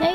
哎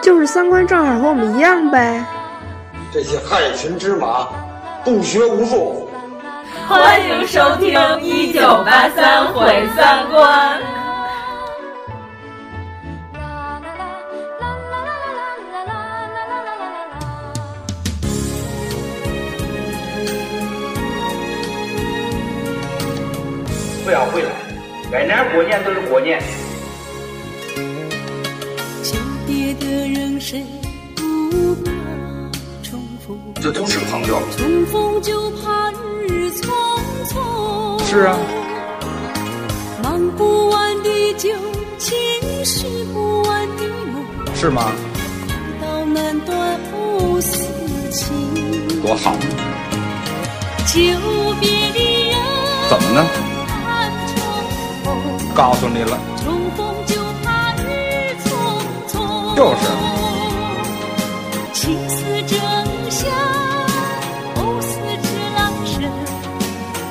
就是三观正好和我们一样呗。这些害群之马，不学无术。欢迎收听《一九八三毁三观》。不要回来，在哪儿过年都是过年。久别的人谁不怕重逢？这都是朋友。重逢就怕日匆匆。是啊。忙不完的酒，情绪不完的梦。是吗？到难断无私情。多好。久别的人。怎么呢？告诉你了，就是。情丝正香，藕丝织郎声，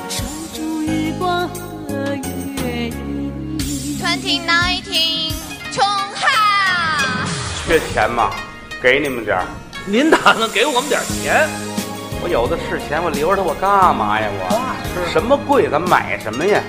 守住日光和月影。 Twenty nineteen，冲哈！缺钱吗？给你们点儿。您打算给我们点钱？我有的是钱，我留着它我干嘛呀？我、啊、什么贵咱买什么呀？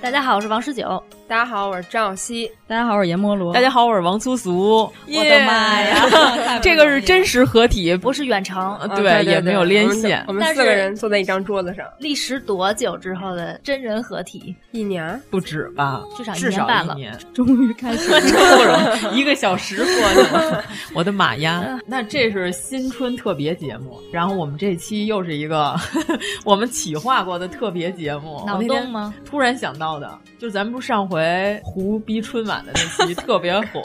大家好，我是王十九。大家好，我是张小希。大家好，我是阎摩罗。大家好，我是王苏苏。我的妈 呀，这个是真实合体，不是远程，嗯呃对，嗯也没有连线。我们四个人坐在一张桌子上，历时多久之后的真人合体？一年不止吧，至少一年半了。终于开 始包容，一个小时过去了， 我的妈呀！那这是新春特别节目，然后我们这期又是一个 我们企划过的特别节目，脑洞吗？突然想到的，就咱们不是上。回胡逼春晚的那 期特别火，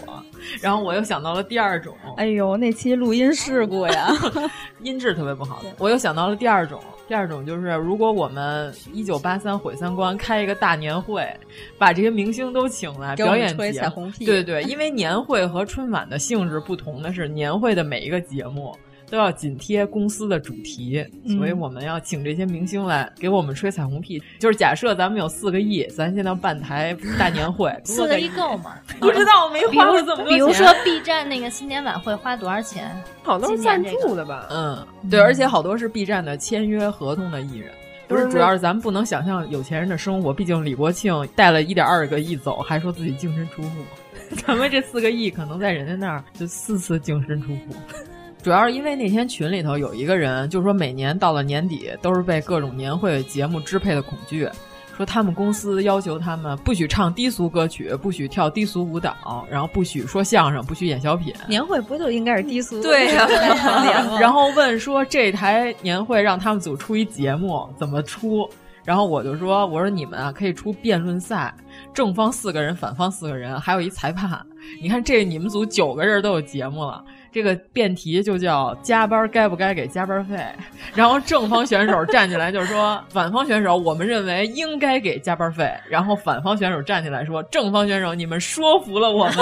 然后我又想到了第二种。哎呦，那期录音事故呀， 音质特别不好。我又想到了第二种，第二种就是如果我们一九八三毁三观开一个大年会，把这些明星都请来表演吹彩虹屁。对对， 因为年会和春晚的性质不同的是，年会的每一个节目。都要紧贴公司的主题，所以嗯我们要请这些明星来给我们吹彩虹屁。就是假设咱们有四个亿，咱现在办台大年会， 四个亿够吗？不知道，没花过这么多比如说 B 站那个新年晚会花多少钱？好多是赞助的吧？嗯，对，而且好多是 B 站的签约合同的艺人。不是，主要是咱们不能想象有钱人的生活。毕竟李国庆带了一点二个亿走，还说自己净身出户。 咱们这四个亿可能在人家那儿就四次净身出户。主要是因为那天群里头有一个人，就是说每年到了年底都是被各种年会节目支配的恐惧，说他们公司要求他们不许唱低俗歌曲，不许跳低俗舞蹈，然后不许说相声，不许演小品。年会不就应该是低俗？对呀、啊。然后问说这台年会让他们组出一节目怎么出？然后我就说，我说你们啊，可以出辩论赛，正方四个人，反方四个人，还有一裁判。你看这你们组九个人都有节目了，这个辩题就叫加班该不该给加班费。然后正方选手站起来就说，反方选手我们认为应该给加班费。然后反方选手站起来说，正方选手你们说服了我们。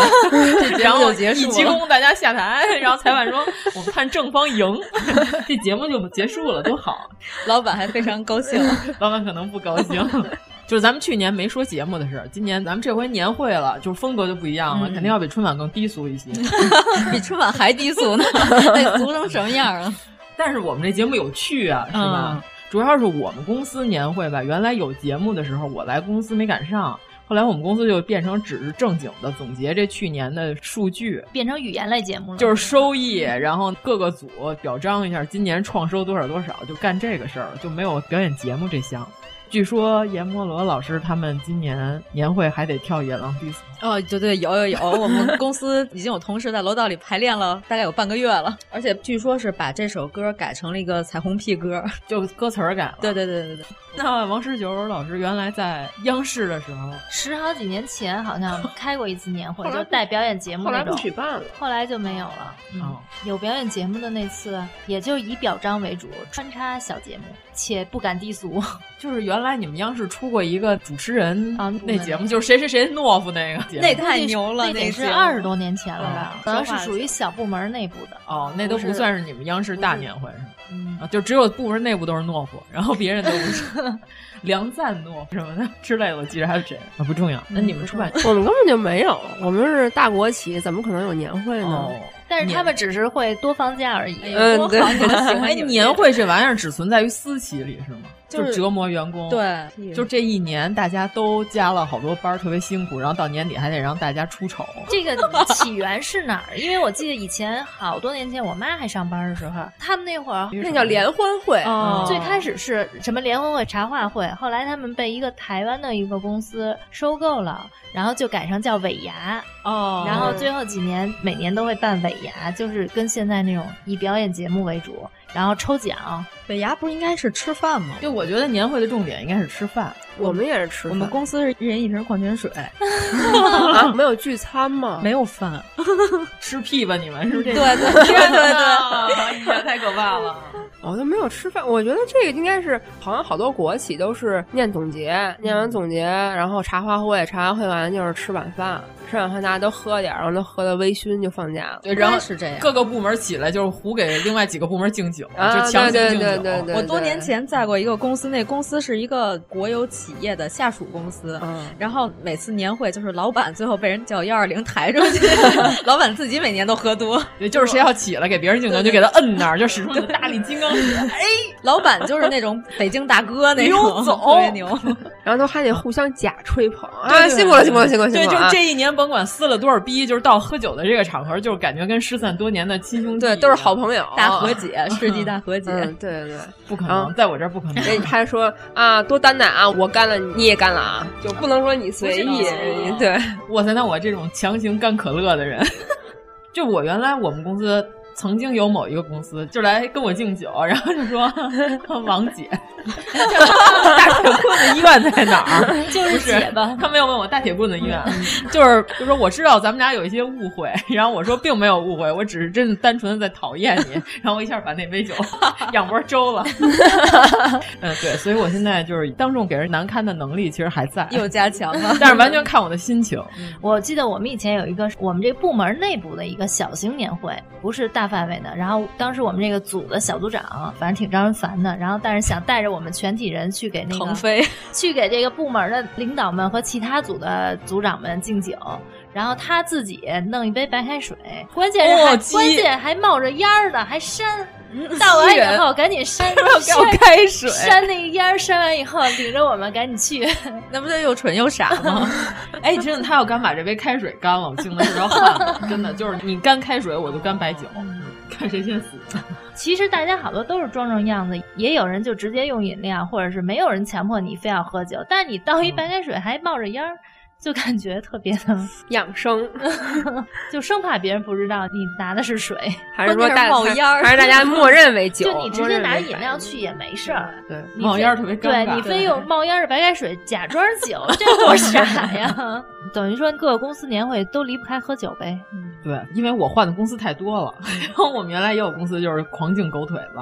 然后一鞠躬，大家下台。然后裁判说，我们看正方赢， 这节目就结束了，多好。老板还非常高兴，老板。可能不高兴， 就是咱们去年没说节目的事儿，今年咱们这回年会了，就是风格就不一样了，嗯、肯定要比春晚更低俗一些，比春晚还低俗 呢，得俗成什么样啊？但是我们这节目有趣啊，是吧？嗯、主要是我们公司年会吧，原来有节目的时候，我来公司没赶上。后来我们公司就变成只是正经的总结这去年的数据，嗯变成语言类节目了，就是收益，然后各个组表彰一下今年创收多少多少，就干这个事儿，就没有表演节目这项。据说阎摩罗老师他们今年年会还得跳《野狼 disco》哦，对对，有有有，我们公司已经有同事在楼道里排练了，大概有半个月了，而且据说是把这首歌改成了一个彩虹屁歌，就歌词儿改了。对对对对对。那王十九老师原来在央视的时候，十好几年前好像开过一次年会，后来就是带表演节目后来那不种。举办了。后来就没有了。嗯，哦有表演节目的那次，也就以表彰为主，穿插小节目，且不敢低 俗。就是原来你们央视出过一个主持人啊那节目，就是谁谁谁懦夫那个节目，那太牛了那那得是节目二十多年前了吧？哦可能是属于小部门内部的。哦，那都不不是算是你们央视大年会是吗？嗯啊，就只有部门内部都是懦夫，然后别人都不是， 梁赞懦夫什么的之类的，我记着还有谁啊？不重要。嗯那你们出版我们根本就没有，我们是大国企，怎么可能有年会呢？哦，但是他们只是会多放假而已。嗯哎多对好你们喜哎， 欢你们年会这玩意儿只存在于私企里是吗？就是折磨员工。对就这一年大家都加了好多班儿，特别辛苦，然后到年底还得让大家出丑。这个起源是哪儿？因为我记得以前好多年前，我妈还上班的时候，他们那会哦儿那叫联欢会。哦，最开始是什么联欢会、茶话会，后来他们被一个台湾的一个公司收购了，然后就改成叫尾牙。哦然后最后几年每年都会办尾牙，就是跟现在那种以表演节目为主，然后抽奖。尾牙不是应该是吃饭吗？就我觉得年会的重点应该是吃饭。我们也是吃饭，嗯我们公司是一人一瓶矿泉水， 啊没有聚餐 吗？没有 饭。吃屁吧你们，是不是这对对个？对对对 哎呀，太可怕了。我哦都没有吃饭。我觉得这个应该是，好像好多国企都是念总结，念完总结，然后茶话会，茶话会完就是吃晚饭，吃晚饭大家都喝点儿，然后都喝的微醺就放假了。对，然后是这样各个部门起来就是胡给另外几个部门敬酒，啊就强对行对敬酒。对对对我多年前在过一个公司，那公司是一个国有企业的下属公司，嗯然后每次年会就是老板最后被人叫幺二零抬出 去，老板自己每年都喝多，也就是谁要起来给别人敬酒，就 给他摁那儿，就使出那大力金刚指，哎，老板就是那种北京大哥那 种，溜走特别牛。哦然后都还得互相假吹捧对啊，辛苦了，辛苦了，辛苦了，辛对，苦就了是啊。这一年，甭管撕了多少逼，就是到喝酒的这个场合，就是感觉跟失散多年的亲兄弟，对，都是好朋友，啊大和解，世纪大和解，嗯，对对，不可啊嗯能，在我这儿不可哎能。人家还说啊，多担待啊，我干了，你也干了啊，就不能说你随意，对。哇塞，那我这种强行干可乐的人， 就我原来我们公司曾经有某一个公司就来跟我敬酒，然后就 说王姐， 大铁棍子医院在哪儿？ 就是不姐吧嗯他没有问我大铁棍子医院， 就是就说我知道咱们俩有一些误会，然后我说并没有误会，我只是真的单纯的在讨厌你，然后我一下把那 杯酒仰脖周了。 嗯，对，所以我现在就是当众给人难堪的能力其实还在，。又加强了 但是完全看我的心情。我记得我们以前有一个我们这部门内部的一个小型年会，不是大范围的。然后当时我们这个组的小组长，反正挺招人烦的。然后但是想带着我们全体人去给那个 腾飞，去给这个部门的领导们和其他组的组长们敬酒。然后他自己弄一杯白开水，关键是还、哦鸡嗯关键还冒着烟儿呢，还扇。倒完以后赶紧扇， 要给我扇开 水扇那个烟儿，扇完以后领着我们赶紧 去。那不就又蠢又傻吗？哎，真的，他要敢把这杯开水干了，我听的是要汗了。真的，就是你干开水，我就干白酒，嗯看谁先死。其实大家好多都是装装样子，也有人就直接用饮料，或者是没有人强迫你非要喝酒，但你倒一嗯白开水还冒着烟儿。就感觉特别的养生，就生怕别人不知道你拿的是水，还是说大冒烟儿，还是大家默 认为 酒，就你直接拿饮料去也没事儿。对你冒非烟儿特别尴对尬你非对用冒烟儿的白开水假装酒，这多傻呀！等于说各个公司年会都离不开喝酒呗。对，因为我换的公司太多了， 然后我们原来也有公司就是狂敬狗腿子，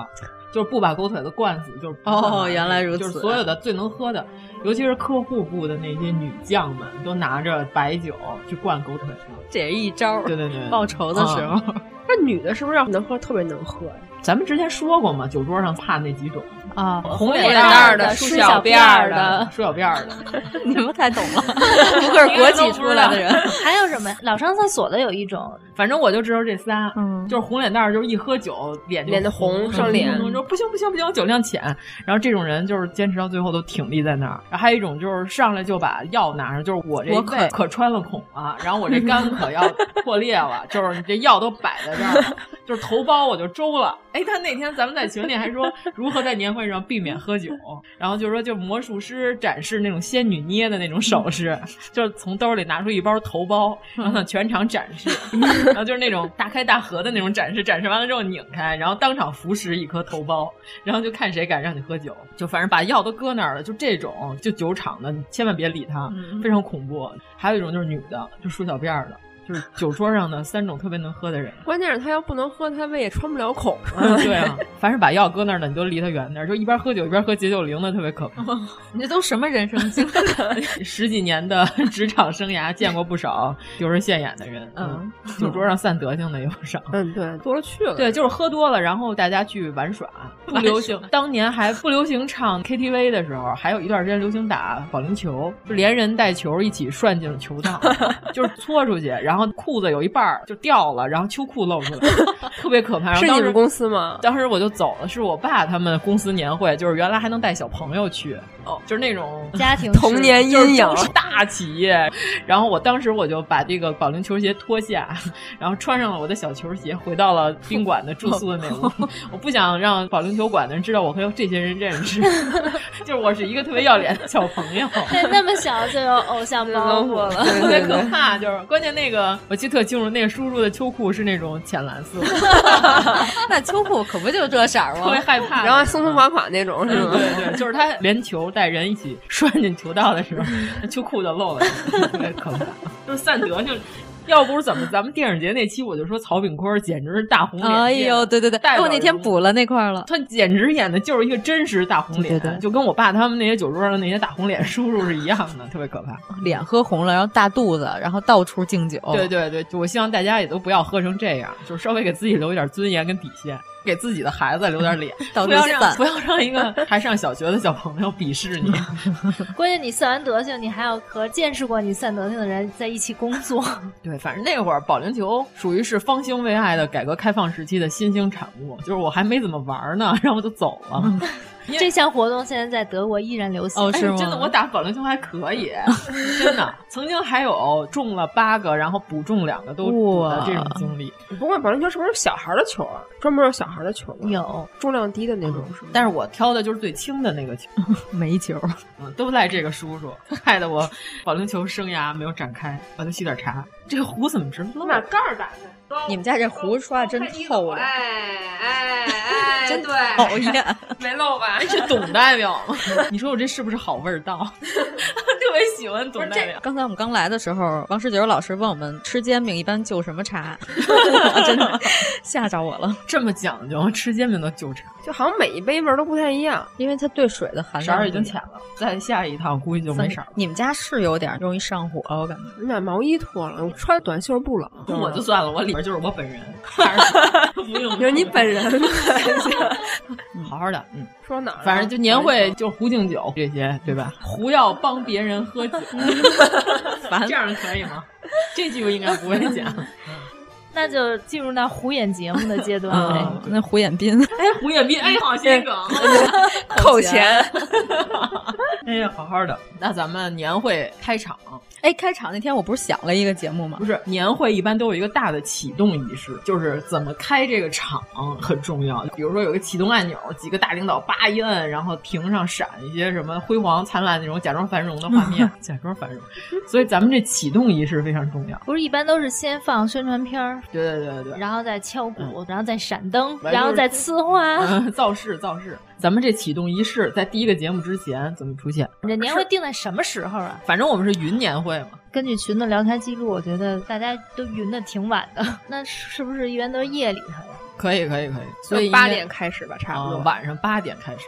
就是不把狗腿子灌死，就是不灌哦满原来如此就是所有的最能喝的，尤其是客户部的那些女将们，都拿着白酒去灌狗腿子。这也是一招。对对对，报仇的时候啊，那女的是不是要能喝特别能喝 呀？咱们之前说过嘛，酒桌上怕那几种，啊，红脸脸蛋蛋儿儿的的、梳梳小小辫辫儿儿的的、梳小辫儿的，你们太懂了，不愧是国企出来的人。 还有什么呀？老上厕所的有一种，反正我就知道这仨，就是红脸蛋儿，就是一喝酒脸就脸就红上脸就说不行不行不行，我酒量浅。然后这种人就是坚持到最后都挺立在那儿。然后还有一种就是上来就把药拿上，就是我这胃我可可穿了孔了，然后我这肝可要破裂了，就是你这药都摆在这儿了，就是头孢我就周了。哎，他那天咱们在群里还说如何在年会上避免喝酒，然后就说就魔术师展示那种仙女捏的那种手势，就是从兜里拿出一包头孢，然后全场展示，然后就是那种大开大合的那种展示，展示完了之后拧开，然后当场服食一颗头孢，然后就看谁敢让你喝酒，就反正把药都搁那儿了，就这种就酒场的你千万别理他，嗯非常恐怖。还有一种就是女的，就梳小辫儿的。就是酒桌上的三种特别能喝 的人， 关键是他要不能喝，他胃也穿不了孔。对啊，凡是把药搁那儿的，你都离他远点儿，就一边喝酒一边喝解酒灵的，特别可怕。你这哦都什么人生经 历？十几年的职场生涯，见过不少有人现眼的人，嗯，酒桌上散德性的也不少。嗯， 对，多了去了。对，就是喝多了，然后大家去 玩耍，不流行。当年还不流行唱 KTV 的时候，还有一段时间流行打保龄球，就连人带球一起涮进球 道，就是搓出去，然后裤子有一半儿就掉了，然后秋裤露出 来，特别可怕。然后是当你时们公司吗？当时我就走了，是我爸他们公司年会，就是原来还能带小朋友去，哦，就是那种家庭童式年就是阴影都是大企业。然后我当时我就把这个保龄球鞋脱下，然后穿上了我的小球鞋，回到了宾馆的住宿的 那屋。我不想让保龄球馆的人知道我和这些人认识， 就是我是一个特别要脸的小朋友。对，那么小就有偶像包袱了，特别可怕，就是关键那个我记得特清楚，那个叔叔的秋裤是那种浅蓝色，那秋裤可不就这色儿 特别吗？害怕。然后还松松垮垮那种嗯是 吗？对对，就是他连球带人一起拴进球道的时候， 那秋裤就漏了，特别可怕。就是散德性，要不是怎么咱们电影节那期我就说曹炳坤简直是大红脸，哎呦，对对对，代表我那天补了那块儿了。他简直演的就是一个真实大红脸，对对对就跟我爸他们那些酒桌上那些大红脸叔叔是一样的，特别可怕。脸喝红了，然后大肚子，然后到处敬酒。对对对，就我希望大家也都不要喝成这样，就是稍微给自己留一点尊严跟底线，给自己的孩子留点脸，到不要处让散不要让一个还上小学的小朋友鄙视你。关键你散完德性，你还要和见识过你散德性的人在一起工作。对，反正那会儿保龄球属于是方兴未艾的改革开放时期的新兴产物，就是我还没怎么玩呢， 然后我就走了。这项活动现在在德国依然流行。哦嗯 哎是吗真的，我打保龄球还可 以，真的。曾经还有中了八个，然后补中两个都补的哇这种经历。不过保龄球是不是有小孩的球啊？专门有小孩的球吗？有重量低的那种是吗？但是我挑的就是最轻的那个 球，煤球，嗯都赖这个叔叔，害得我保龄球生涯没有展开。我就沏点茶，这个壶怎么直漏？盖儿打开，你们家这胡刷真透啊哦 亮，哎哎真讨 厌。没漏吧？是董代表吗？ 你说我这是不是好味儿道？ 特别喜欢董代表。刚才我们刚来的时候，王十九老师问我们吃煎饼一般就什么茶， 我真的吓着我了，这么讲究，吃煎饼都纠缠。就好像每一杯味儿都不太一样。因为它对水的含色量儿已经浅了，再下一趟估计就不一样没色儿了。你们家是有点容易上火，我感觉。你把毛衣脱了，我穿短袖不冷。我就算了，我里边就是我本人，还是不用 有你本人吗？ 好好的，嗯， 说哪儿了？啊反正就年会就胡敬酒这些，对 吧？胡要帮别人喝酒，烦这样可以吗？这句应该不会 讲。那就进入到虎眼节目的阶段了。嗯，那胡彦斌哎，胡彦斌，哎，好心梗。 扣钱。 哎呀，好好的。那咱们年会开场， 哎，开场那天我不是想了一个节目吗不？是年会一般都有一个大的启动仪式，就是怎么开这个场很重要。比如说有一个启动按钮，几个大领导叭一摁，然后屏上闪一些什么辉煌灿烂那种假装繁荣的画面， 假装繁荣。所以咱们这启动仪式非常重要。不是，一般都是先放宣传片儿，对对对对对。然后再敲鼓，然后再闪灯，完然后就是再呲花。 嗯造势造势，咱们这启动仪式在第一个节目之前怎么出现？你这年会定在什么时候啊？反正我们是云年会嘛， 根据群的聊天记录，我觉得大家都匀的挺晚的， 那是不是一般都是夜里头呀？可以可以可以，就所以应该八点开始吧，差不啊多，晚上八点开始。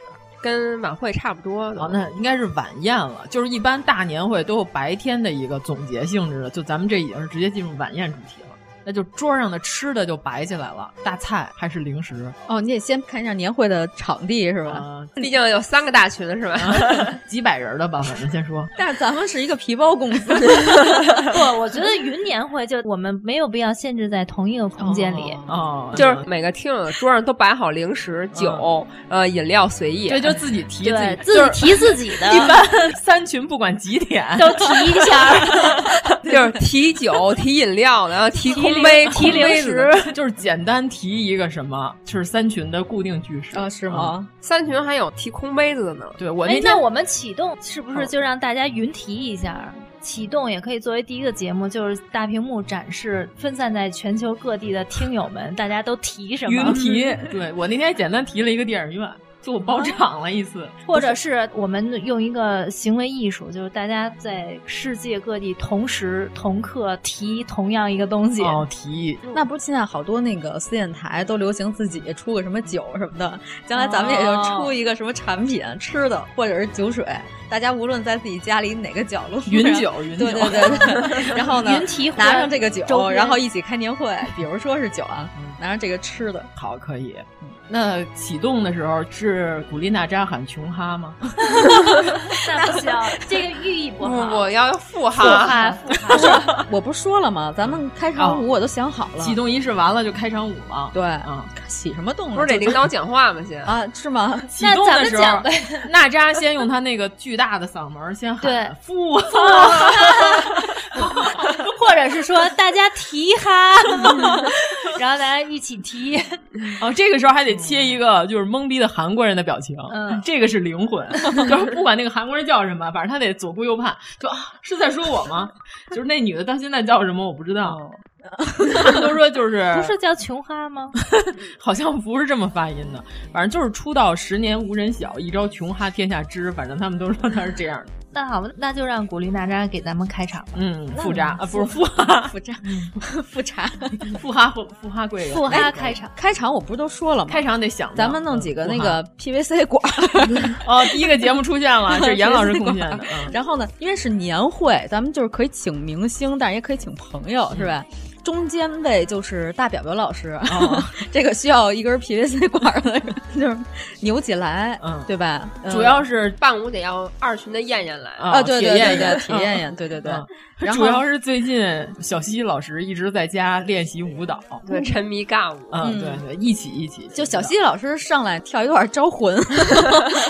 跟晚会差不多的。哦，那应该是晚宴了，就是一般大年会都有白天的一个总结性质的，就咱们这已经是直接进入晚宴主题了。那就桌上的吃的就摆起来了，大菜还是零食，哦，你得先看一下年会的场地是吧？啊，毕竟有三个大群是吧？嗯几百人的吧，反正先说。但是咱们是一个皮包公 司，不， 我觉得云年会就我们没有必要限制在同一个空间里。哦，就是每个听友的桌上都摆好零食、酒、呃饮料随意。嗯对，就自己提对，自己，自己提自己的 一般 三群不管几点，都提一下儿。 就是提酒、提饮料，然后提空空杯空提杯零食子，就是简单提一个什么，就是三群的固定句式啊，是吗？三群还有提空杯子的呢。对我哦哎那，那天我们启动是不是就让大家云提一下？启动也可以作为第一个节目，就是大屏幕展示分散在全球各地的听友们，大家都提什么？云提，对我那天简单提了一个电影院，就我哦包场了一次，或者是我们用一个行为艺术，就是大家在世界各地同时同刻提同样一个东西。哦，提那不是现在好多那个私电台都流行自己出个什么酒什么的，将来咱们也就出一个什么产品、吃的或者是酒水，大家无论在自己家里哪个角落，云酒云酒 对对对对，然后 呢，云提拿上这个酒周，边然后一起开年会，比如说是酒啊，拿上这个吃的，好可以。那启动的时候是古力娜扎喊穷哈吗？那不行，这个寓意不哦好。嗯我要富富哈啊 哈，不是， 我不是说了吗？咱们开场舞我都想好了，哦启动仪式完了就开场舞了。对，啊，起什么动了？不是得领导讲话吗？ 先啊，是 吗？启动的时候， 娜扎先用她那个巨大的嗓门先喊啊“富”，或者是说大家提 哈，然后大家一起提。 哦，这个时候还得切一个就是懵逼的韩国人的表情，嗯 这个是灵魂，就是不管那个韩国人叫什么，反正他得左顾右盼，就啊是在说我吗？ 就是那女的到现在叫什么我不知道，他们都说就是 不是叫穷哈吗？好像不是这么发音的，反正就是出道十年无人晓，一朝穷哈天下知，反正他们都说他是这样的。那好吧，那就让古力娜扎给咱们开场吧。嗯，富扎啊，不是富富哈，富扎，嗯 富茶，富哈富富哈贵人，哎富哈开场，开场我不是都说了吗？开场得想，咱们弄几嗯个那个 PVC 管儿，哦，第一个节目出现 了，啊是严老师贡献的。嗯然后呢，因为是年会，咱们就是可以请明星，但是也可以请朋友，是吧？嗯 中间位就是大表表老师，哦这个需要一根 PVC 管儿的，就是扭起来，对吧？嗯主要是伴舞得要二群的燕燕来啊对对体验对一下对，体验验，对对对嗯。然主后要是最近小西老师一直在家练习舞蹈，对沉迷尬舞，嗯，对对，一起一起。就小西老师上来跳一段招魂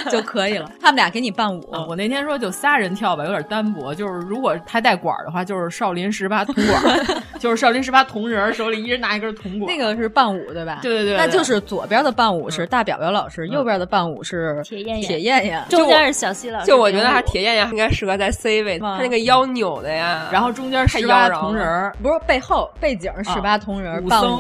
就可以了，他们俩给你伴舞。啊我那天说就仨人跳吧，有点单薄。就是如果还带管儿的话，就是少林十八铜管 儿，就是少林十八铜人儿手里一人拿一根铜管儿。那个是伴舞对吧？对对对对嗯那就是左边的伴舞是大表表老师，右边的伴舞是铁燕燕铁燕燕，中间是小西老师就我觉得还是铁燕燕应该适合在 C 位，哇她那个腰扭的呀，然后中间太十妖八娆铜人了。儿。不是背后背景是十八铜人啊武伴僧，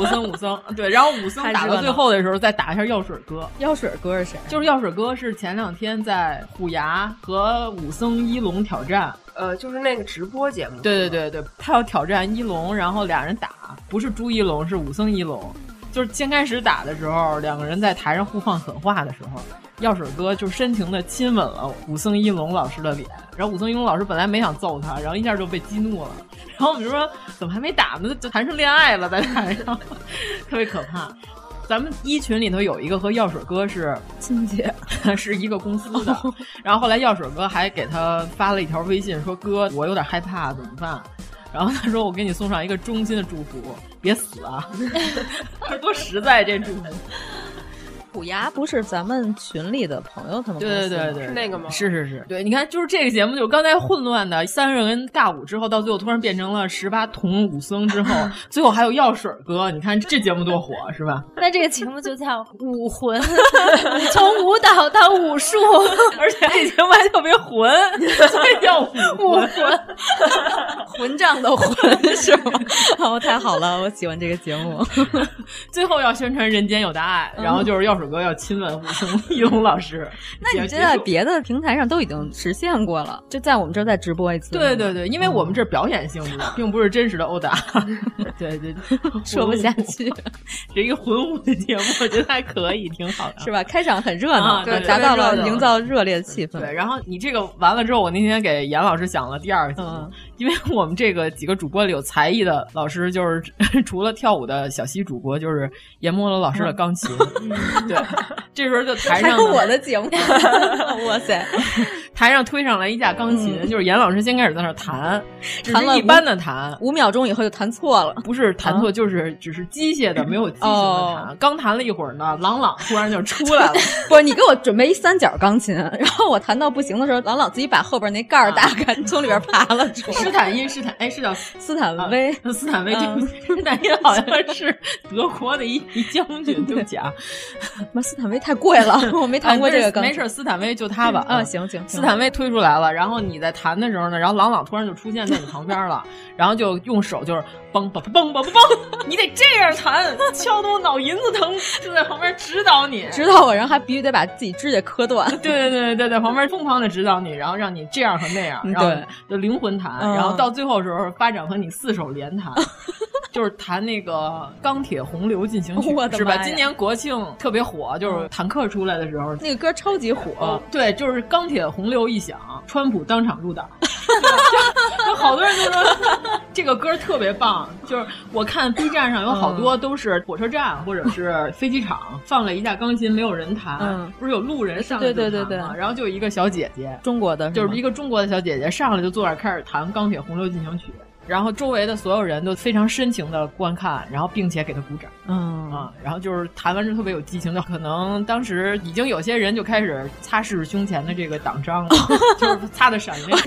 武僧，武僧，对，然后武僧太打热到闹最后的时候再打一下药水哥，药水哥是谁？啊就是药水哥是前两天在虎牙和武僧一龙挑战，呃，就是那个直播节目，对对对对，他要挑战一龙，然后俩人打，不是朱一龙，是武僧一龙。就是先开始打的时候，两个人在台上互放狠话的时候，药水哥就深情的亲吻了武僧一龙老师的脸。然后武僧一龙老师本来没想揍他，然后一下就被激怒了。 然后我们就说怎么还没打呢？就谈上恋爱了在台上， 特别可怕。咱们一群里头有一个和药水哥是亲姐， 是一个公司的。然后后来药水哥还给他发了一条微信，说：“哥，我有点害怕，怎么办？”然后他说：“我给你送上一个衷心的祝福，别死啊！” 多实在这祝福。虎牙不是咱们群里的朋友他们对对对对，公司吗是是是，对，你看，就是这个节目，就是刚才混乱的三人尬舞之后，到最后突然变成了十八铜武僧之后，最后还有药水哥，你看这节目多火是吧？ 那这个节目就叫武魂，从舞蹈到武术， 而且 这节目还特别混，所以叫武魂。 混账的 混是吗？哦，太好了，我喜欢这个节目。最后要宣传《人间有大爱》，然后就是药水哥要亲吻武 松一龙老师。那你结这在结束别的平台上都已经实现过了，就在我们这儿再直播一次。对对嗯对，因为我们这是表演性质的，并不是真实的殴打。嗯 对对，说不下 去，这一个混舞的节目，我觉得还可以，挺好的。是吧？开场很热闹，啊对达到特别热了闹营造热烈的气氛。对，然后你这个完了之后，我那天给严老师想了第二个题目，嗯因为我们这个几个主播里有才艺的老师，就是 除了跳舞的小西主播，就是研磨了老师的钢 琴。对，这时候就台嗯还上 有我的节目，哇塞！台上推上来一架钢琴，嗯就是严老师先开始在那儿弹，只弹了是一五般的弹，五秒钟以后就弹错了，不是弹错，啊就是只是机械的，没有激情的弹。哦刚弹了一会儿呢，朗朗突然就出来 了，不是你给我准备一三角钢琴，然后我弹到不行的时候，朗朗自己把后边那啊盖儿打开，从里边爬了出来。斯坦因斯坦，哎，是叫斯坦威，斯坦威，对嗯不起，斯坦因好像是德国的一一将军，对不起啊，哎妈，斯坦威太贵了，我没 弹过这个钢琴。啊没事，斯坦威就他吧。啊，嗯行行，斯坦威推出来了，然后你在弹的时候呢，然后朗朗突然就出现在你旁边 了，然后就用手就是梆梆梆梆梆梆，你得这样弹，敲得我脑银子疼，就在旁边指导你，知道我，然后还必须得把自己指甲磕断。对 对对对，在旁边疯狂的指导你，然后让你这样和那样，嗯然后对就灵魂弹，嗯然后到最后的时候发展和你四手联弹，就是弹那个《钢铁洪流进行曲 我》，的是吧？妈呀嗯今年国庆特别火，就是坦克出来的时候，那个歌超级火，呃对，就是《钢铁洪流》一响，川普当场入党。 就就好多人就说这个歌特别棒，就是我看 B 站上有好嗯多都是火车站或者是飞机场放了一架钢琴，没有人弹，嗯不是有路人上来就对对弹对对吗然后就有一个小姐姐，中国的就是吗一个中国的小姐姐上来就坐那儿开始弹《钢铁洪流进行曲》，然后周围的所有人都非常深情的观看，然后并且给她鼓掌。嗯啊，然后就是弹完之后特别有激情，就可能当时已经有些人就开始擦拭胸前的这个党章了， 就是擦的闪亮。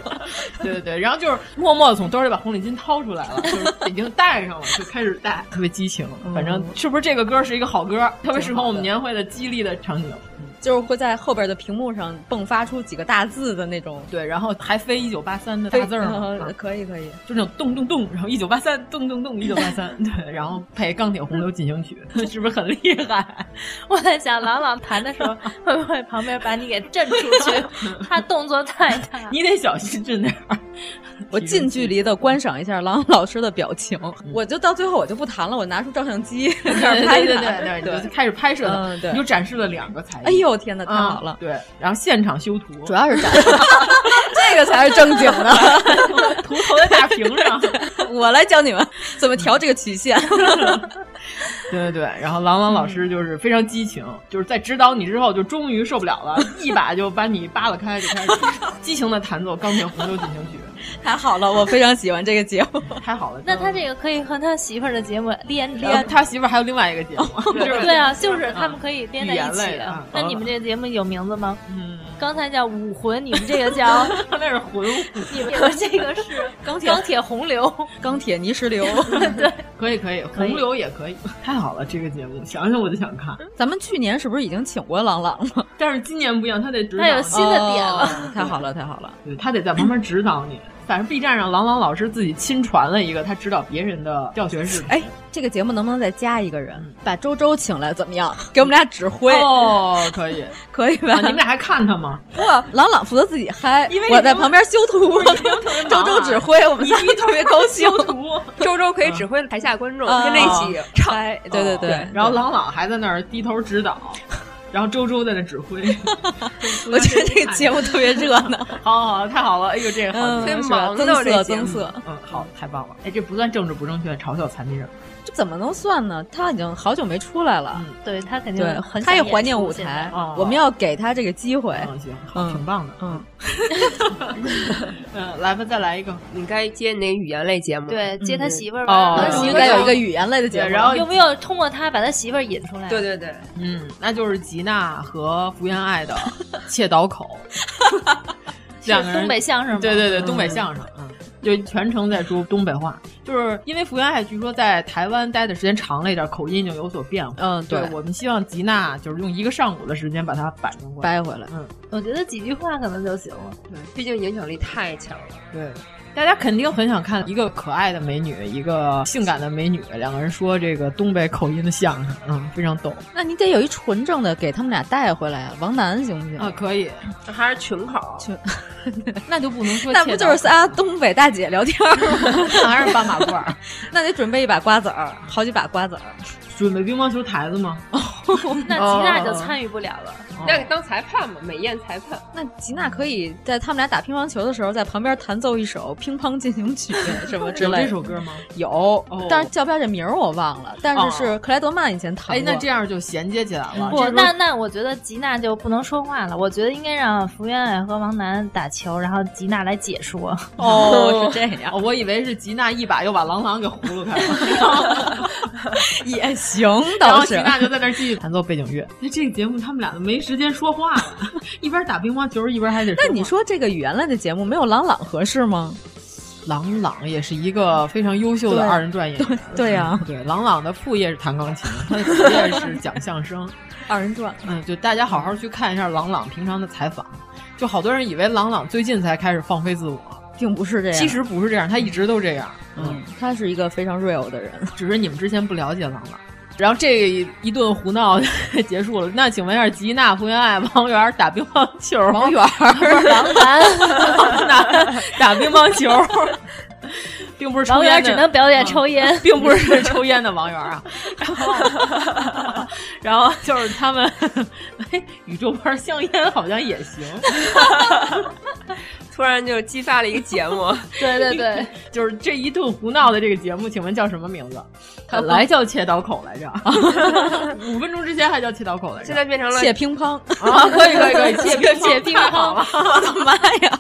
对对对，然后就是默默的从兜里把红领巾掏出来了，就是已经戴上了，就开始戴，特别激情。嗯反正是不是这个歌是一个好歌，特别适合我们年会的激励的场景。就是会在后边的屏幕上迸发出几个大字的那种。对，然后还飞一九八三的大字儿 啊呢，嗯可以可以。就那种咚咚咚，然后一九八三咚咚咚一九八三，对，然后配《钢铁洪流进行曲》， 是不是很厉害？我在想，朗朗弹的时候会不会旁边把你给震出去？他动作太大，你得小心着点儿。我近距离的观赏一下郎老师的表情，我就到最后我就不弹了，我拿出照相机 开始嗯对拍对对他 对对，你就开始拍摄了，嗯对你就展示了两个才艺。哎呦天哪，太嗯好了！对，然后现场修图，主要是 展示，这个才是正经的。 图投在大屏上。 我来教你们怎么调这个曲线。 嗯对对对，然后郎朗老师就是非常激情，就是在指导你之后，就终于受不了 了，一把就把你扒拉开，就 开始激情的弹奏《钢铁洪流进行曲 太好了，我非常喜欢这个节目。》，太好了。那他啊这个可以和他媳妇儿的节目连呃连。他媳妇儿还有另外一个节 目，就是对啊，就是他们可以连在一语言类起的啊。那你们这个节目有名字吗？ 嗯，刚才叫武魂，你们这个叫那是魂舞，你们这个是钢铁钢铁洪流，钢铁 泥石流。可以可以，可以洪流也可以，太好了，这个节目想想我就想看。咱们去年是不是已经请过郎朗了？但是今年不一样，他得指导他有新的点了哦太好了，太好了！对他得在旁边指导你。反正 B 站上郎朗老师自己亲传了一个他指导别人的教学视频，哎，这个节目能不能再加一个人，把周周请来怎么样？给我们俩指挥，嗯哦，可 以，可以吧？啊，你们俩还看他 吗？不，朗朗负责自己嗨因为，我在旁边修图， 周周指挥，我们啊你仨你特别高兴。图，周周可以指挥台下观众啊跟着一起唱，对对对，哦然后郎朗还在那儿低头指导，然后周周在那指挥。 我觉得这个节目特别热闹， 好好好，太好了！哎呦，这个好，嗯太棒是吧了增色增色，嗯，好，太棒了！哎，这不算政治不正确，嘲笑残疾人。这怎么能算呢？他已经好久没出来了，对他嗯肯定对很，他也想演怀念出舞现在台哦，我们要给他这个机会。嗯，行，好，挺棒的。哎嗯，嗯，来吧，再来一个。你该接那语言类节目，对，接他媳妇儿哦吧，应该有一个语言类的节目，对然后有没有通过他把他媳妇儿引出来？对对对，嗯，那就是吉娜和福原爱的 《窃岛口》，两个是人东北相声吗？对对对，东北相声，嗯，就全程在说东北话，就是因为福原爱据说在台湾待的时间长了一点，口音已经有所变化。嗯对我们希望吉娜就是用一个上午的时间把它摆正过来。掰回来。嗯，我觉得几句话可能就行了。毕竟影响力太强了。对。大家肯定很想看一个可爱的美女，一个性感的美女，两个人说这个东北口音的相声，嗯，非常逗那你得有一纯正的给他们俩带回来啊，王楠行不行？啊，可以，还是群口， 那就不能说那不就是三，仨东北大姐聊天儿吗？ 还是八马褂儿？那得准备一把瓜子儿，好几把瓜子儿。准备乒乓球台子吗？那吉娜就参与不了了，那当裁判嘛，美艳裁判。那吉娜可以在他们俩打乒乓球的时候，在旁边弹奏一首《乒乓进行曲》什么之类的。有这首歌吗？有，但是叫不叫这名儿我忘了。但是是克莱德曼以前弹过。哎，那这样就衔接起来了。不，那那我觉得吉娜就不能说话了。我觉得应该让福原爱和王楠打球，然后吉娜来解说。哦，是这 样。我以为是吉娜一把又把郎朗给葫芦开 了。也行，然后倒吉是。娜就在那儿继续弹奏背景 乐。那哎这个节目他们俩都没时间说话 了，一边打乒乓球一边还得说话。那你说这个原来的节目没有郎朗合适吗？郎朗也是一个非常优秀的对二人转演员。对对呀 对，郎朗的副业是弹钢琴，他的主业是讲相声。二人转，嗯，就大家好好去看一下郎朗平常的采访。就好多人以为郎朗最近才开始放飞自我，并不是这样。其实不是这样，他一直都这样。嗯嗯，他是一个非常 real 的人。只是你们之前不了解郎朗。然后这一顿胡闹 结束了。那请问一下，吉娜、福原爱、王源打乒乓球，王源儿王楠，王楠 打乒乓球，并不是抽王烟源的只能表演抽烟嗯并不是抽烟的王源啊。然后，然后 就是他们，哎，宇宙牌香烟好像也行。突然就激发了一个节 目，对对对，就是这一顿胡闹的这个节目，请问叫什么名字？本来叫切刀口来着， 五分钟之前还叫切刀口来着，现在变成了谢乒乓 啊， 可以可以可以，切乒切乓乒太乓好了。我的妈呀！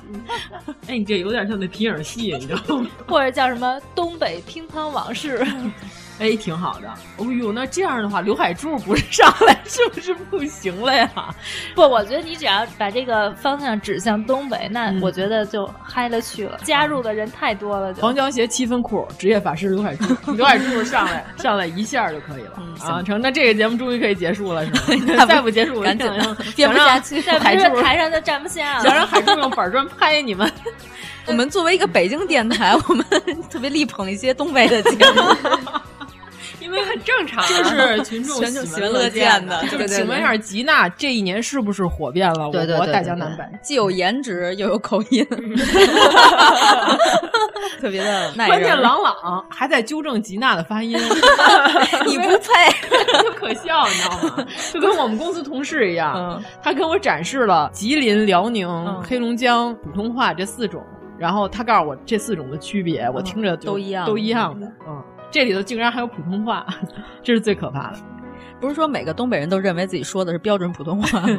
哎，你这有点像那皮影戏，你知道吗？或者叫什么东北乒乓往事。哎，挺好的。哦呦，那这样的话，刘海柱不是上来 是不是不行了呀？不，我觉得你只要把这个方向指向东北，那嗯我觉得就嗨了去了。加入的人太多了就，黄胶鞋、七分裤、职业法师刘海柱， 刘海柱上来上来一下就可以了、啊！成，那这个节目终于可以结束了， 是吗？再不结束，我就赶紧想让憋想不让下去在海不是柱，台上都站不下想了。让海柱用板砖拍你们。我们作为一个北京电台，我们 特别力捧一些东北的节 目，因为很正常啊。这是 群众群众喜喜闻闻乐见见的就对是对请问一下，吉娜这一年是不是火遍了我国大江南北？既有颜值又有口音， 特别的耐嗯关人。键朗朗还在纠正吉娜的发音， 你不配，就可笑，你知道吗？就跟我们公司同事一样，嗯他跟我展示了吉林、辽宁、嗯黑龙江普通话这四种，然后他告诉我这四种的区别，我听着就嗯都一样都一样的。嗯，这里头竟然还有普通话， 这是最可怕的。不是说每个东北人都认为自己说的是标准普通话吗？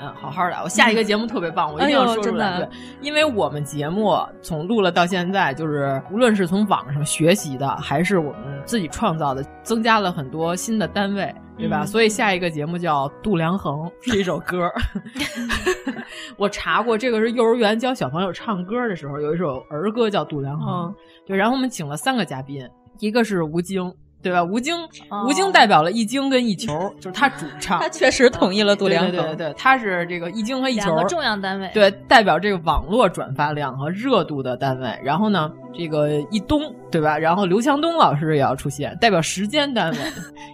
嗯，好好的，我下一个节目特别棒，我一定要哎呦说出来。真的对，因为我们节目从录了到现在，就是无论是从网上学习的，还是我们自己创造的，增加了很多新的单位，对吧？嗯所以下一个节目叫《度量衡》，是一首歌。 我查过，这个是幼儿园教小朋友唱歌的时候有一首儿歌叫《度量衡》。嗯对，然后我们请了三个嘉宾，一个是吴京。对吧？吴京，吴京哦代表了一京跟一球，就是他主唱。他确实统一了度量衡。对对对对，他是这个一京和一球两个重要单位，对代表这个网络转发量和热度的单位。然后呢，这个一东对吧？然后刘强东老师也要出现，代表时间单位。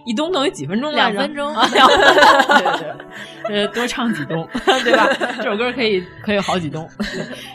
一东等于几分钟来着？两分钟啊，两分钟。 对对对，呃，多唱几东，对吧？这首歌可以可以好几东。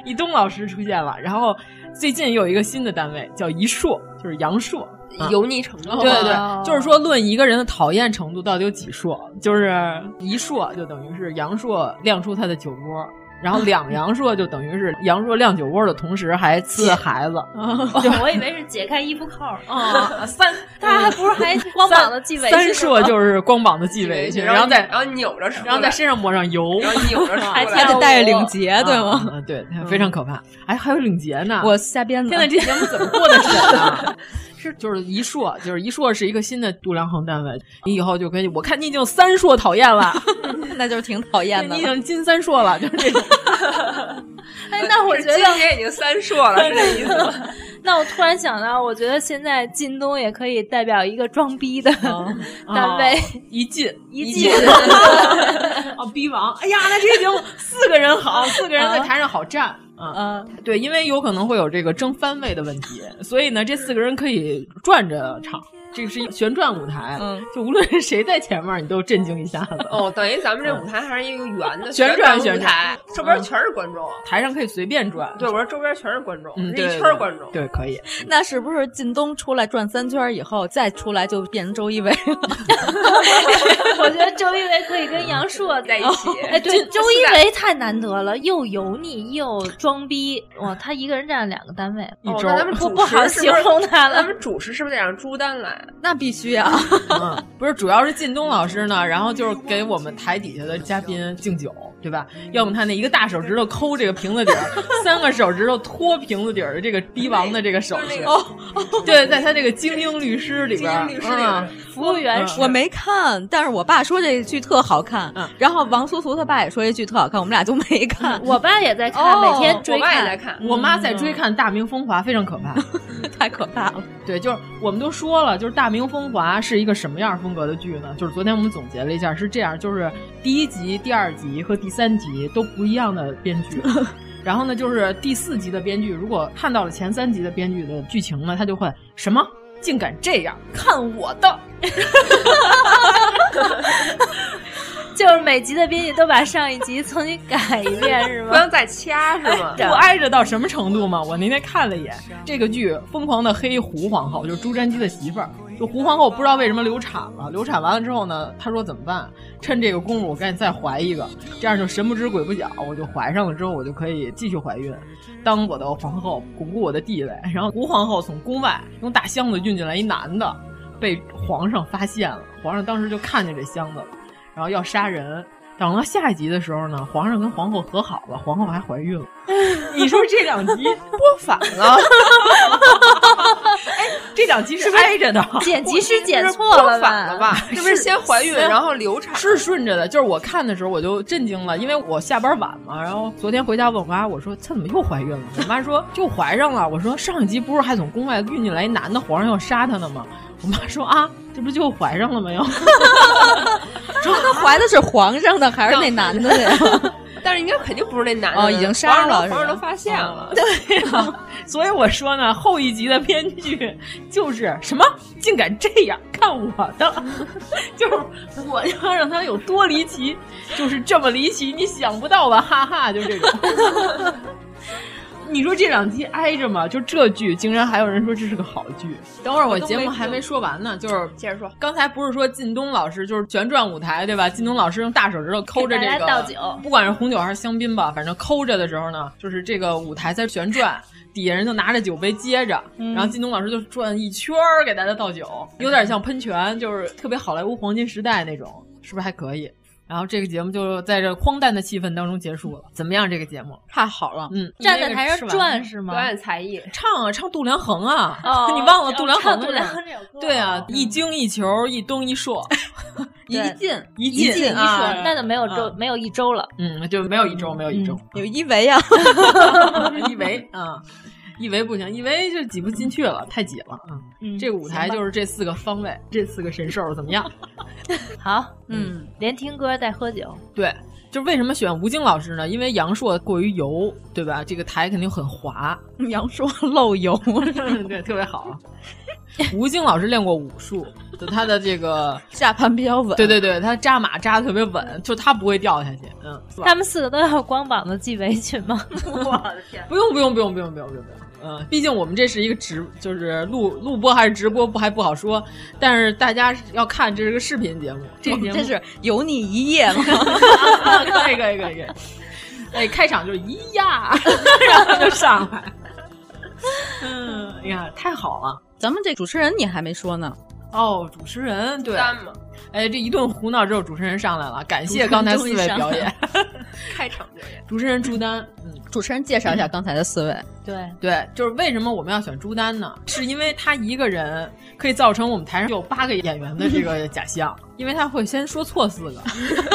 一东老师出现了，然后最近有一个新的单位叫一硕，就是杨硕。啊油腻程度，对对对，就是说论一个人的讨厌程度到底有几硕，就是一硕就等于是杨硕亮出他的酒窝。然后两杨硕就等于是杨硕亮酒窝的同时还刺孩子，我以为是解开衣服扣 儿，啊，三他还不是还光膀子系围嗯三裙硕吗就是光膀子系围围裙，裙然后再然后扭着出来，然后在身上抹上油，然后扭着出来，还得带着领结，对啊吗？啊对，非常可怕。哎，还有领结呢，我瞎编的。现在这节目怎么过得审 啊？是就是一硕，就是一硕是一个新的度量衡单位，你以后就可以，我看你已经有三硕讨厌了， 那就是挺讨厌的你已了。经金三硕了，就是这种。哎，那我觉得今年已经三硕了，是这意思吗？那我突然想到，我觉得现在靳东也可以代表一个装逼的单位，哦一进一进进哦，逼王！哎呀，那这个节目四个人好，四个人在台上好站。啊，嗯，对，因为有可能会有这个争番位的问题，所以呢，这四个人可以转着唱。这个是一旋转舞台， 就无论是谁在前面，你都震惊一下子。 哦，等于咱们这舞台还是一个圆的旋转转舞旋台嗯转，周边全是观众。台上可以随便转，对，我说周边全是观众，嗯，是一对圈儿观 众。对，可以。那是不是靳东出来转三圈以后，再出来就变成周一围了？我觉得周一围可以跟杨烁在一起 哎，对，就周一围太难得了，又油腻又装逼，哇，他一个人占了两个单位，哦，那咱们不主不持好是形不是容他了嗯咱。们主持是不是得让朱丹来？那必须啊！不是，主要是靳东老师呢，然后就是给我们台底下的嘉宾敬酒，对吧？要么他那一个大手指头抠这个瓶子底 儿，三个手指头托瓶子底儿的这个逼王的这个手势。哦，对，在他这个精英律师里边儿，精英律师里边儿嗯，服务员是我没看，但是我爸说这剧特好看。嗯然后王苏苏他爸也说这剧特好看，我们俩就没看。我爸也在看每天追哦看我爸也在看嗯我妈在追看《大明风华》，非常可怕，太可怕了。对，就是我们都说了，就是《大明风华》是一个什么样风格的剧呢？就是昨天我们总结了一下，是这样，就是第一集、第二集和第三集都不一样的编剧。然后呢，就是第四集的编剧，如果看到了前三集的编剧的剧情呢，他就会什么竟敢这样看我的，就是每集的编辑都把上一集重新改一遍，是吗？不能再掐是吗？哎不挨着到什么程度吗？我那天看了一眼这个剧，疯狂的黑胡皇后，就是朱瞻基的媳妇儿。就胡皇后不知道为什么流产了，流产完了之后呢，她说怎么办？趁这个功夫我赶紧再怀一个，这样就神不知鬼不觉，我就怀上了之后，我就可以继续怀孕，当我的皇后，巩固我的地位。然后胡皇后从宫外用大箱子运进来一男的，被皇上发现了，皇上当时就看见这箱子了，然后要杀人。等到下一集的时候呢，皇上跟皇后和好了，皇后还怀孕了。 你说这两集播反了？ 哎，这两集是挨着的，剪辑师剪错了反了吧？是不是先怀孕，然后流产？是顺着的，就是我看的时候我就震惊了，因为我下班晚嘛，然后昨天回家问我妈，我说她怎么又怀孕了？我妈说就怀上了。我说上一集不是还从宫外运进来一男的，皇上要杀他呢吗？我妈说啊，这不就怀上了吗？又，说他怀的是皇上的还是那男的呀？ 但是应该肯定不是那男的，哦已经杀了皇上都皇是吧上都发现了。哦对呀、所以我说呢，后一集的编剧就是什么竟敢这样看我的，就是我要让他有多离奇，就是这么离奇，你想不到吧？哈哈，就这种。你说这两集挨着吗？就这剧，竟然还有人说这是个好剧。等会儿我节目还没说完呢，就是接着说。刚才不是说靳东老师就是旋转舞台对吧？靳东老师用大手指头抠着这给大家个倒酒不管是红酒还是香槟吧，反正抠着的时候呢，就是这个舞台在旋转，底下人就拿着酒杯接着，嗯然后靳东老师就转一圈儿给大家倒酒，有点像喷泉，就是特别好莱坞黄金时代那种，是不是还可以？然后这个节目就在这荒诞的气氛当中结束了。怎么样？这个节目太好了，嗯，站在台上转是是吗？表演才艺，唱啊，唱杜良衡啊，哦 你忘了杜良衡唱的杜事儿良衡这首歌对哦啊，一惊一球，一蹬一硕，一进 一一进一进啊说，，那就没有周嗯没有一周了。嗯，就没有一周，没有一周， 有一啊围呀， 一围啊，一围不行，一围就挤不进去了，太挤了啊。嗯这个舞台就是这四个方位，这四个神兽怎么样？ 好，嗯，连听歌带喝酒，对，就是为什么选吴京老师呢？因为杨烁过于油，对吧？这个台肯定很 滑，杨烁漏油， 对，特别 好。吴京老师练过武术，就他的这个，下盘比较稳。对对对，他扎马扎的特别稳，就他不会掉下去。嗯，是吧他们四个都要光膀子系围裙吗？ 我的天！不用不用不用不用不用不用不用。嗯，毕竟我们这是一个直，就是录录播还是直播不还不好说，但是大家要看这是个视频节目， 这个节目哎这是油腻一 夜吗？可以可以可以可以。哎，开场就是咿呀，然后就上来。嗯，哎呀，太好了。咱们这主持人你还没说呢，哦，主持人对，三嘛，哎，这一顿胡闹之后，主持人上来了，感谢刚才四位表演。开场表演。主持人朱丹，嗯，主持人介绍一下刚才的四位。对，对，就是为什么我们要选朱丹呢？是因为他一个人可以造成我们台上有八个演员的这个假 象，因为他会先说错四 个，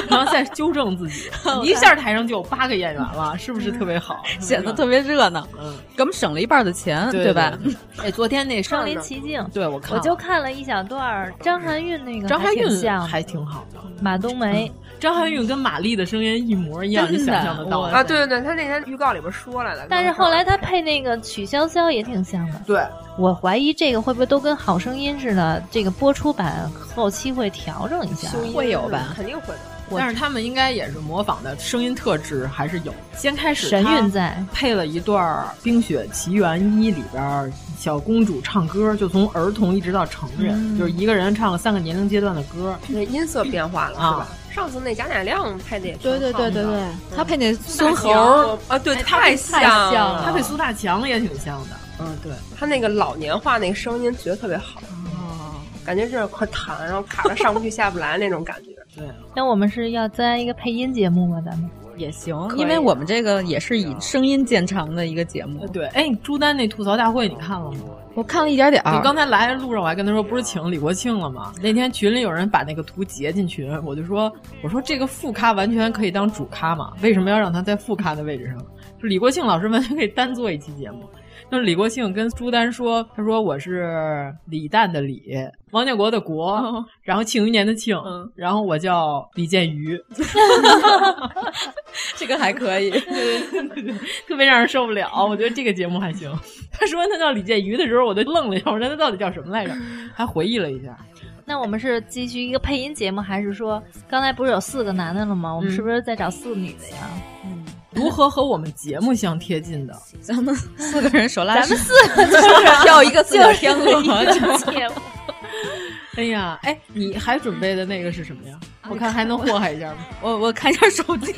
然后再纠正自 己，一下台上就有八个演员了，是不是特别 好？显得特别热闹，嗯，给我们省了一半的钱，对吧？？哎，昨天那事身儿临呢，其境。 对我看我了嗯就看了一小段儿张含韵那个，嗯张含韵很像，还挺好的。马冬梅、张含韵跟马丽的声音一模一样，你想象得到啊？对对对，她那天预告里边说来了。但是后来她配那个曲筱绡也挺像的。对，我怀疑这个会不会都跟《好声音》似的，这个播出版后期会调整一下，会有吧？肯定会的。但是他们应该也是模仿的声音特质还是有。先开始神韵在配了一段《冰雪奇缘一》里边小公主唱歌，就从儿童一直到成人，嗯、就是一个人唱了三个年龄阶段的歌，那音色变化了，是吧？啊上次那贾乃亮配的也对对对对对，嗯他配那孙猴儿啊，对，太像了，他配苏大强也挺像的，嗯，对他那个老年化那个声音觉得特别好，哦，感觉这块弹，然后卡着上不去下不来那种感觉。对，那我们是要在一个配音节目吗？咱们也行，因为我们这个也是以声音见长的一个节目。啊对，哎，朱丹那吐槽大会你看了吗？我看了一点点儿。你刚才来的路上，我还跟他说，不是请李国庆了吗？那天群里有人把那个图截进群，我就说，我说这个副咖完全可以当主咖嘛，为什么要让他在副咖的位置上？就李国庆老师完全可以单做一期节目。就是李国庆跟朱丹说，他说我是李诞的李，王建国的国，哦、然后庆余年的庆，嗯、然后我叫李建瑜，这个还 可以，特别让人受不 了。我觉得这个节目还行。他说他叫李建瑜的时候，我都愣了一下，我说他到底叫什么 来着？还回忆了一下。那我们是继续一个配音节目，还是说刚才不是有四个男的了吗？我们是不是在找四女的呀？嗯，如何和我们节目相贴近的？咱们四个人手拉手，咱们四个 就是要一个四个天鹅 节 目。哎呀，哎，你还准备的那个是什么呀？我啊看还能祸害一下吗？啊我我看一下手机，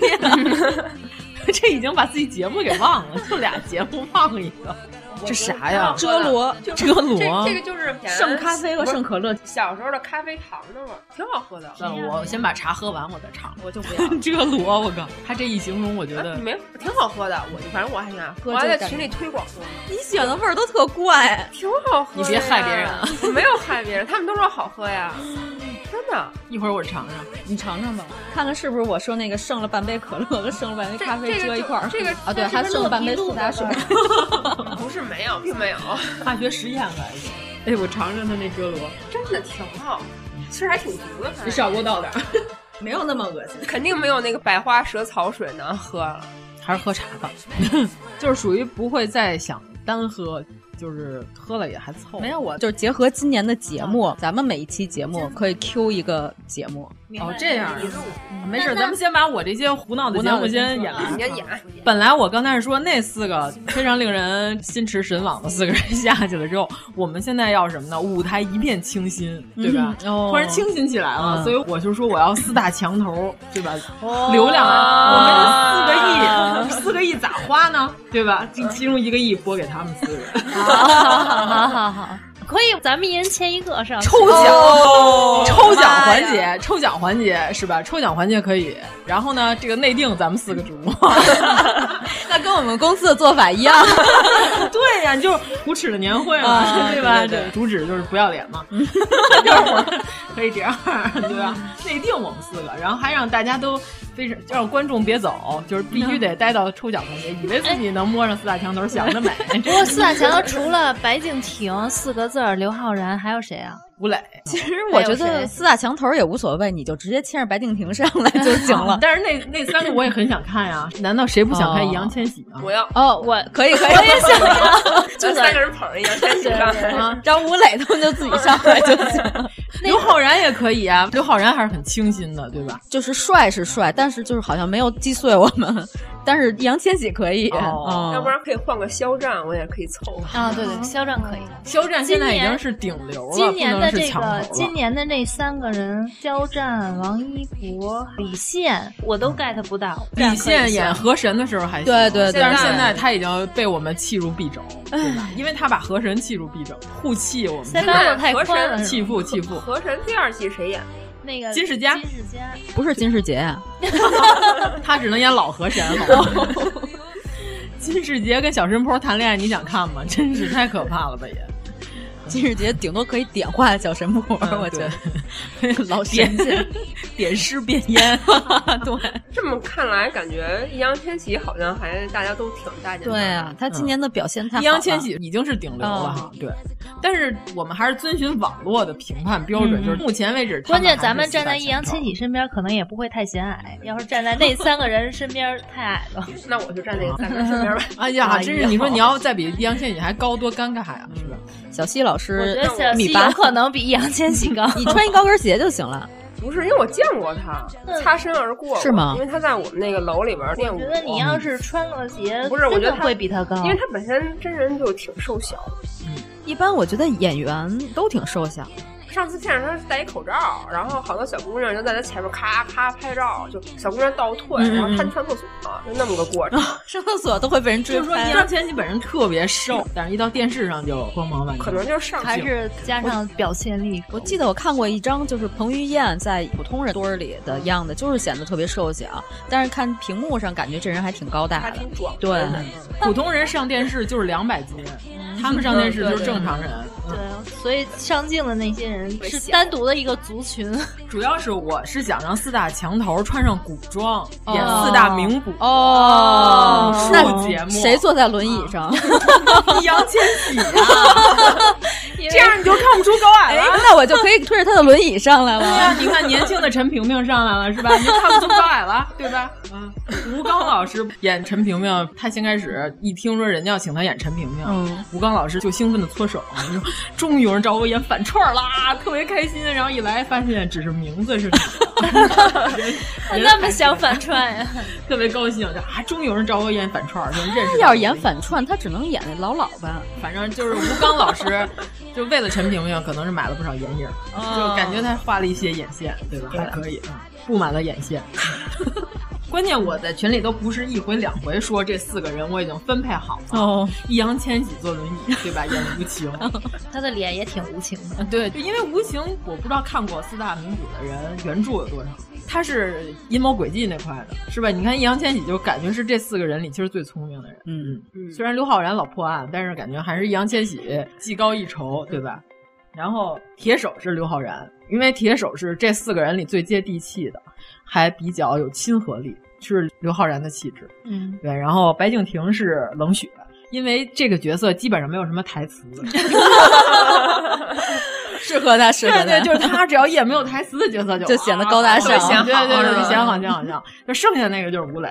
这已经把自己节目给忘了，就俩节目忘一个。这啥呀？遮罗，遮罗，这个就是剩咖啡和剩可乐。小时候的咖啡糖的啊味儿，挺好喝的。我先把茶喝完，我再尝。我就不 要 遮罗，我靠！他这一形容，我觉得没挺好喝的。我就反正我还挺爱喝，我还在群里推广过。你选的味儿都特怪，挺好喝。你别害别人，啊嗯我没有害别人，他们都说好喝呀。真的， 一会儿我尝尝，你尝尝吧，看看是不是我说那个剩了半杯可乐和剩了半杯咖啡搁一块儿。这个啊，对，还剩了半杯苏打 水。不是没有，并没有，化学实验来着。哎，我尝尝他那遮罗，真的挺好，其实还挺足的。你少给我倒 点，没有那么恶心，肯定没有那个百花蛇草水难喝 了。还是喝茶吧， 就是属于不会再想单喝。就是喝了也还凑，没有我就是结合今年的节目，嗯、咱们每一期节目可以 Q 一个节目哦，这啊样、嗯、没事，咱们先把我这些胡闹的节目先啊演完。演演。本来我刚才是说那四个非常令人心驰神往的四个人下去了之后，我们现在要什么呢？舞台一片清新，对吧？嗯哦、突然清新起来了，所以我就说我要四大墙头，对吧？哦、流量，我们四个亿，四个亿咋花呢？对吧？这其中一个亿拨给他们四个人。好好好好好，可以，咱们一人签一个，是吧？抽奖，抽奖环节，抽奖环节是吧？抽奖环节可以。然后呢，这个内定咱们四个主 播， 那跟我们公司的做法一样。对呀，你就是无耻的年会嘛，啊对吧？对，嗯主旨就是不要脸嘛，可以这样，对吧？内定我们四个，然后还让大家都非常让观众别走，就是必须得待到抽奖环节，以为自己能摸上四大墙头，想 得美。不过四大墙头除了白敬亭四个字儿，刘昊然还有谁啊？吴 磊， 其实我觉得四大墙头也无所谓，你就直接牵着白敬亭上来就行 了。啊但是那那三个我也很想看 呀，难道谁不想看易烊千玺啊吗？我 要哦，我可以可以，我也想要，就三个人捧着易烊千玺上 来，让啊吴磊他们就自己上来就行。刘昊然也可 以啊，刘昊然还是很清新的，对吧？就是帅是帅，但是就是好像没有击碎我们。但是易烊千玺可以，哦哦嗯要不然可以换个肖战，我也可以凑合啊。对对，肖战可以，肖战现在已经是顶流了，今年的。这个今年的那三个人，肖战、王一博、李现，我都 get 不到。李现演河神的时候还对对对，但是现在他已经被我们弃如敝帚，对吧？因为他把河神弃如敝帚，互弃我们。三刀子太宽 了，弃妇弃妇。河神第二季谁演？那个金世佳，金世佳不是金世杰啊，他只能演老河神好吗？哦 金世杰跟小神婆谈恋爱，你想看吗？真是太可怕了吧也。金世杰顶多可以点化小神婆，嗯我觉得老神仙点尸变烟，对，这么看来，感觉易烊千玺好像还大家都挺待见他的。对啊，他今年的表现太好易了烊千玺已经是顶流了，嗯对。但是我们还是遵循网络的评判标准，嗯就是目前为止，关键他咱还们是站在四易大烊千玺身边，可能也不会太显矮。要是站在那三个人身边，太矮了。那我就站那三个人身边吧。哎呀，哎真是呦你 说你要再比易烊千玺还高，多尴尬呀，是吧？小西老我觉师得小米西有八，可能比易烊千玺高。你穿一高跟鞋就行了。不是，因为我见过他，擦身而过，是吗因为他在我们那个楼里边儿嗯练我舞。觉得你要是穿个鞋，不是，我觉真得的他会比他高，嗯因为他本身真人就挺瘦小的。一般我觉得演员都挺瘦小， 上次见着他是戴一口罩，然后好多小姑娘就在他前面咔咔拍照，就小姑娘倒退，嗯嗯嗯然后他上厕所，就那么个过程。上厕所都会被人追就是说，易拍。啊烊千玺本人特别瘦，但是一到电视上就光芒嗯嗯万丈，可能就是上还是加上表现力。我记得我看过一张，就是彭于晏在普通人堆儿里的样子，就是显得特别瘦小，但是看屏幕上感觉这人还挺高大还的挺。壮，对，普通人上电视就是两百斤，他们上电视就是正常人。嗯嗯对，所以上镜的那些人别是想单独的一个族群。主要是我是想让四大墙头穿上古装，哦演四大名捕哦武那术节目。谁坐在轮椅上？易烊千玺啊？ 这样你就看不出高矮哎，了。那我就可以推着他的轮椅上来对呀、了。你看年轻的陈萍萍上来了是吧？你就看不出高矮 了，对吧？嗯，吴刚老师演陈萍萍，他先开始一听说人家要请他演陈萍萍，嗯吴刚老师就兴奋的搓手，说终于有人找我演反串啦，特别开心。然后一来发现只是名字是女的，人人啊那么想反串呀、 特别高兴，就啊，终于有人找我演反串儿，就认识到他 要是演了反串，他只能演那老老吧。反正就是吴刚老 师，就为了陈萍萍，可能是买了不少眼影儿，哦就感觉他画了一些眼线，对吧？还可以，嗯布满了眼线。 关键我在群里都不是一回两回说这四个人我已经分配好了，哦，易烊千玺坐轮椅，对吧？演无 情， 他的脸也挺无情的。 对，就因为无情，我不知道看过四大名捕的人原著有多少，他是阴谋诡计那块的，是吧？你看易烊千玺就感觉是这四个人里其实最聪明的人，嗯，虽然刘昊然老破案，但是感觉还是易烊千玺技高一筹，对吧？然后铁手是刘昊然，因为铁手是这四个人里最接地气的，还比较有亲和力，是刘昊然的气质。嗯，对，然后白敬亭是冷血，因为这个角色基本上没有什么台词。 适合他，适合对他。对，就是他，只要演没有台词的角色就就显得高大上啊特别显好对对是对，吧显好显好显好。就剩下那个就是吴磊，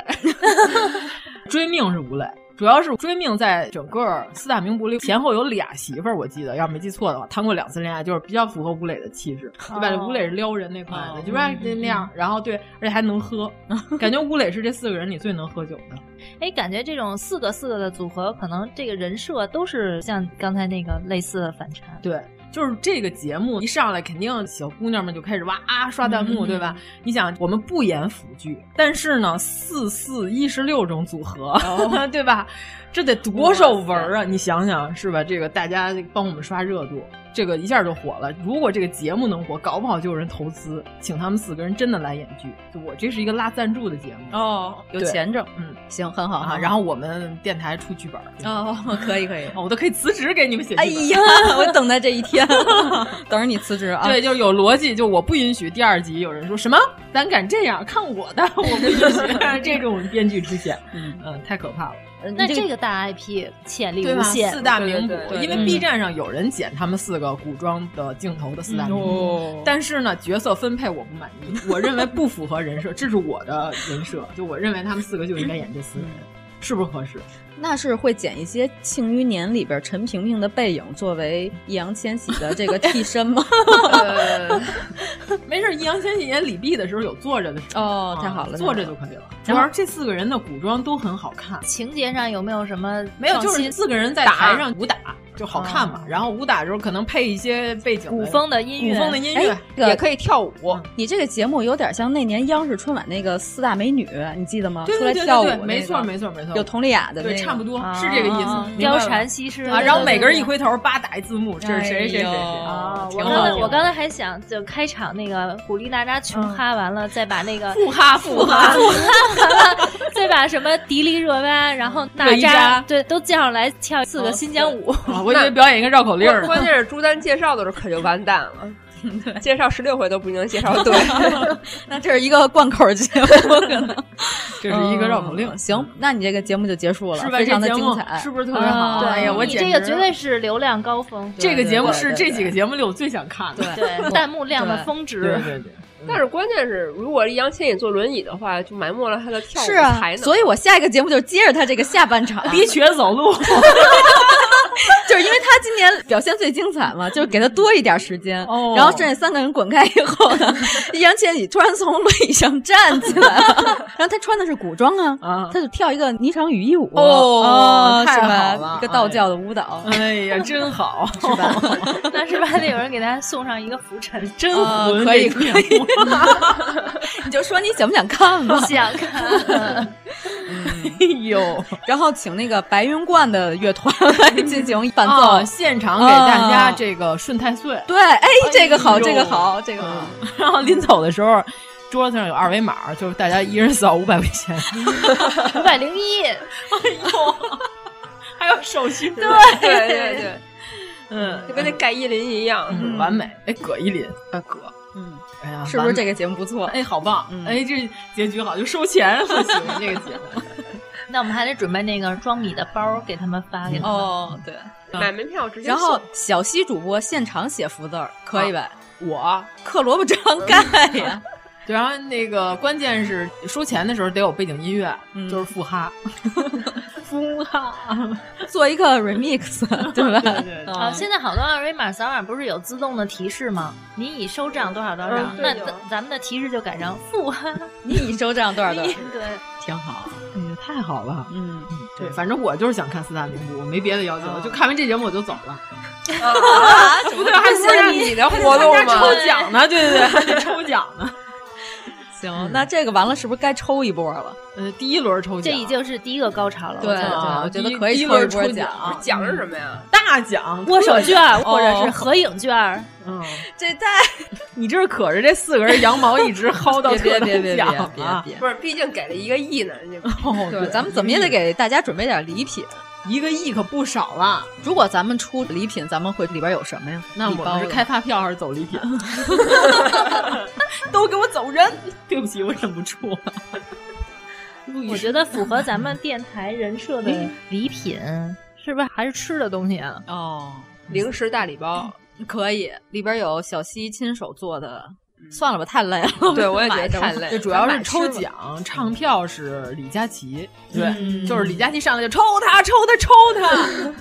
追命是吴磊。主要是追命在整个四大名捕里前后有俩媳妇儿，我记得要是没记错的话，谈过两次恋爱，就是比较符合吴磊的气质，对吧？哦吴磊是撩人那块的，哦就是那那样，然后对，而且还能喝，感觉吴磊是这四个人里最能喝酒的。哎，感觉这种四个四个的组合，可能这个人设都是像刚才那个类似的反差。对，就是这个节目一上来，肯定小姑娘们就开始哇啊刷弹幕，嗯对吧？你想，我们不演腐剧，但是呢，四四一十六种组合，哦 对吧？这得多少文儿啊！你想想，是吧？这个大家帮我们刷热度，这个一下就火了。如果这个节目能火，搞不好就有人投资，请他们四个人真的来演剧。就我这是一个拉赞助的节目哦，有对钱挣，嗯行，很好啊，然后我们电台出剧本儿，对吧哦，可以可以。我都可以辞职给你们写剧本哎儿。 呀，我等待这一 天，等着你辞职啊！对，，就是有逻辑，就我不允许第二集有人说什么胆敢这样看我的，我不允许这种编剧出现，嗯嗯，太可怕了，那呃这这个大 IP 潜力对嗯无吧？限，四大名捕对对，对因为 B 站上有人剪他们四个古装的镜头的四大名捕。哦，但是呢，角色分配我不满意，我认为不符合人设，这是我的人设，就我认为他们四个就应该演这四个人，是不是合适？那是会剪一些《庆余年》里边陈萍萍的背影作为易烊千玺的这个替 身吗？呃，没事，易烊千玺演李泌的时候有坐着的时候，哦啊太好了坐着太就好了可以了。主然后要是这四个人的古装都很好看，情节上有没有什么没有，创就是新四个人在台上武打就好看嘛，嗯然后武打的时候可能配一些背景的古风的音乐，古风的音乐哎。这个嗯也可以跳舞。啊你这个节目有点像那年央视春晚那个四大美女，你记得吗？对出来对对跳舞对那对，个，没错没错没错，有佟丽娅的那对，个差不多啊是这个意啊思。明白貂了蝉西施啊，对然后对每对个人一对回头，叭打一字幕，这是谁谁谁谁哎呦 啊？我挺刚好才的。我刚才还想，就开场那个古力娜扎穷哈完了，再把那个复哈复哈， 再把什么迪丽热巴，然后娜热依扎扎对都叫上来跳四个哦新疆舞，对啊，我以为表演一个绕口令儿呢。关键是朱丹介绍的时候可就完蛋了。 介绍十六回都不一定介绍对，那这是一个贯口节目，可能 这是一个绕口令。嗯行，那你这个节目就结束了，是吧非常的这节目精彩，是不是特别好啊对哎呀我你简这个直绝嗯对是流量高峰。这个节目是对对这几个节目里我最想看的， 对，弹幕量的峰值。对对对。但是关键是，如果杨千玺坐轮椅的话，就埋没了他的跳舞是啊，才能。所以我下一个节目就接着他这个下 半场，的确走路， 就是因为他今年表现最精彩嘛，就是给他多一点时间。哦然后剩下三个人滚开以后 呢，杨千玺突然从轮椅上站起来了， 然后他穿的是古装啊，他就跳一个霓裳羽衣舞，啊哦哦太是好吧了？一个道教的舞蹈， 哎呀，真好，是吧？那是不是还得有人给大家送上一个浮尘？真啊混可以这可节以， 你就说你想不想看 吧？想看。哎呦，然后请那个白云观的乐团来进行伴奏啊，，现场给大家啊这个顺太岁。对，哎，这个好，呦这个好，这个嗯好。然后临走的时候，桌子上有二维码，就是大家一人扫五百块钱，五百零一， 还有手续费。对对对，嗯，就跟那盖依林一样。嗯完美。哎，葛一林，啊葛，嗯，哎呀，是不是这个？个节目不错？哎，好棒！哎，这结局好，就收 钱。我喜欢这个节目。那我们还得准备那个装米的包给他们发给他们。哦，对。买门票直接然后送小西主播现场写福字儿，可以吧？我克萝卜章盖呀，对，然后那个关键是收钱的时候得有背景音乐，就是富哈，疯哈 做一个 remix，对吧？嗯对啊！现在好多二维码扫码不是有自动的提示吗？你已收账多少多少，嗯那对有咱咱们的提示就改成负哈。你已收账多少多少？对，挺好。 哎呀，太好了。嗯，对，反正我就是想看四大名捕，我没别的要求，就看完这节目我就走了。 不对，还啊不是你的活动吗？抽奖呢，对对对， 还得抽奖呢。行，那这个完了是不是该抽一波了？呃，第一轮 抽这奖，已经是第一个高潮了。对我觉对，得我觉得第一可以第一抽轮嗯一波抽奖奖，奖是什么呀？大奖握手券儿或者是哦合影券儿，嗯， 这太你这是可着这四个人羊毛一直薅到别别别别特别等奖啊别别！不是，毕竟给了一个亿呢，人家。哦对，嗯咱们怎么也得给大家准备点礼品。一个亿可不少了。如果咱们出礼品，咱们会里边有什么呀？那礼我包们是有开发票还是走礼品？都给我走人！ 对不起，我忍不住了。我觉得符合咱们电台人设的礼品，嗯是不是还是吃的东西啊？哦，零食大礼包，可以，里边有小西亲手做的。算了吧，太累了。对我也觉得买 着太吧累这主要是抽奖，唱票是李佳琦，对，嗯就是李佳琦上来就抽他，抽他，抽他。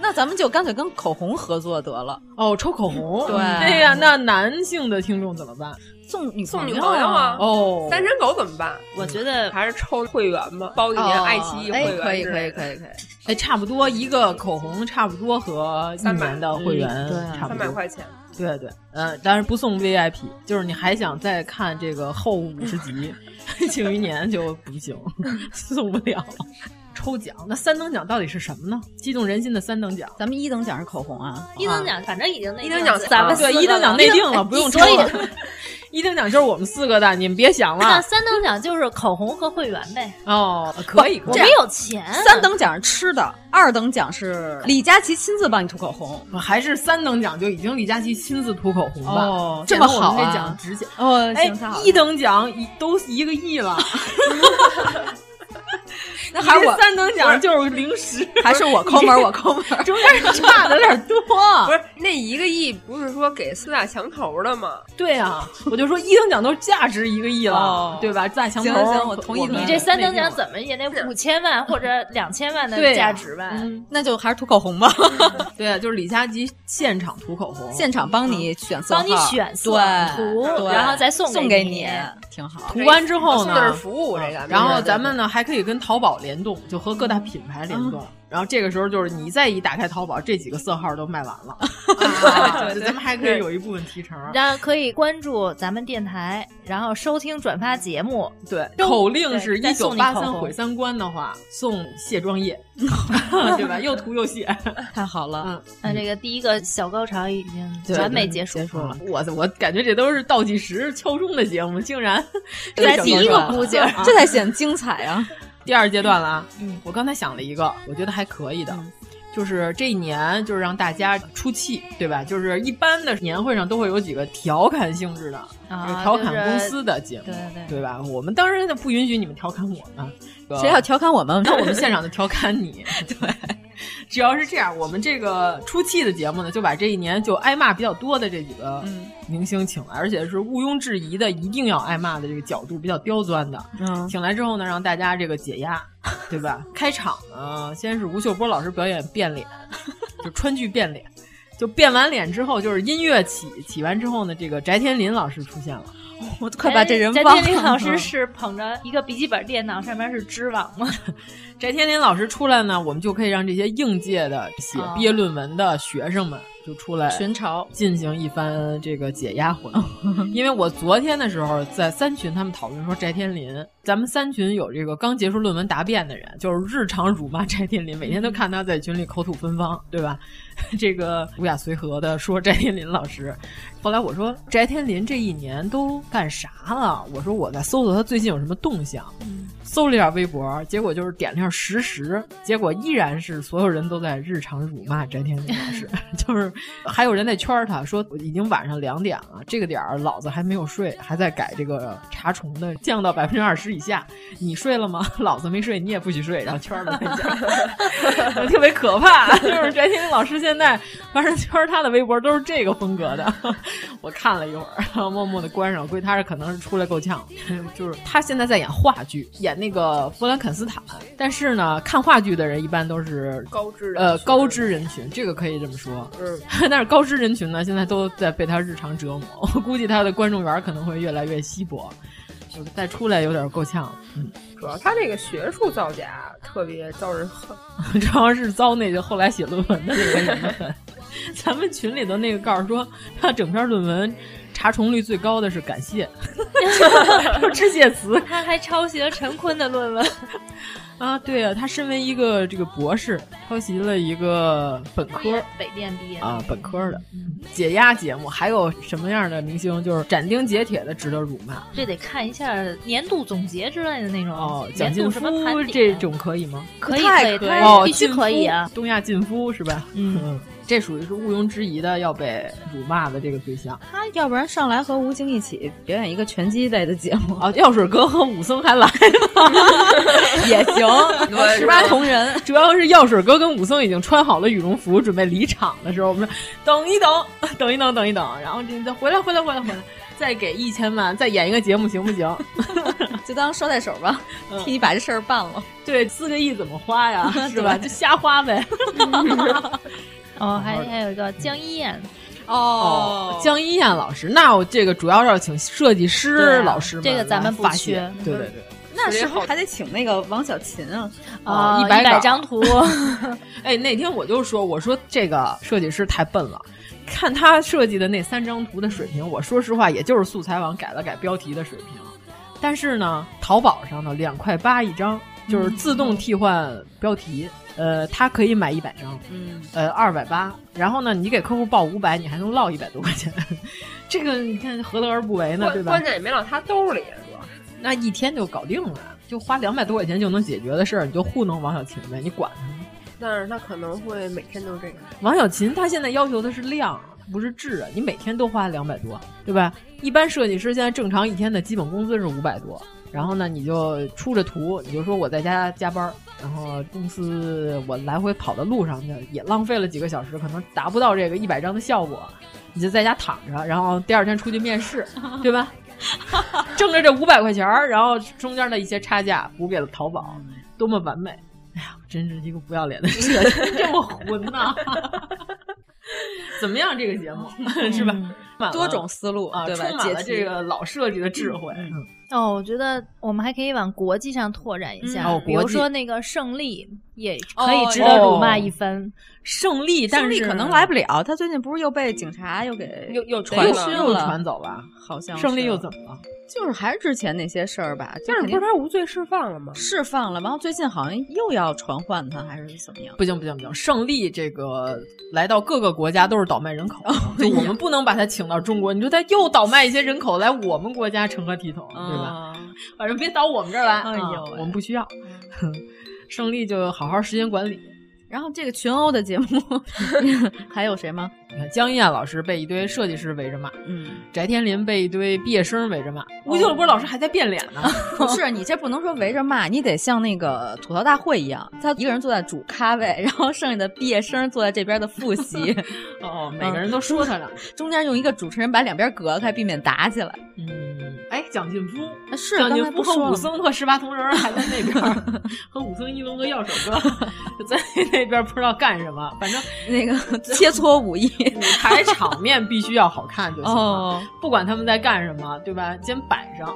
那咱们就干脆跟口红合作得了，哦，抽口红，对哎呀，那男性的听众怎么办？送女送女友朋友啊哦，单身狗怎么办？我觉得还是抽会员吧，包一年爱奇艺会哎，员。可以，可以，可。以，可以。哎，差不多一个口红，差不多和一年的会员嗯对差不三百，多块钱，对对，嗯，但是不送 VIP，就是你还想再看这个后五十 集《庆余年》就不行， 送不了。抽奖，那三等奖到底是什么呢？激动人心的三等奖，咱们一等奖是口红啊，一等奖反正已经那一等奖咱们四对个一等奖内定哎了，不用抽所以了。一等奖就是我们四个的，你们别想那 了。三等奖就是口红和会员呗。哦，可以，我可以们有钱， 三等奖是吃的，二等奖是李佳琦亲自帮你涂口红。还是三等奖就已经李佳琦亲自涂口红吧？哦这么这么好好啊那奖值钱。哦，哎行，太好，了一等奖一都一个亿 了，那还是一我个三等奖就是零食， 还是我抠门儿，我抠门儿。中间差的有点多。不是那一个亿不是说给四大墙头的吗？对啊， 我就说一等奖都价值一个亿了，哦对吧？在墙头，行行我同意们你这三等那奖种怎么也得五千万或者两千万对的啊价值吧？嗯那就还是涂口红吧，对啊，就是李佳琦现场涂口红，现场帮你选色号，帮你选色对图对然后再送送给给你，挺好。涂完之后哎送的呢啊是，服务这个。嗯然后咱们呢还可以跟淘宝联动，就和各大品牌联动。然后这个时候就是你再一打开淘宝，这几个色号都卖完了， 啊就咱们还可以有一部分提成。然后可以关注咱们电台，然后收听转发节目，对，口令是对一再九送你八口三红毁三观的话，送卸妆液，对吧？又涂又卸，太好了，嗯，那这个第一个小高潮已经对完美结束。结束了。我我感觉这都是倒计时敲钟的节目，竟然这才整第一出来个了估计啊， 这才显精彩啊！第二阶段了啊！嗯嗯我刚才想了一个，我觉得还可以的，就是这一年就是让大家出气，对吧？就是一般的年会上都会有几个调侃性质的，啊调就侃是公司的节目，对对对吧？我们当然不允许你们调侃我们，谁要调侃我们那我们现场就调侃你， 对。只要是这样，我们这个出气的节目呢，就把这一年就挨骂比较多的这几个明星请来，而且是毋庸置疑的，一定要挨骂的这个角度比较刁钻的。嗯请来之后呢，让大家这个解压，对吧？ 开场呢，先是吴秀波老师表演变脸，就川剧变脸，就变完脸之后，就是音乐起起完之后呢，这个翟天临老师出现了。我快把这人翟忘天临了老师是捧着一个笔记本电脑，上面是知网吗？ 翟天临老师出来呢，我们就可以让这些应届的写哦毕业论文的学生们就出来群嘲，进行一番这个解压活动。因为我昨天的时候在三群，他们讨论说翟天临，咱们三群有这个刚结束论文答辩的人，就是日常辱骂翟天临，每天都看他在群里口吐芬芳，对吧？ 这个无雅随和的说翟天临老师，后来我说翟天临这一年都干啥了？我说我在搜索他最近有什么动向，搜了一下微博，结果就是点了一下实时，结果依然是所有人都在日常辱骂翟天临老师，就是还有人在圈儿他说已经晚上两点了，这个点儿老子还没有睡，还在改这个查重的降到百分之二十以下，你睡了吗？ 老子没睡，你也不许睡，然后圈儿了他一下。 特别可怕。就是翟天临老师现在，反正圈他的微博都是这个风格的。 我看了一会儿，然后默默的关上，估计他是可能是出来够呛。 就是他现在在演话剧，演那个《弗兰肯斯坦》，但是呢，看话剧的人一般都是高知人呃群高知人群，这个可以这么说。嗯， 但是高知人群呢，现在都在被他日常折磨，我估计他的观众缘可能会越来越稀薄。就是再出来有点够呛，主要他这个学术造假特别招人恨。 主要是遭那个后来写论文的那个人恨。咱们群里头那个告诉说，他整篇论文查重率最高的是感谢， 都致谢词他还抄袭了陈坤的论文，啊。对啊，他身为一个这个博士，抄袭了一个本科北电毕业的啊，本科的解压节目，还有什么样的明星就是斩钉截铁的值得辱骂？这得看一下年度总结之类的那种哦，蒋年劲度夫什么盘点这种可以吗？可以可以，他哦，必须劲可以啊夫。东亚劲夫是吧？ 嗯，这属于是毋庸置疑的要被辱骂的这个对象。他要不然上来和吴京一起表演一个拳击类的节目啊，药水哥和武松还来，了，也行 十八铜人。主要是药水哥跟武松已经穿好了羽绒服，准备离场的时候，我们说等一等，等一等，等一等，然后这再回来，回来，回来，回来，再给一千万，再演一个节目行不行？ 就当捎带手吧，替你把这事儿办了。对，四个亿怎么花 呀对是吧？就瞎花呗。哦，还还有一个江一燕，哦，江一燕老师，那我这个主要要请设计对师啊老师们这个咱们不来发缺嗯泄对对对。那是不是还得请那个王小琴啊？啊，哦百100张图。哎，那天我就说，我说这个设计师太笨了。看他设计的那三张图的水平，我说实话，也就是素材网改了改标题的水平。但是呢，淘宝上呢，两块八一张，就是嗯自动替换标题。呃，他可以买一百张，嗯，呃，二百八。然后呢，你给客户报五百，你还能落一百多块钱。 这个你看何乐而不为呢？对关吧关？键也没落他兜里，主要是那一天就搞定了，就花两百多块钱就能解决的事儿，你就糊弄王小琴呗，你管他呢。但是他可能会每天都这样。王小琴她现在要求的是量，不是质啊。你每天都花两百多，对吧？一般设计师现在正常一天的基本工资是五百多，然后呢，你就出着图，你就说我在家加班儿，然后公司我来回跑到路上去，也浪费了几个小时，可能达不到这个一百张的效果，你就在家躺着，然后第二天出去面 试，对吧？挣着这五百块钱儿，然后中间的一些差价补给了淘宝，多么完美！哎呀，真是一个不要脸的设计， 这么混呐、 怎么样？这个节目 是吧？满了嗯多种思路啊，对吧充满了解题这个老设计的智慧。 哦，我觉得我们还可以往国际上拓展一下，嗯哦比如国际说那个胜利也哦可以值得辱骂一番。胜利胜利可能来不了。了，他最近不是又被警察嗯又给又又传又了，又传走了，好像胜利是又怎么了？就是还是之前那些事儿吧。就但是不肯定是他无罪释放了吗？释放了，然后最近好像又要传唤他，还是怎么样？不行不行不行！胜利这个来到各个国家都是倒卖人口，就我们不能把他请到中国。你说他又倒卖一些人口来我们国家成何体统，对吧？啊哦反正别倒我们这儿来，哎啊呦喂 我们不需要。胜利就好好时间管理。然后这个群殴的节目 还有谁吗？你看江一燕老师被一堆设计师围着骂，嗯，翟天临被一堆毕业生围着骂，吴秀波老师还在变脸呢。不是你这不能说围着骂，你得像那个吐槽大会一样，他一个人坐在主咖位，然后剩下的毕业生坐在这边的复 习，哦，每嗯个人都说他呢。中间用一个主持人把两边隔开，避免打起来。嗯，哎，蒋劲夫啊是蒋劲刚夫才不和说了武吗 僧和十八铜人儿还在那边儿， 和武僧一龙和药手哥就 在那边儿不知道干什么，反正那个切磋武艺，舞台场面必须要好看就行 了哦，不管他们在干什么，对吧？先摆上。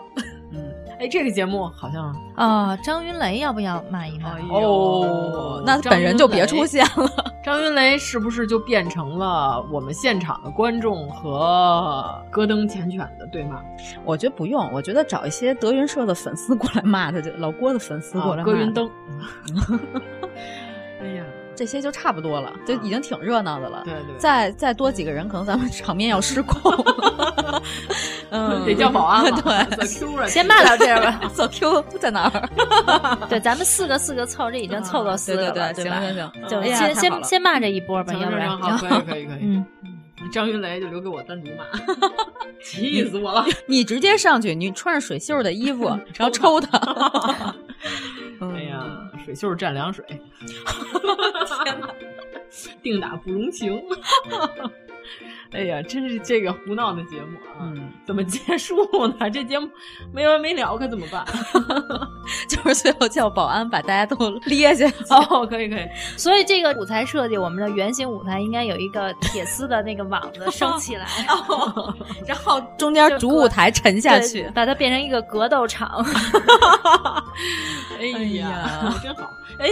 嗯，哎，这个节目好像啊，张云雷要不要骂一骂？哦，哎那张云本人就别雷出现了。张云雷是不是就变成了我们现场的观众和戈登前犬的对骂？我觉得不用，我觉得找一些德云社的粉丝过来骂他就，老郭的粉丝过来啊骂他、戈云登。 哎呀，这些就差不多了，就已经挺热闹的了。对对再再多几个人，可能咱们场面要失控。嗯，得 叫保安 了。 对，小 Q 啊，先骂 到这儿吧。小 Q 在哪儿？对，咱们四个四个凑，这已经凑够四个了，对对对吧？嗯行行行就哎呀先太好先了先骂这一波吧，张要不云雷然好，可以可以可以。嗯，张云雷就留给我单独骂，气死 我了。你直接上去，你穿着水袖的衣服，然后抽他。嗯哎呀，水袖蘸凉 水，天哪，定打不容情。 哎呀，真是这个胡闹的节目啊，嗯嗯怎么结束呢？这节目没完没了，可怎么办？就是最后叫保安把大家都列下去。哦，可以可以，所以这个舞台设计，我们的圆形舞台应该有一个铁丝的那个网子升起来，哦然后中间主舞台沉下去对，把它变成一个格斗场。 哎呀呀， 真好。哎，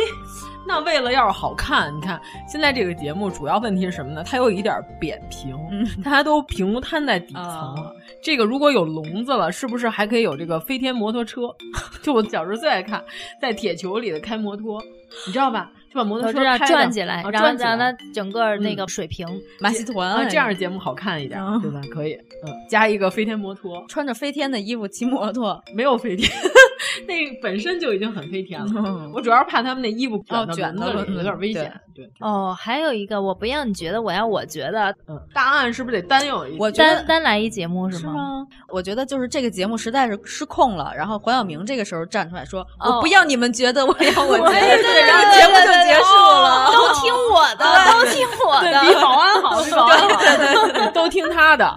那为了要是好看，你看现在这个节目主要问题是什么呢？它有一点扁平，嗯嗯大家都屏幕摊在底层了。哦这个如果有笼子了，是不是还可以有这个飞天摩托车？ 就我小时候最爱看，在铁球里的开摩托，你知道吧？就把摩托我车知道开着哦转起来，啊然后转起让它来。整个那个水平。马戏团啊，这样的节目好看一点，对吧？可以，嗯，加一个飞天摩 托，穿着飞天的衣服骑摩托，没有飞天， 那个本身就已经很飞天了。嗯我主要是怕他们那衣服哦卷卷到到轮轮子子里，有点危险。对，哦，还有一个，我不要你觉得，我要我觉得，大案是不是得单有一？我觉得单单来一节目是吗？吗？我觉得就是这个节目实在是失控了，然后黄晓明这个时候站出来说：“哦我不要你们觉得，我要我觉得。对对对然后对节目对就对结束了。都听我的，都听我的，比保安好，比保安好，都听他的。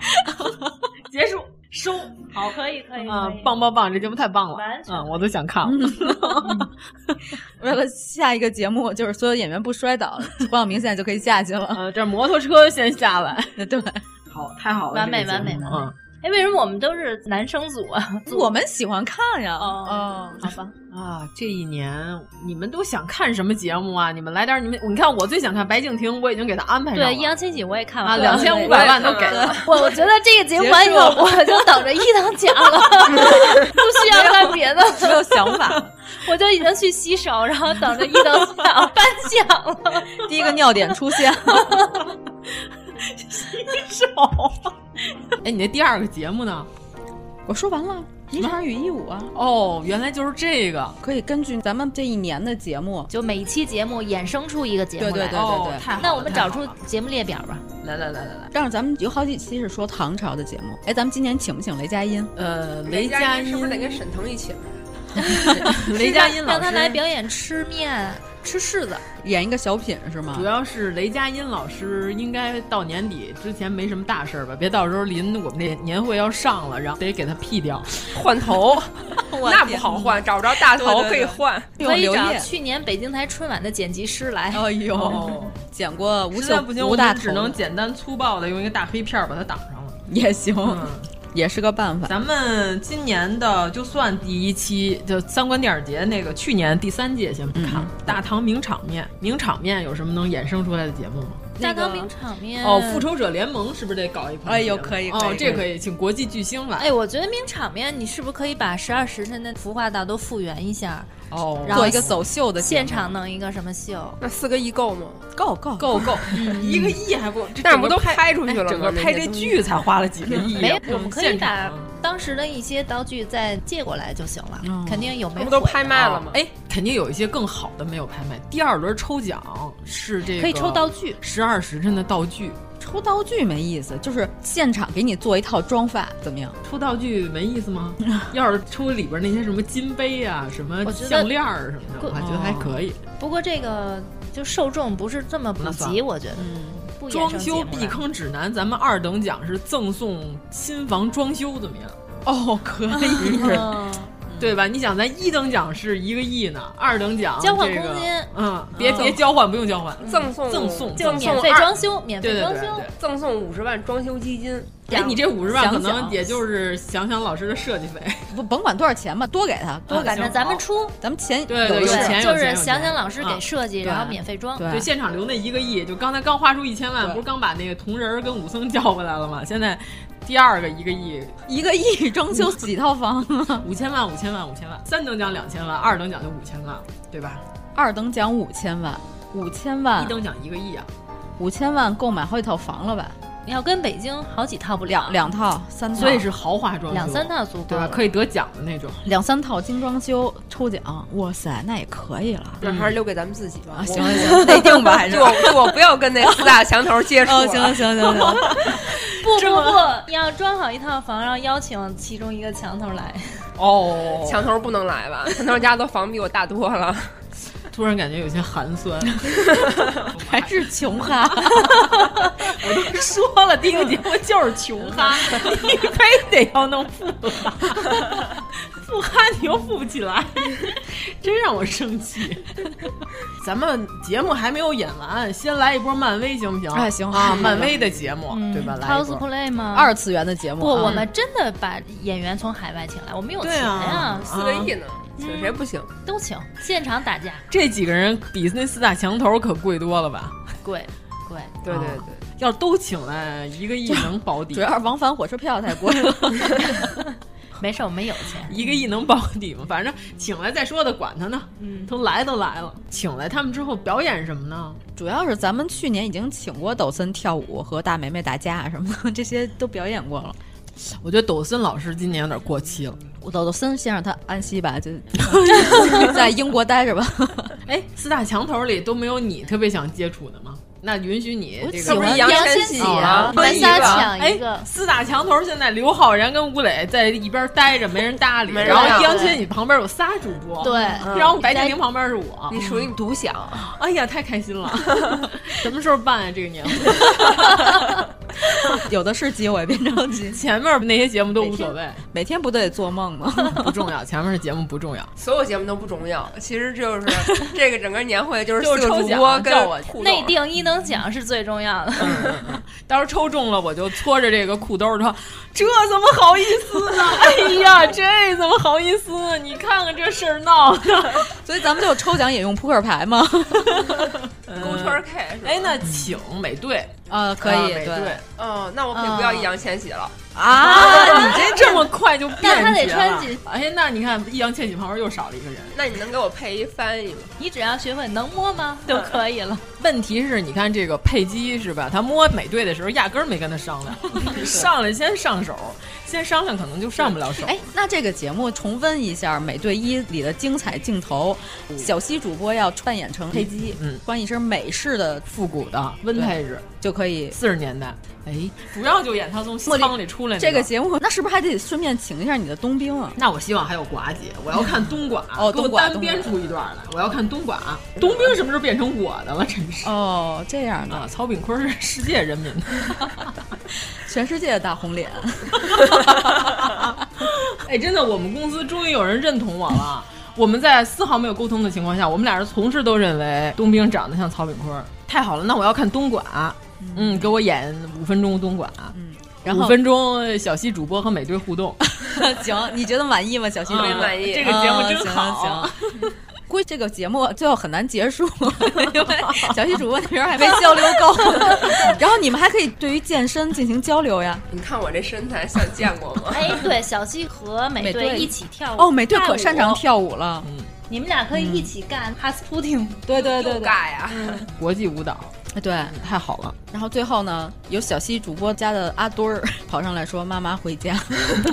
结束，收，好，可以可以，嗯，棒棒棒，这节目太棒了哎完，全嗯，我都想看了。 为了下一个节目，就是所有演员不摔倒，黄晓明现在就可以下去了。嗯，这摩托车先下来，对，好，太好了，完美这个节目完美完美 嗯，哎，为什么我们都是男生组啊？我们喜欢看呀。哦，好吧，啊，这一年你们都想看什么节目啊？你们来点儿你们，你看我最想看白敬亭，我已经给他安排上对，了。易烊千玺我也看啊，完两了。千五百万都给了， 我我觉得这个节目完以 后，我就等着一等奖了， 不需要干别的，没有想法。我就已经去洗手，然后等着一 等奖颁奖了。第一个尿点出现了，哎，你那第二个节目呢？ 我说完了。一场雨一舞啊，哦，原来就是这个，可以根据咱们这一年的节目，就每一期节目衍生出一个节目对对来。啊对哦对对，太好了那我们太好找出了节目列表吧。来来来来来，但是咱们有好几期是说唐朝的节目，哎，咱们今年请不请雷佳音？呃，雷雷佳佳音音是不是得跟沈腾一起玩？ 雷佳音老让师他来表演吃面、吃柿子。演一个小品是吗主？要是雷佳音老师应该到年底之前没什么大事儿吧，别到时候临我们这年会要上了，然后得给他 P 掉。换头， 我那不好换，找不着大头对对可对以换。有可以刘找烨，去年北京台春晚的剪辑师来。哎呦，哦，剪过吴实秀在不行，我吴大们头，只能简单粗暴的用一个大黑片儿把它挡上了。也行，嗯， 也是个办法。咱们今年的就算第一期就三观电影节那个去年第三届嗯先不看，大唐名场面，名场面有什么能衍生出来的节目吗？大那个唐名场面哦，复。仇者联盟是不是得搞一款哎节目？呦可以可哦以，这可以可以，请哎国际巨星来。哎，我觉得名场面，你是不是可以把十二时辰的服化道都复原一下？哦然后做一个走秀的节现目场弄一个什么秀？那四个亿够吗？嗯够哦够够够， 一个亿还不够，这但是不整都个拍哎拍出去了吗？整个拍那这些东西剧才花了几个亿啊，嗯没，不我们可以现场啊把当时的一些道具再借过来就行了，哦肯定有没啊那不都毁拍的卖了吗？哎，肯定有一些更好的没有拍卖。第二轮抽奖是这个可以抽道具，十二时辰的道具，抽道具没意思，就是现场给你做一套妆发，怎么样？抽道具没意 思吗？要是抽里边那些什么金杯啊、什么我觉得项链儿什么的，我还觉得还可以。不过这个就受众不是这么普那算及，了嗯我觉得。不衍生装修节目避了坑指南，咱们二等奖是赠送新房装修，怎么样？哦，可以，对吧？你想，咱一等奖是一个亿呢，二等奖交换这个空间嗯，别嗯别交换，不用交换，赠送赠送就赠送免费二装修，免对费对装对修对。赠送五十万装修基金。哎，你这五十万可想能想也就是想想老师的设计费，不甭管多少钱吧，多给他，多嗯给他反正咱们出，咱们钱对对有有的是钱有就是钱有想钱想老师给啊设计，对然后免费装。对就现场留那一个亿，就刚才刚花出一千万，对不是刚把那个铜人儿跟武僧叫回来了吗？现在第二个一个亿，一个亿装修几套房，五千万，五千万，五千万，三等奖两千万，二等奖就五千万，对吧？二等奖五千万，五千一万，等奖一个亿啊，五千万够买好几套房了吧？你要跟北京好几套不了，两套、三套，所以是豪华装修，两三套足够对吧？了。可以得奖的那种。两三套精装修抽奖，哇塞，那也可以 了。那还是留给咱们自己吧。啊 行我了行了，内定吧，还是就我就我不要跟那四大墙头接 触了。哦，行了行了行了，行了不不不，要装好一套房，然后邀请其中一个墙头来。哦墙头不能来吧？墙头家的房比我大多了。突然感觉有些寒酸，还是穷哈，我都说了， 第一个节目就是穷哈，你非得要弄富哈， 富哈你又富不起来，真让我生气。咱们节目还没有演完，先来一波漫威行不行？哎行啊，嗯漫威的节目、嗯对吧？来一波。 cosplay 吗？二次元的节目不，啊，我们真的把演员从海外请来，我们有对钱啊呀， 四个亿呢，请谁不行？都请，现场打架，这几个人比那四大墙头可贵多了吧？贵贵。对对啊对。要都请来一个亿能保底 主，要是往返火车票太贵了。没事，我们有 钱。一个亿能保底吗？反正请来再说的，管他呢，嗯，都来都来了，请来他们之后表演什么呢？ 主要是咱们去年已经请过抖森跳舞和大梅梅打架什么的，这些都表演过了。我觉得抖森老师今年有点过气了。我抖抖森先让他安息吧， 就在英国待着吧。哎，四大墙头里都没有你特别想接触的吗？那允许你我这喜个。欢杨杨千千玺玺啊啊，可咱以仨吧抢一哎个，，四大墙头现在刘昊然跟吴磊在一边待着，没人搭理。没人然后搭理杨千玺旁边有仨主播，嗯对然后白敬亭旁边是我。你属于你独享，哎呀，太开心了！什么时候办啊？这个年会？ 有的是机会，别着急。前面那些节目都无所谓，每天不都得做梦吗？ 不重要。前面的节目不重要。所有节目都不重要。其实就是这个整个年会就是就四是个抽主奖播跟叫我互动内定一等奖是最重要的。 到时候抽中了，我就搓着这个裤兜儿说：“这怎么好意思呢？ 哎呀，这怎么好意思呢？你看看这事儿闹的。 所以咱们就抽奖也用扑克牌吗？ 勾圈 K 是”吧？哎，那请美队 呃，嗯可啊以，美对队嗯，那我可以不要易烊千玺了。啊！你这这么快就变节那了？他得穿紧哎，那你看易烊千玺旁边又少了一个人。那你能给我配一翻译吗？你只要学会能摸吗就可以了。问题是，你看这个佩姬是吧？他摸美队的时候压根儿没跟他商 量，上来先上手，先商量可能就上不了手。哎，那这个节目重温一下《美队一》里的精彩镜头，小西主播要扮演成佩姬，嗯穿一身美式的复古的温泰日，就可以。四十年代，哎，主要就演他从茉莉仓里出来、那这个个节目那是不是还得顺便请一下你的冬兵啊？那我希望还有寡姐，我要看东莞，哦给我东莞啊单编出一段来，我要看东莞。东兵什么时候变成我的了？真是。哦，这样的，啊，曹炳坤是世界人民 的，全世界的大 红脸，哎，真的，我们公司终于有人认同我了。我们在丝毫没有沟通的情况下，我们俩人同事都认为东兵长得像曹炳坤，太好了，那我要看东莞，嗯，给我演五分钟东莞，嗯，然后五分钟小西主播和美队互动，行，你觉得满意吗？小西主播特别满意这个节目啊真行好，行。估计这个节目最后很难 结束， 因为小西主播那边还没交流够，然后你们还可以对于健身进行交流呀。你看我这身材像见过吗？哎，对，小西和美美队队一起跳舞，哦，美队泰可舞擅长跳舞了，你们俩可以一起干哈斯普丁，对 对对对，嗯尬呀，国际舞蹈，对，太好了。然后最后呢，有小西主播家的阿墩儿 跑上来说：“妈妈回家。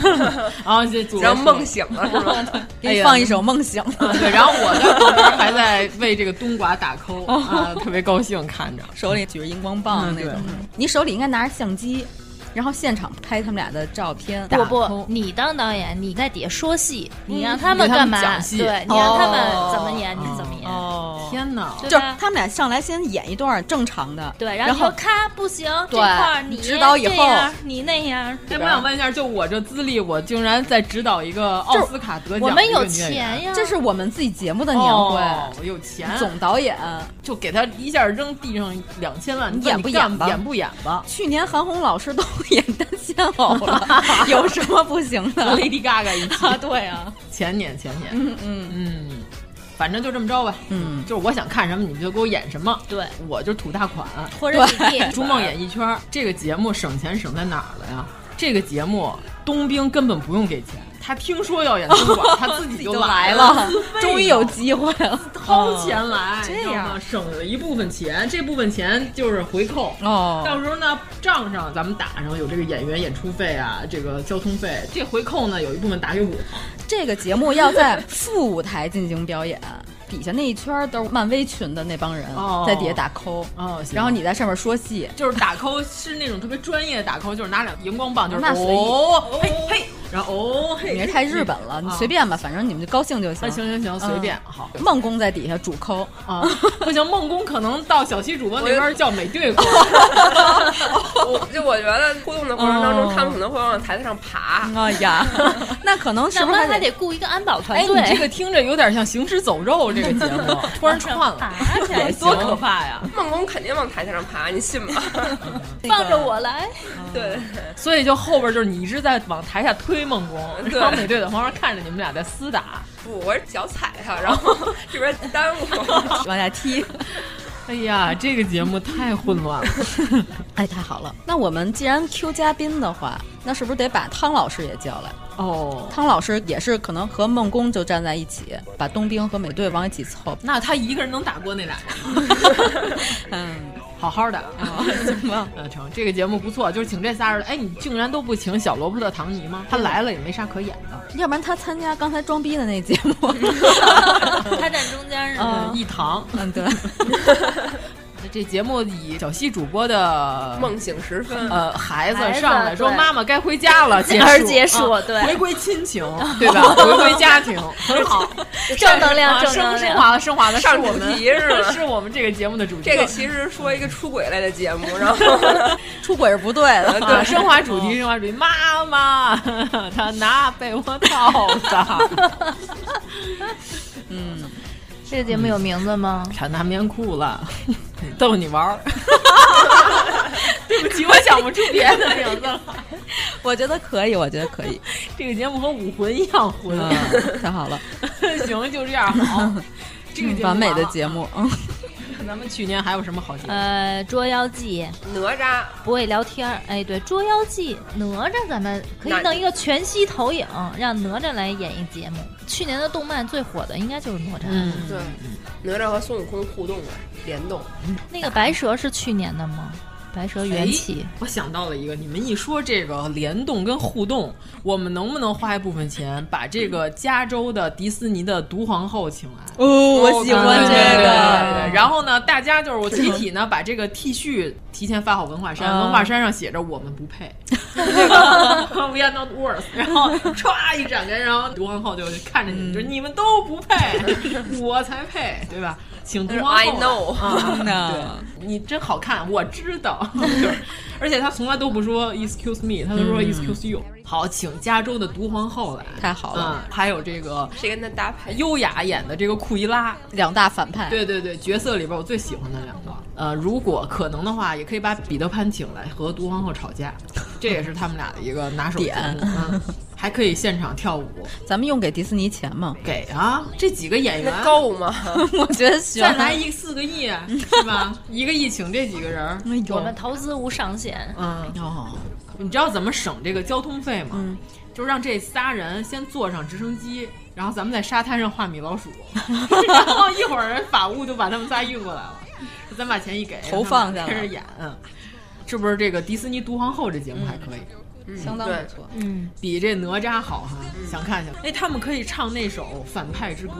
然后这啊主播然后梦醒了是吧？”给你放一首《梦醒》对，然后我在旁边还在为这个冬瓜打 call 啊，特别高兴看着。 手里举着荧光棒嗯那对种。你手里应该拿着相机，然后现场拍他们俩的照片。不不，你当导演，你在底下说戏，嗯你让他们给他干们嘛？讲戏哦对，你让他们怎么演，你怎么演？天哪！对就是吧他们俩上来先演一段正常的，对，然然后你说咔不行，这对块儿你指导以这后样你那样，哎，我想问一下，就我这资历，我竟然在指导一个奥斯卡得奖的我们一个有女演员钱呀，这是我们自己节目的年会，哦，我有钱，总导演。就给他一下扔地上两千万，演不不演吧演不演吧去年韩红老师都 演单线偶了，有什么不行 的？ ？Lady Gaga 一起，啊，对啊，前年前年，嗯嗯，嗯，反正就这么着吧，嗯，就是我想看什么你就给我演什么，对，我就土大款，拖着你 弟，逐梦演艺圈儿这个节目省钱省在哪儿了呀？这个节目冬兵根本不用给钱，他听说要演东莞，他 自己就就来了嗯了，， 终于有机会了。掏钱来，这你知道样吗省了一部分钱，这部分钱就是回扣。哦，到时候呢，账上咱们打上有这个演员演出费啊，这个交通费，这回扣呢有一部分打给我。这个节目要在副舞台进行表演，底下那一圈都是漫威群的那帮人哦在底下打 call，哦，行然后你在上面说戏， 就是打 call 是那种特别专业的打 call，就是拿两荧光棒，就是那随意哦嘿嘿，然后哦嘿，你这太日本 了，你随便。便吧，反正你们就高兴就啊，行。行行行，随便，好梦工在底下主 call，啊， 不行，梦工可能到小西主播那边叫美队过， 我就我觉得互动的过程当中，哦他们可能会往台子上爬。 哎 呀，那可能是那不么是还还得雇一个安保团哎，你队，这个听着有点像《行尸走肉》这个节目， 突然 串了，爬起来，多可怕呀！梦工肯定往台子上爬，你信吗？放着我 来，嗯 对，所以就后边就是你一直在往台下推梦工，对然后美队在旁边看着你们俩在厮打，不，我是脚踩他，然后这边耽误。往下踢？哎呀，这个节目太混乱了， 哎，太好了。那我们既然 Q 嘉宾的话，那是不是得把汤老师也叫来？哦。汤老师也是可能和梦工就站在一起，把冬兵和美队往一 起凑。那他一个人能打过那俩人吗？嗯， 好好的啊，行吧。嗯，成，这个节目不错，就是请这仨人。哎，你竟然都不请小萝卜的唐尼吗？他来了也没啥可演的。要不然他参加刚才装逼的那 节目，他站中间是嗯，吗？一堂。嗯，对， 这节目以小西主播的梦醒时分，嗯呃孩子孩子上来说对妈妈该回家了，结而束 结束啊对回归 亲情，对吧？回归家庭，很好，哦正能量，啊正升能升量。华了，升华了，上是我主们题是吧 是我们这个节目的主题。这个其实说一个出轨类的节目，然嗯后出轨是不对的。啊，升华主哦题，升华主题，妈妈，她拿被窝套的，这个节目有名字吗？穿大棉裤了，逗你玩儿。 对不起，我想不出别的名字了。我觉得可以，我觉得可以，这个节目和武魂一样混，嗯，太好了， 行，就这样好。这个节目嗯完美的完了节目，嗯，咱们去年还有什么好节目？呃，《捉妖记》哪吒不会聊天儿，哎，对，《捉妖记》哪吒，咱们可哪以弄一个全息投影，让哪吒来演一节目。去年的动漫最火的应该就是哪吒，嗯，对哪吒和孙悟空互动啊，联动。哦那个白蛇是去年的吗？白蛇缘起哎，我想到了一个，你们一说这个联动跟互动，我们能不能花一部分钱把这个加州的迪士尼的毒皇后请来？哦，我喜欢对对这对对个对，然后呢，大家就是我集体呢把这个 T 恤提前发好文化衫，嗯文化衫上写着我们不配 ，We are not worth。然后歘一展开，然后毒皇后就看着你们，嗯就是你们都不配，我才配，对吧？请 毒皇后来。 I know 啊嗯呢对你真好看，我知道。 就是而且他从来都不说 excuse me，他都说 excuse you。好，请加州的毒皇后来，嗯太好了嗯还有这个 谁跟他搭配？优雅演的这个库伊拉，两大反派，对对对，角色里边我最喜欢的两个。呃，如果可能的话，也可以把彼得潘请来和毒皇后吵架，这也是他们俩的一个拿手节目。点嗯，还可以现场跳舞，咱们用给迪士尼钱吗？ 给啊！这几个演员那够吗？我觉得行，再来一四个亿是吧？一个亿请这几个人儿，哎呦我们投资无上限。嗯，哦，你知道怎么省这个交通费吗？就是让这仨人先坐上直升机，然后咱们在沙滩上画米 老鼠，然后一会儿法务就把他们仨运过来了，咱把钱一给，投放下让他了们开始演，是不是？这个迪士尼毒皇后这节目还可以。嗯相当不错对嗯，比这哪吒好哈，想看想看。哎，他们可以唱那首《反派之歌》，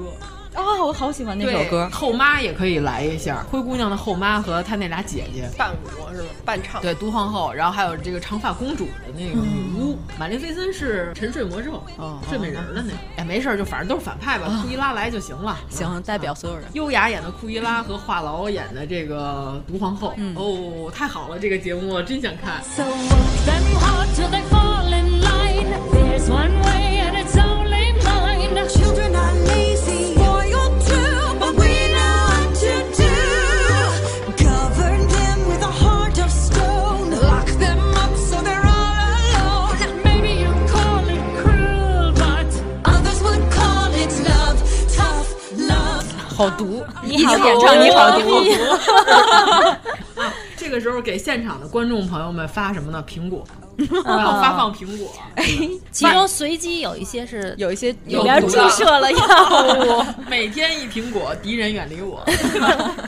哦，我好喜欢那对首歌。后妈也可以来一下，灰姑娘的后妈和她那俩姐姐伴舞是吧？伴唱对，毒皇后，然后还有这个长发公主的那个女巫，嗯玛丽菲森是沉睡魔咒，哦睡美人儿的那个。哎，没事儿，就反正都是反派吧，库伊拉来就行了。嗯行，代表所有人。优雅演的库伊拉和话痨演的这个毒皇后，嗯哦，太好了，这个节目我真想看。 So work them hard till they fall in line. There's one way and it's only mine. Children are lazy, loyal too, but we know what to do. Govern them with a heart of stone. Lock them up so they're all alone. Maybe you call it cruel, but others would call it love. Tough love. 好毒，你好一起演唱毒你好毒，你这个时候给现场的观众朋友们发什么呢？苹 果，我要发放苹果。哎其中随机有一些是有一些里边注射了 药物，，每天一苹果，敌人远离 我。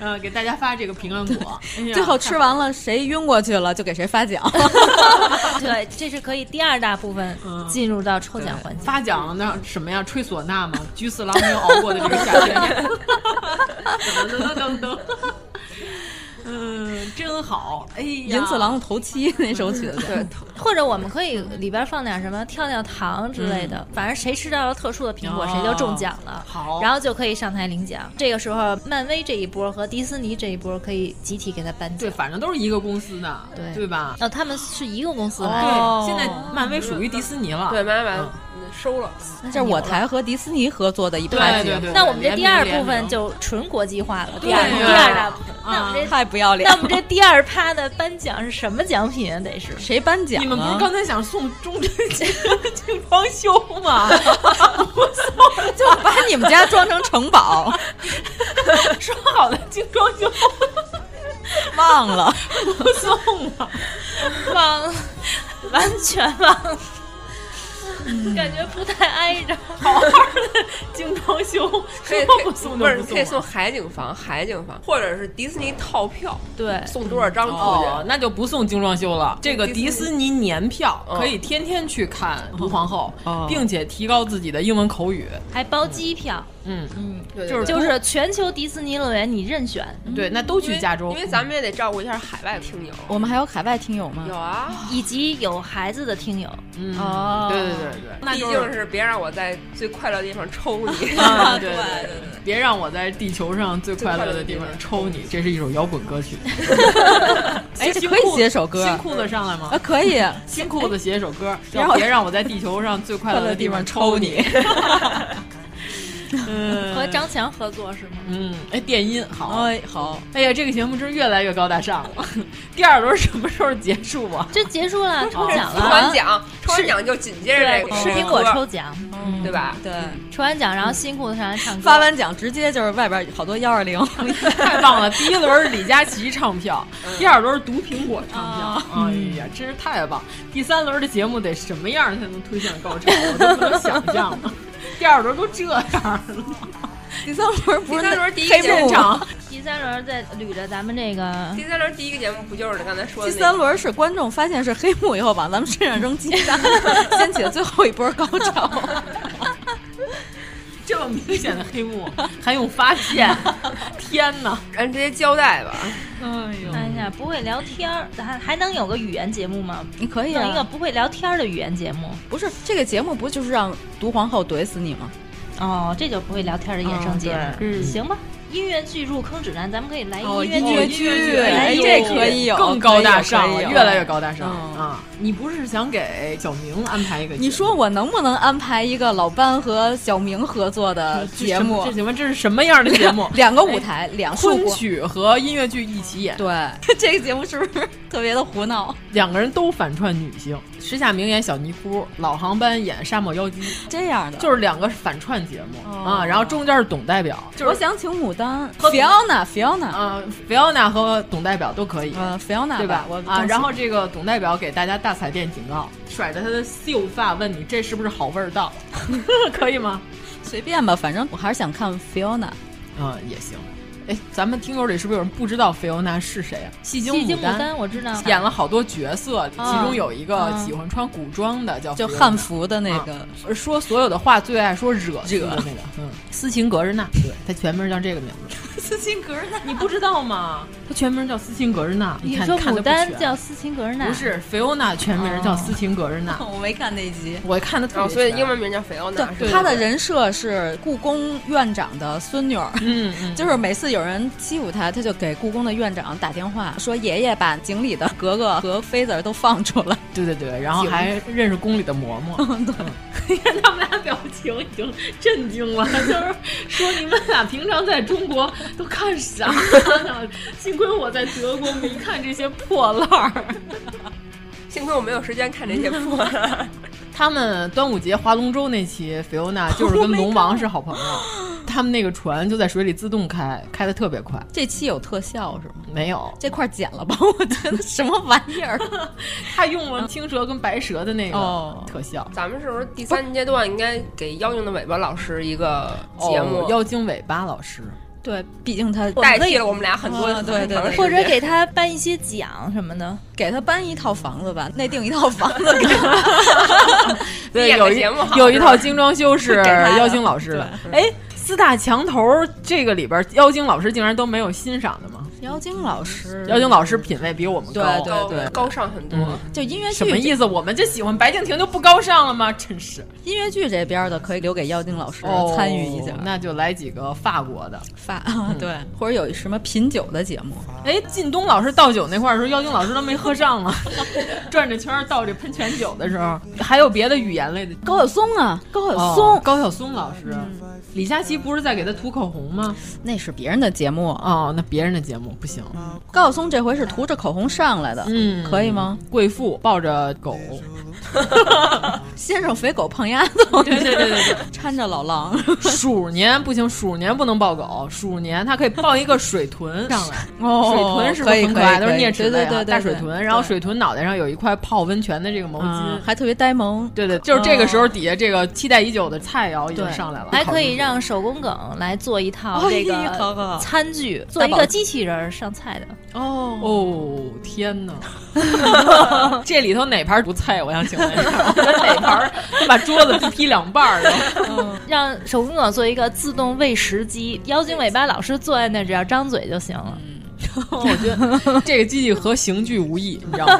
呃，给大家发这个平安果，哎呀最后吃完了谁晕过去了就给谁 发奖。对，这是可以第二大部分进入到抽奖环节。发奖那什么呀？吹唢呐吗？ 菊次郎没有熬过的这个夏天。噔噔噔噔噔。嗯，真好，哎呀，银次郎的头七那首曲子，对，或者我们可以里边放点什么跳跳糖之类的，反正谁吃到了特殊的苹果，嗯哦谁就中奖了。好然后就可以上台领奖。这个时候，漫威这一波和迪士尼这一波可以集体给他颁奖对，。反正都是一个公司的，对对哦吧？哦，他们是一个公司来的。对，现在漫威属于迪士尼了，嗯对，买买收 了。那这是我台和迪士尼合作的一趴对对节对目对。那我们这第二联名部分就纯国际化了。第对二呀第二大部分，那我啊们这太不要脸那我了，们这第二趴的颁奖是什么奖品啊？得是谁颁奖啊？你们不是刚才想送中正警方修吗？ 就把你们家装成城堡， 说好的精装修 忘了。不送 了，忘了，完全忘了，嗯感觉不太挨着。好好的精装修，可以说不送不就是不可以送啊送了。海景房，海景房，或者是迪士尼套票，对送多少张出哦，去？那就不送精装修了。这个迪迪士士尼年票嗯可以天天去看《毒皇后哦》，并且提高自己的英文口语。还包机票，嗯，嗯，对啊就是就是全球迪士尼乐园你任选。对，那都去加州因。为咱们也得照顾一下海外听友。啊我们还有海外听友吗？有啊，以及有孩子的听友，嗯，哦对对对对，那毕就竟是别让我在最快乐的地方抽 你。啊，对对对对，别让我在地球上最快乐的地方抽你，这是一首摇滚歌曲。哎这新可以裤写首歌新裤子上来啊，吗？可以。新裤子写一首歌，叫然后别让我在地球上最快乐的地方抽你。嗯，和张强合作是吗？嗯，哎，电音好。哎，好，哎呀，这个节目真是越来越高大上了。 第二轮什么时候结束啊？这结束了，抽奖嗯抽完了。奖，抽完奖就紧接着这对个，吃苹果抽奖，嗯对吧？对，抽完奖，然后辛苦的上来唱歌。发完奖直接就是外边好多 幺二零，太棒了！第一轮李佳琦唱票，第二轮毒苹果唱票，哎呀，真是太棒！第三轮的节目得什么样才能推向高潮？我都不能想象了。第二轮都这样了， 第三轮不第是三那轮第一黑个幕现吗场，第三轮再捋着咱们这个第三轮第一个节目不就是你刚才说第的那个？三轮是观众发现是黑幕以后往咱们身上扔鸡蛋，掀起了 最后一波高潮。 这么明显的黑幕还用发现？ 天哪！咱直接交代 吧。哎呦哎呀，不会聊天儿，还还能有个语言节目吗？你可以弄一个啊，不会聊天儿的语言节目不是这个节目不就是让毒皇后怼死你吗？哦，这就不会聊天儿的衍生节目哦，嗯行吧？音乐剧入坑指南，咱们可以来哦音音乐乐剧，剧哎哎呦这可以有更高大上了，可以有越来越高大上嗯啊！你不是想给小明安排一个节目？你说我能不能安排一个老班和小明合作的这节什么目？这？节目这是什么样的节目两个舞台，两束 昆光。曲和音乐剧一起演， 对，这个节目是不是特别的胡闹？两个人都反串女性，时下名演小尼姑，老航班演沙漠妖姬，这样的就是两个反串节目、哦啊。然后中间是董代表，就是我想请牡丹和菲奥娜，菲奥娜，嗯，菲奥娜和董代表都可以，嗯，菲奥娜对啊吧，我啊，然后这个董代表给大家大彩电警告，甩着他的秀发问你这是不是好味儿 道，可以吗？随便吧，反正我还是想看菲奥娜。嗯，也行。哎，咱们听友里是不是有人不知道菲欧娜是谁啊？戏精戏精丹，牡丹我知道演了好多角色，啊其中有一个啊喜欢穿古装的，叫嗯就菲欧娜汉服的 那个啊说所有的话最爱说惹字的那个，嗯， 斯琴格日娜，对，她全名叫这个名字， 斯琴格日娜，你不知道吗？她全名叫斯琴格日娜。你看说看得牡不丹全叫斯琴格日娜，不是菲欧娜，全名叫斯琴格日娜。我没看那集，我看的特别哦，全所以英文名叫菲奥娜。对，她的人设是故宫院长的孙女儿，嗯， 就是每次有人欺负她，她就给故宫的院长打电话，说爷爷把井里的格格和妃子儿都放出来。 对对对，然后还认识宫里的嬷嬷。 嗯表情已经震惊了，就是说你们俩平常在中国都看啥呢？ 幸亏我在德国没看这些破烂儿。幸亏我没有时间看这些破烂。他们端午节划龙舟那期，菲欧娜 就是跟龙王是好朋友，他们那个船就在水里自动开，开的特别快。这期有特效是吗？没有，这块儿剪了吧，我觉得什么玩意 儿，他用了青蛇跟白蛇的那个特效。咱们是不是第三阶段应该给妖精的尾巴老师一个节目哦，妖精尾巴老师，对，毕竟他代替了我们俩很多啊对对对，或者给他颁一些奖什么的。给他搬一套房子吧， 内定一套房子给他。对，演有个一节目好 有一是吧套精装修是 给他的妖精老师的。哎，四大墙头这个里边，妖精老师竟然都没有欣赏的吗？妖精老师，妖精老师品味比我们嗯对高，对对高尚很多。嗯，就音乐剧什么意思？我们这喜欢白敬亭就不高尚了吗？真是音乐剧这边的可以留给妖精老师参与一下哦，那就来几个法国的。 发啊对，或者有什么品酒的节目，哎，靳东老师倒酒那块儿的时候，妖精老师都没喝上 了，转着圈儿倒这喷泉酒的时候，还有别的语言类的。高晓松啊，高晓哦松，高晓松嗯老师，李佳琦不是在给他涂口红吗？那是别人的节目啊。哦，那别人的节目不行。高晓松这回是涂着口红上来的，嗯，可以吗？贵妇抱着狗，先生肥狗胖丫头，对对对对对， 搀着老狼， 鼠年不行，鼠年不能抱狗，鼠年它可以抱一个水豚上 来。 哦水豚是不可是以很可以爱？都是可以啮齿类对对啊，对对大水对豚，然后水豚脑袋上有一块泡温泉的这个毛巾嗯，还特别呆萌。对对，就是这个时候底下这个期待已久的菜肴已经对，上来了，还可以让手工梗来做一套哎这好好个餐具，做一大宝个机器人儿上菜的。哦哦天 哪！这里头哪盘不菜？我想请问一下，哪盘得把桌子劈两半儿 了？让手工梗做一个自动喂食机，妖精尾巴老师坐在那儿，只要张嘴就行了。嗯我觉得这个机器和刑具无异，你知道 吗？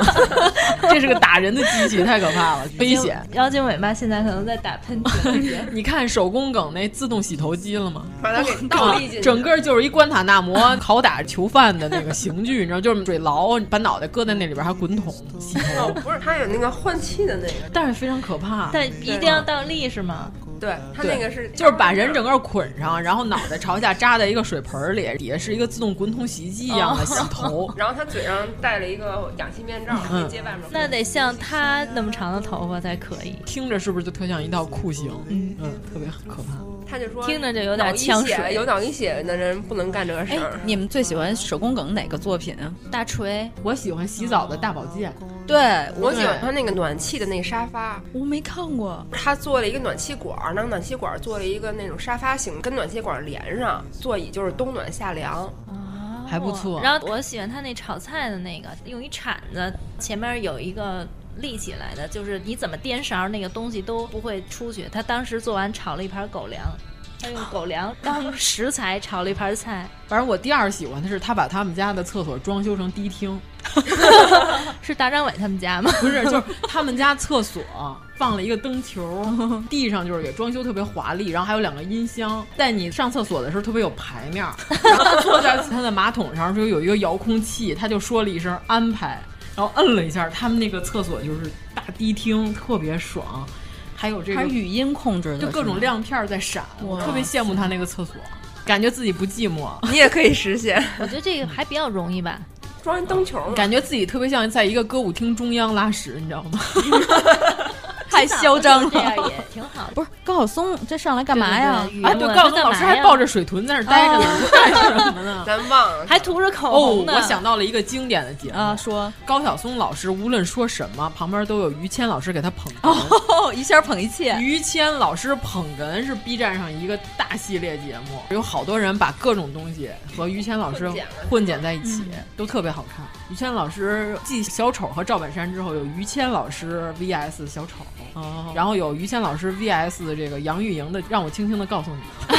这是个打人的机器，太可怕了，危险。。妖精尾巴现在可能在打喷嚏 你看手工梗那自动洗头机了吗？把它给倒立进去，整个就是一关塔纳摩 拷打囚犯的那个刑具，你知道，就是水牢，把脑袋搁在那里边还滚筒洗头，哦，不是，它有那个换气的那个，但是非常可怕。但一定要啊倒立是吗？对，它对那个是就是把人整个捆上，然后脑袋朝下扎在一个水盆里，底下是一个自动滚筒洗衣机一样的洗头。然后他嘴上戴了一个氧气面罩，可以接外面。那得像他那么长的头发才可以。听着是不是就特像一道酷刑？嗯特别可怕。他就说，听着就有点呛水脑溢血有脑溢血的人不能干这个事哎儿，。你们最喜欢手工梗哪个作品啊？大锤，我喜欢洗澡的大保健，对我喜欢他那个暖气的那个沙发，我没看过，他做了一个暖气管儿，那个暖气管儿做了一个那种沙发型，跟暖气管儿连上，座椅就是冬暖夏凉。还不错。哦然后我喜欢他那炒菜的那个，用一铲子，前面有一个立起来的，就是你怎么颠勺那个东西都不会出去。他当时做完炒了一盘狗粮，他用狗粮当食材炒了一盘菜，反正我第二喜欢的是他把他们家的厕所装修成迪厅，是大张伟他们家 吗？不是，就是他们家厕所放了一个灯球，地上就是也装修特别华丽，然后还有两个音箱，在你上厕所的时候特别有排面儿。然后坐在他的马桶上就有一个遥控器，他就说了一声安排，然后摁了一下，他们那个厕所就是大迪厅，特别爽，还有这个还是语音控制的，就各种亮片儿在闪，我特别羡慕他那个厕所，感觉自己不寂寞。你也可以实现，我觉得这个还比较容易吧。装一灯球呢，感觉自己特别像在一个歌舞厅中央拉屎，你知道吗？太嚣张了，这样也挺好的。 不是高晓松这上来干嘛呀？对对对哎，语对，文告诉干老师嘛还呀抱着水豚在那儿待着呢， 干什么 呢？咱忘了，还涂着口哦红，呢。我想到了一个经典的节目啊，说高晓松老师无论说什么，旁边都有于谦老师给他 捧哏。哦，一下捧一 切，于谦老师捧哏是 B 站上一个大系列节目，有好多人把各种东西和于谦老师混剪了嗯混剪在一起，都特别好看。于谦老师继小丑和赵本山之后，有于谦老师 VS 小丑，哦然后有于谦老师 VS 这个杨钰莹的《让我轻轻的告诉 你》，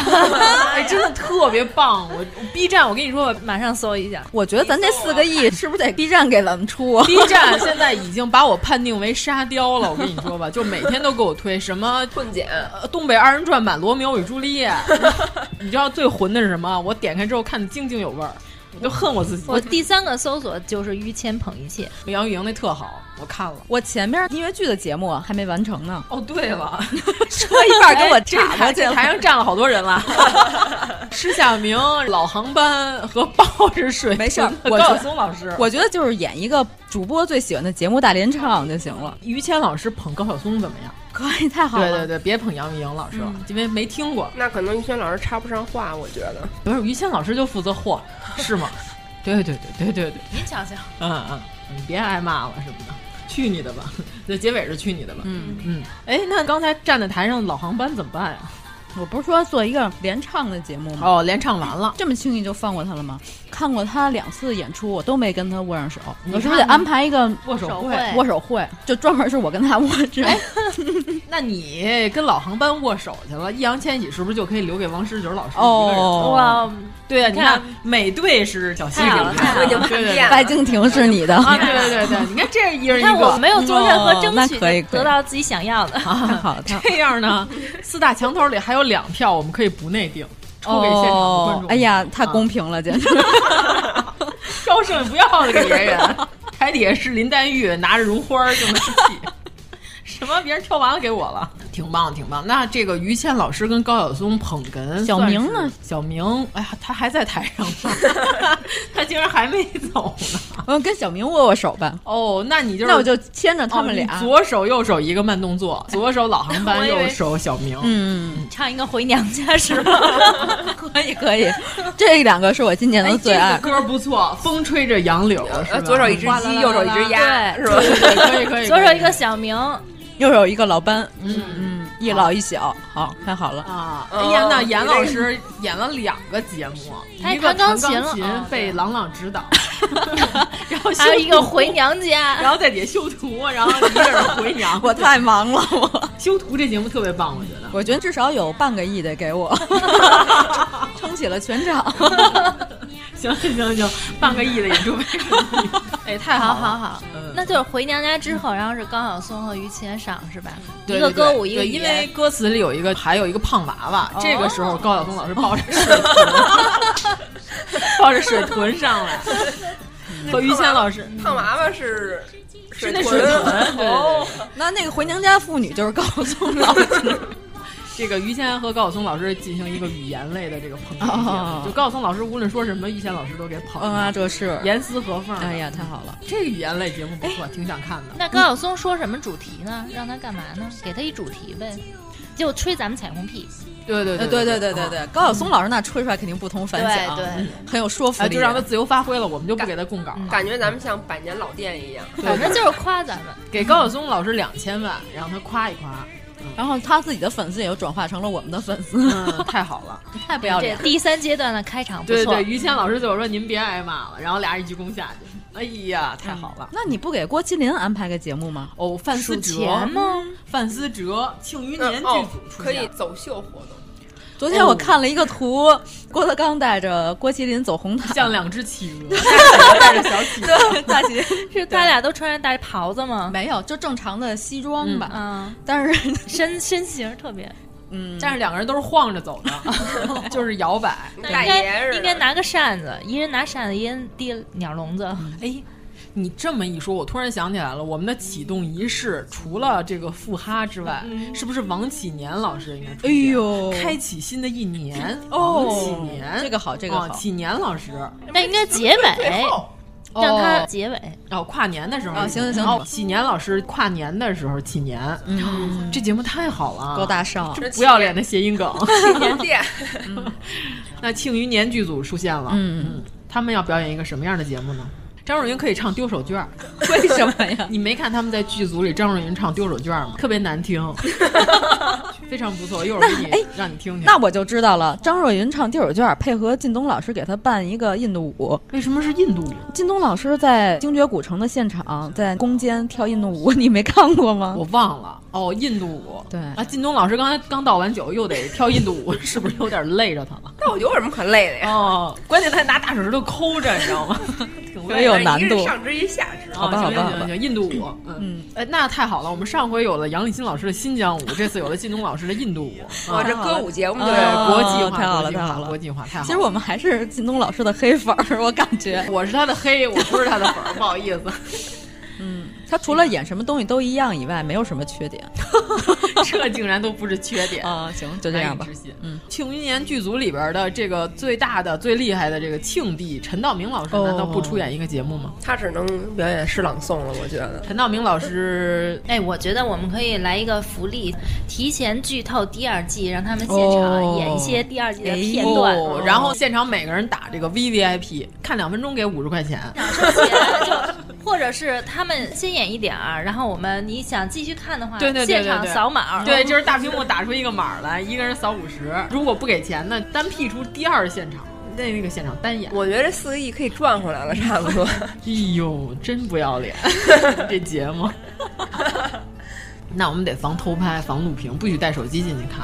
哎，真的特别棒！我我 B 站，我跟你说吧 马上搜一下，我觉得咱这四个亿是不是得 B 站给咱们出啊？ ，B 站现在已经把我判定为沙雕了，我跟你说吧，就每天都给我推什么混剪。呃东北二人转版《罗密欧与朱丽叶》 你知道最混的是什么？我点开之后看的津津有味儿，我就恨我自己。我第三个搜索就是于谦捧一切，杨钰莹那特好，我看了。 我前面音乐剧的节目啊还没完成 呢，哎哦，对了，说一半给我这岔过台去这台了。上站了好多人了，施夏明、老航班和抱着水没事儿和我高晓觉松老师，我觉得就是演一个主播最喜欢的节目大联唱就行了，于谦老师捧高晓松怎么样？可以，太好对了。对对，别捧杨钰莹老师了，因为没听过。那可能于轩老师插不上话，我觉得。不是于谦老师就负责嚯，是吗？对对对对对对。您瞧瞧，嗯，嗯，你别挨骂了什么的，去你的吧！这结尾是去你的吧。嗯，嗯，哎，那刚才站在台上的老航班怎么办呀？我不是说做一个联唱的节目吗？哦，连唱完了，这么轻易就放过他了吗？看过他两次演出，我都没跟他握上手。你我是不看是得安排一个握手手会。会握手会，就专门是我跟他握着？ 那你跟老航班握手去了，易烊千玺是不是就可以留给王十九老师一个人？哦，哇，对呀，你看看美队是小西太好给了太好了 对对太对好了白敬亭是你的，啊，对对对对，你看这一人你一看我个。没有做任何争那取，可以就可以得到自己想要的。太 好 了，太好了这样呢，四大墙头里还有两票，我们可以不内定，抽给现场的观哦众。，哎呀，太公平了，简直！ 高盛不要了别 人，台底下是林黛玉拿着绒花儿就能 起。什么？别人挑完了给我了，挺棒，挺棒。那这个于谦老师跟高晓松捧哏，小明呢算是？小明，哎呀，他还在台上 吗？他竟然还没走呢。嗯，跟小明握握手吧。哦，那你就是那我就牵着他们哦俩你，左手右手一个慢动作，左手老航我 班，以为右手小明。嗯，唱一个回娘家是吗？ 可以可以，这两个是我今年的哎，最这爱个。歌不错，风吹着杨柳，是吧呃，左手一只鸡，右手一只鸭，是吧？对对对可以可 以，左手一可个以小明，又有一个老班，嗯嗯，一老一小，好，太好了。。啊，呃哎哦呀，那严老师演了两个节目，他一个哎弹钢琴琴了哦被朗朗 指导，然后还有一个回娘，娘然家。后在底下修图，然后一个人回娘 我太忙了， 我修图这节目特别棒，我觉得。我觉得至少有半个亿得 给我，撑起了全场。 行行行行，半个亿的演出费，哎，太好好好了。好嗯，那就是回娘家之后，然后是高晓松和于谦上是吧？对 一个对歌对舞，一个对语因言哦为歌词里有一个，还有一个胖娃娃。这个时候，高晓松老师抱着 水豚，抱着水豚上 来，和于谦老嗯师胖娃娃是是是那 水豚，对对对哦，那那个回娘家妇女就是高松老师，这个于谦和高晓松老师进行一个语言类的这个碰撞节目，哦就高晓松老师无论说什么，于谦老师都给捧。嗯啊，这是。严丝合缝。哎，呀，太好了！这个语言类节目不错，挺想看的。那高晓松说什么主题呢？让他干嘛呢？给他一主题呗，就吹咱们彩虹 屁。对对呃，对对对对。对对，高晓松老师那吹出来肯定不同凡响，嗯对对很有说服哎，力。就让他自由发挥了，我们就不给他供稿了。感觉咱们像百年老店一样。反正就是夸咱 们。给高晓松老师两千万，让他夸一夸。然后他自己的粉丝也就转化成了我们的粉丝，嗯，太好了。太不要这脸。第三阶段的开场不对错对，，于谦老师就说：“您别挨骂了。”然后俩人一鞠躬下去。哎呀，太好了。那你不给郭麒麟安排个节目吗？哦，范思数哲钱吗？范思哲、庆余年嗯剧哦组，出可以现走秀活动，昨天我看了一个图，郭德纲带着郭麒麟走红毯，像两只企鹅，带着小企鹅。对大姐是他俩都穿着大袍子吗？没有，就正常的西装吧。嗯，但是，身身形特别，嗯，但是两个人都是晃着走的， 就是摇摆。跟那大应爷似该的。应该拿个扇子，一人拿扇子，一人递鸟笼子。哎，你这么一说，我突然想起来了，我们的启动仪式除了这个富哈之外，是不是王启年老师应该出哎现？呦，开启新的一年，哦王启年，这个好这个啊好启年老师，那应该结尾，让它结尾。哦，跨年的时候哦行行行哦，喜年老师跨年的时候起年，嗯，这节目太好了，高大上这不要嗯脸的谐音梗， 年店，那庆余年剧组出现了，嗯嗯，他们要表演一个什么样的节目呢？张若昀可以唱丢手绢儿，为什么 呀？你没看他们在剧组里张若昀唱丢手绢儿吗？特别难 听，非常不错。一会儿给你让你听听。哎那我就知道了，张若昀唱丢手绢儿，配合靳东老师给他办一个印度舞。为什么是印度舞？靳东老师在精绝古城的现场，在宫间跳印度舞，你没看过吗？我忘了哦，印度舞。对啊，靳东老师刚才刚倒完酒，又得跳印度舞， 是不是有点累着他 了？ 那我有什么可累的呀？哦，关键他还拿大手指头抠着，你知 道吗？挺这有难度一日上肢一下肢，好吧好行吧行好吧行行，印度舞，嗯，哎，那太好了，我们上回有了杨立新老师的新疆舞，这次有了靳东老师的印度舞，我啊哦这歌舞节目对，就国际化，哦太好国了际太好化了国际化，太好了。 其实我们还是靳东老师的黑粉儿，我感觉我是他的黑，我不是他的粉儿，不好意思，他除了演什么东西都一样以外，没有什么缺 点。 这竟然都不是缺点啊！行，就这样吧难以置信。嗯，庆余年剧组里边的这个最大的、最厉害的这个庆帝陈道明老师，难道不出演一个节目吗？他只能表演诗朗诵了，我觉得。陈道明老师，哎，我觉得我们可以来一个福利，提前剧透第二季，让他们现哦场演一些第二季的片段，哦然后现场每个人打这个 V V I P，看两分钟给五十块钱。或者是他们先演一点儿，然后我们你想继续看的话，对对对对现场对扫码儿，对，就是大屏幕打出一个码儿来，一个人扫五十。如果不给钱呢，单辟出第二现场，那那个现场单演。我觉得这四个亿可以赚回来了，差不多。哎呦，真不要 脸，这节 目。那我们得防偷拍，防录屏，不许带手机进去看。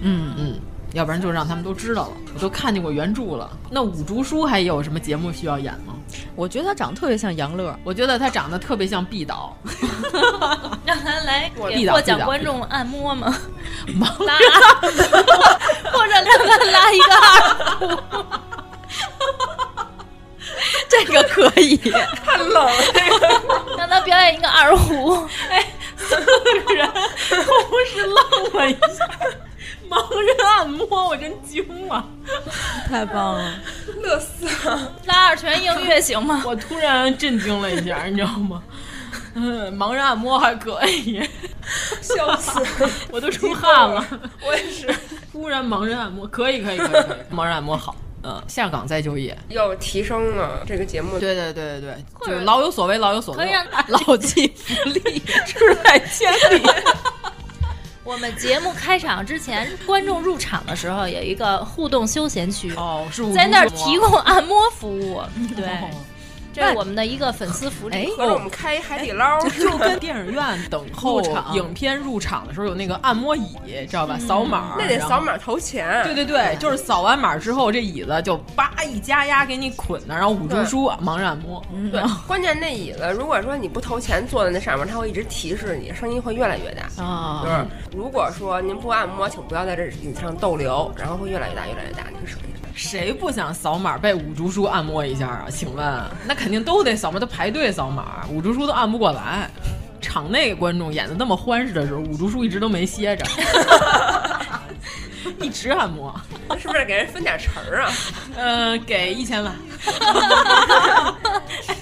嗯嗯，要不然就让他们都知道了。我都看见过原著了。那五竹叔还有什么节目需要演吗？我觉得他长得特别像杨乐，我觉得他长得特别像毕导， 让他来地给道获地奖道观众按摩吗？拉， 或者让他拉一个二这个可 以。 太冷了，胡，让他表演一个二胡。不是愣了一下， 盲人按摩，我真惊了。太棒了！乐死了。拉二泉映月行吗？我突然震惊了一下，你知道吗？嗯， 盲人按摩还可以，笑死！ 我都出汗了。我也是。突然盲人按摩可以，可以，可以，可以盲人按摩好。嗯，下岗再就业。要提升啊，这个节目。对对对对对，就是老有所为， 老有所可以为。让他老骥伏枥，志在千里。我们节目开场之前，观众入场的时候有一个互动休闲区，哦， 是五在那儿竹吗提供按摩服务。对，哦这是我们的一个粉丝福利。合着我们开一海底捞，哎就跟电影院等候入场影片入场的时候有那个按摩椅，知道吧？扫码，那得然后扫。码投钱。对对对，就是扫完码之后，这椅子就叭一加压给你捆那儿，然后捂住对书，盲人按摩。对，关键那椅子，如果说你不投钱坐在那上面，它会一直提示你，声音会越来越大。啊，就是如果说您不按摩，请不要在这椅子上逗留，然后会越来越大，越来越大那个声音。谁不想扫码被五竹叔按摩一下啊？请问，那肯定都得扫码，都排队扫码，五竹叔都按不过来。场内观众演的那么欢实的时候，五竹叔一直都没歇着， 一直按摩。那是不是得给人分点成儿啊？呃，给一千万。 哎，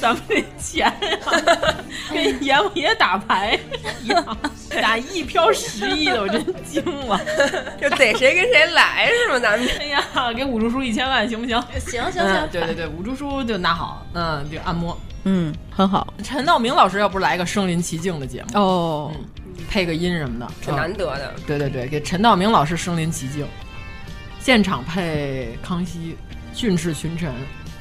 咱们这钱啊，跟阎王爷打牌一 样，打一飘十亿的，我真惊了。 就逮谁跟谁来是吗？咱们哎呀，给五叔叔一千万行不行？行行 嗯 行，，对对对，五叔叔就拿好，嗯，就按摩。嗯，很好陈道明老师要不是来个身临其境的节目，哦。配个音什么的，挺难嗯得的。对对对，给陈道明老师身临其境，现场配康熙，训斥群臣。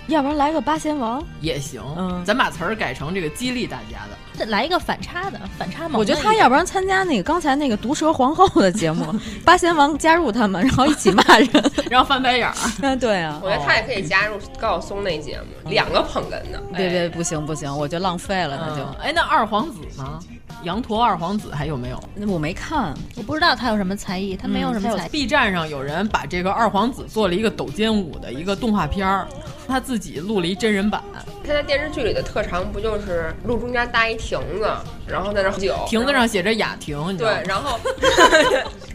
要不然来个八仙王？也行，嗯咱把词儿改成这个激励大家的。这 来一个反差的，反差萌。我觉得他要不然参加那个刚才那个毒蛇皇后的节目， 八仙王加入他们，然后一起骂人。 然后翻白眼儿，嗯，对啊我，觉得他也可以加入高晓松那节目，两个捧哏的。别别不行不行，我就浪费了，那那就嗯就哎，那二皇子呢？羊驼二皇子还有没有？那我没看，我不知道他有什么才艺，他没有什么才艺。 B 站嗯上有人把这个二皇子做了一个抖肩舞的一个动画片儿，他自己录了一真人版，他在电视剧里的特长不就是路中间搭一亭子，然后在那儿喝酒，亭子上写着雅婷，你知道对吗，？然 后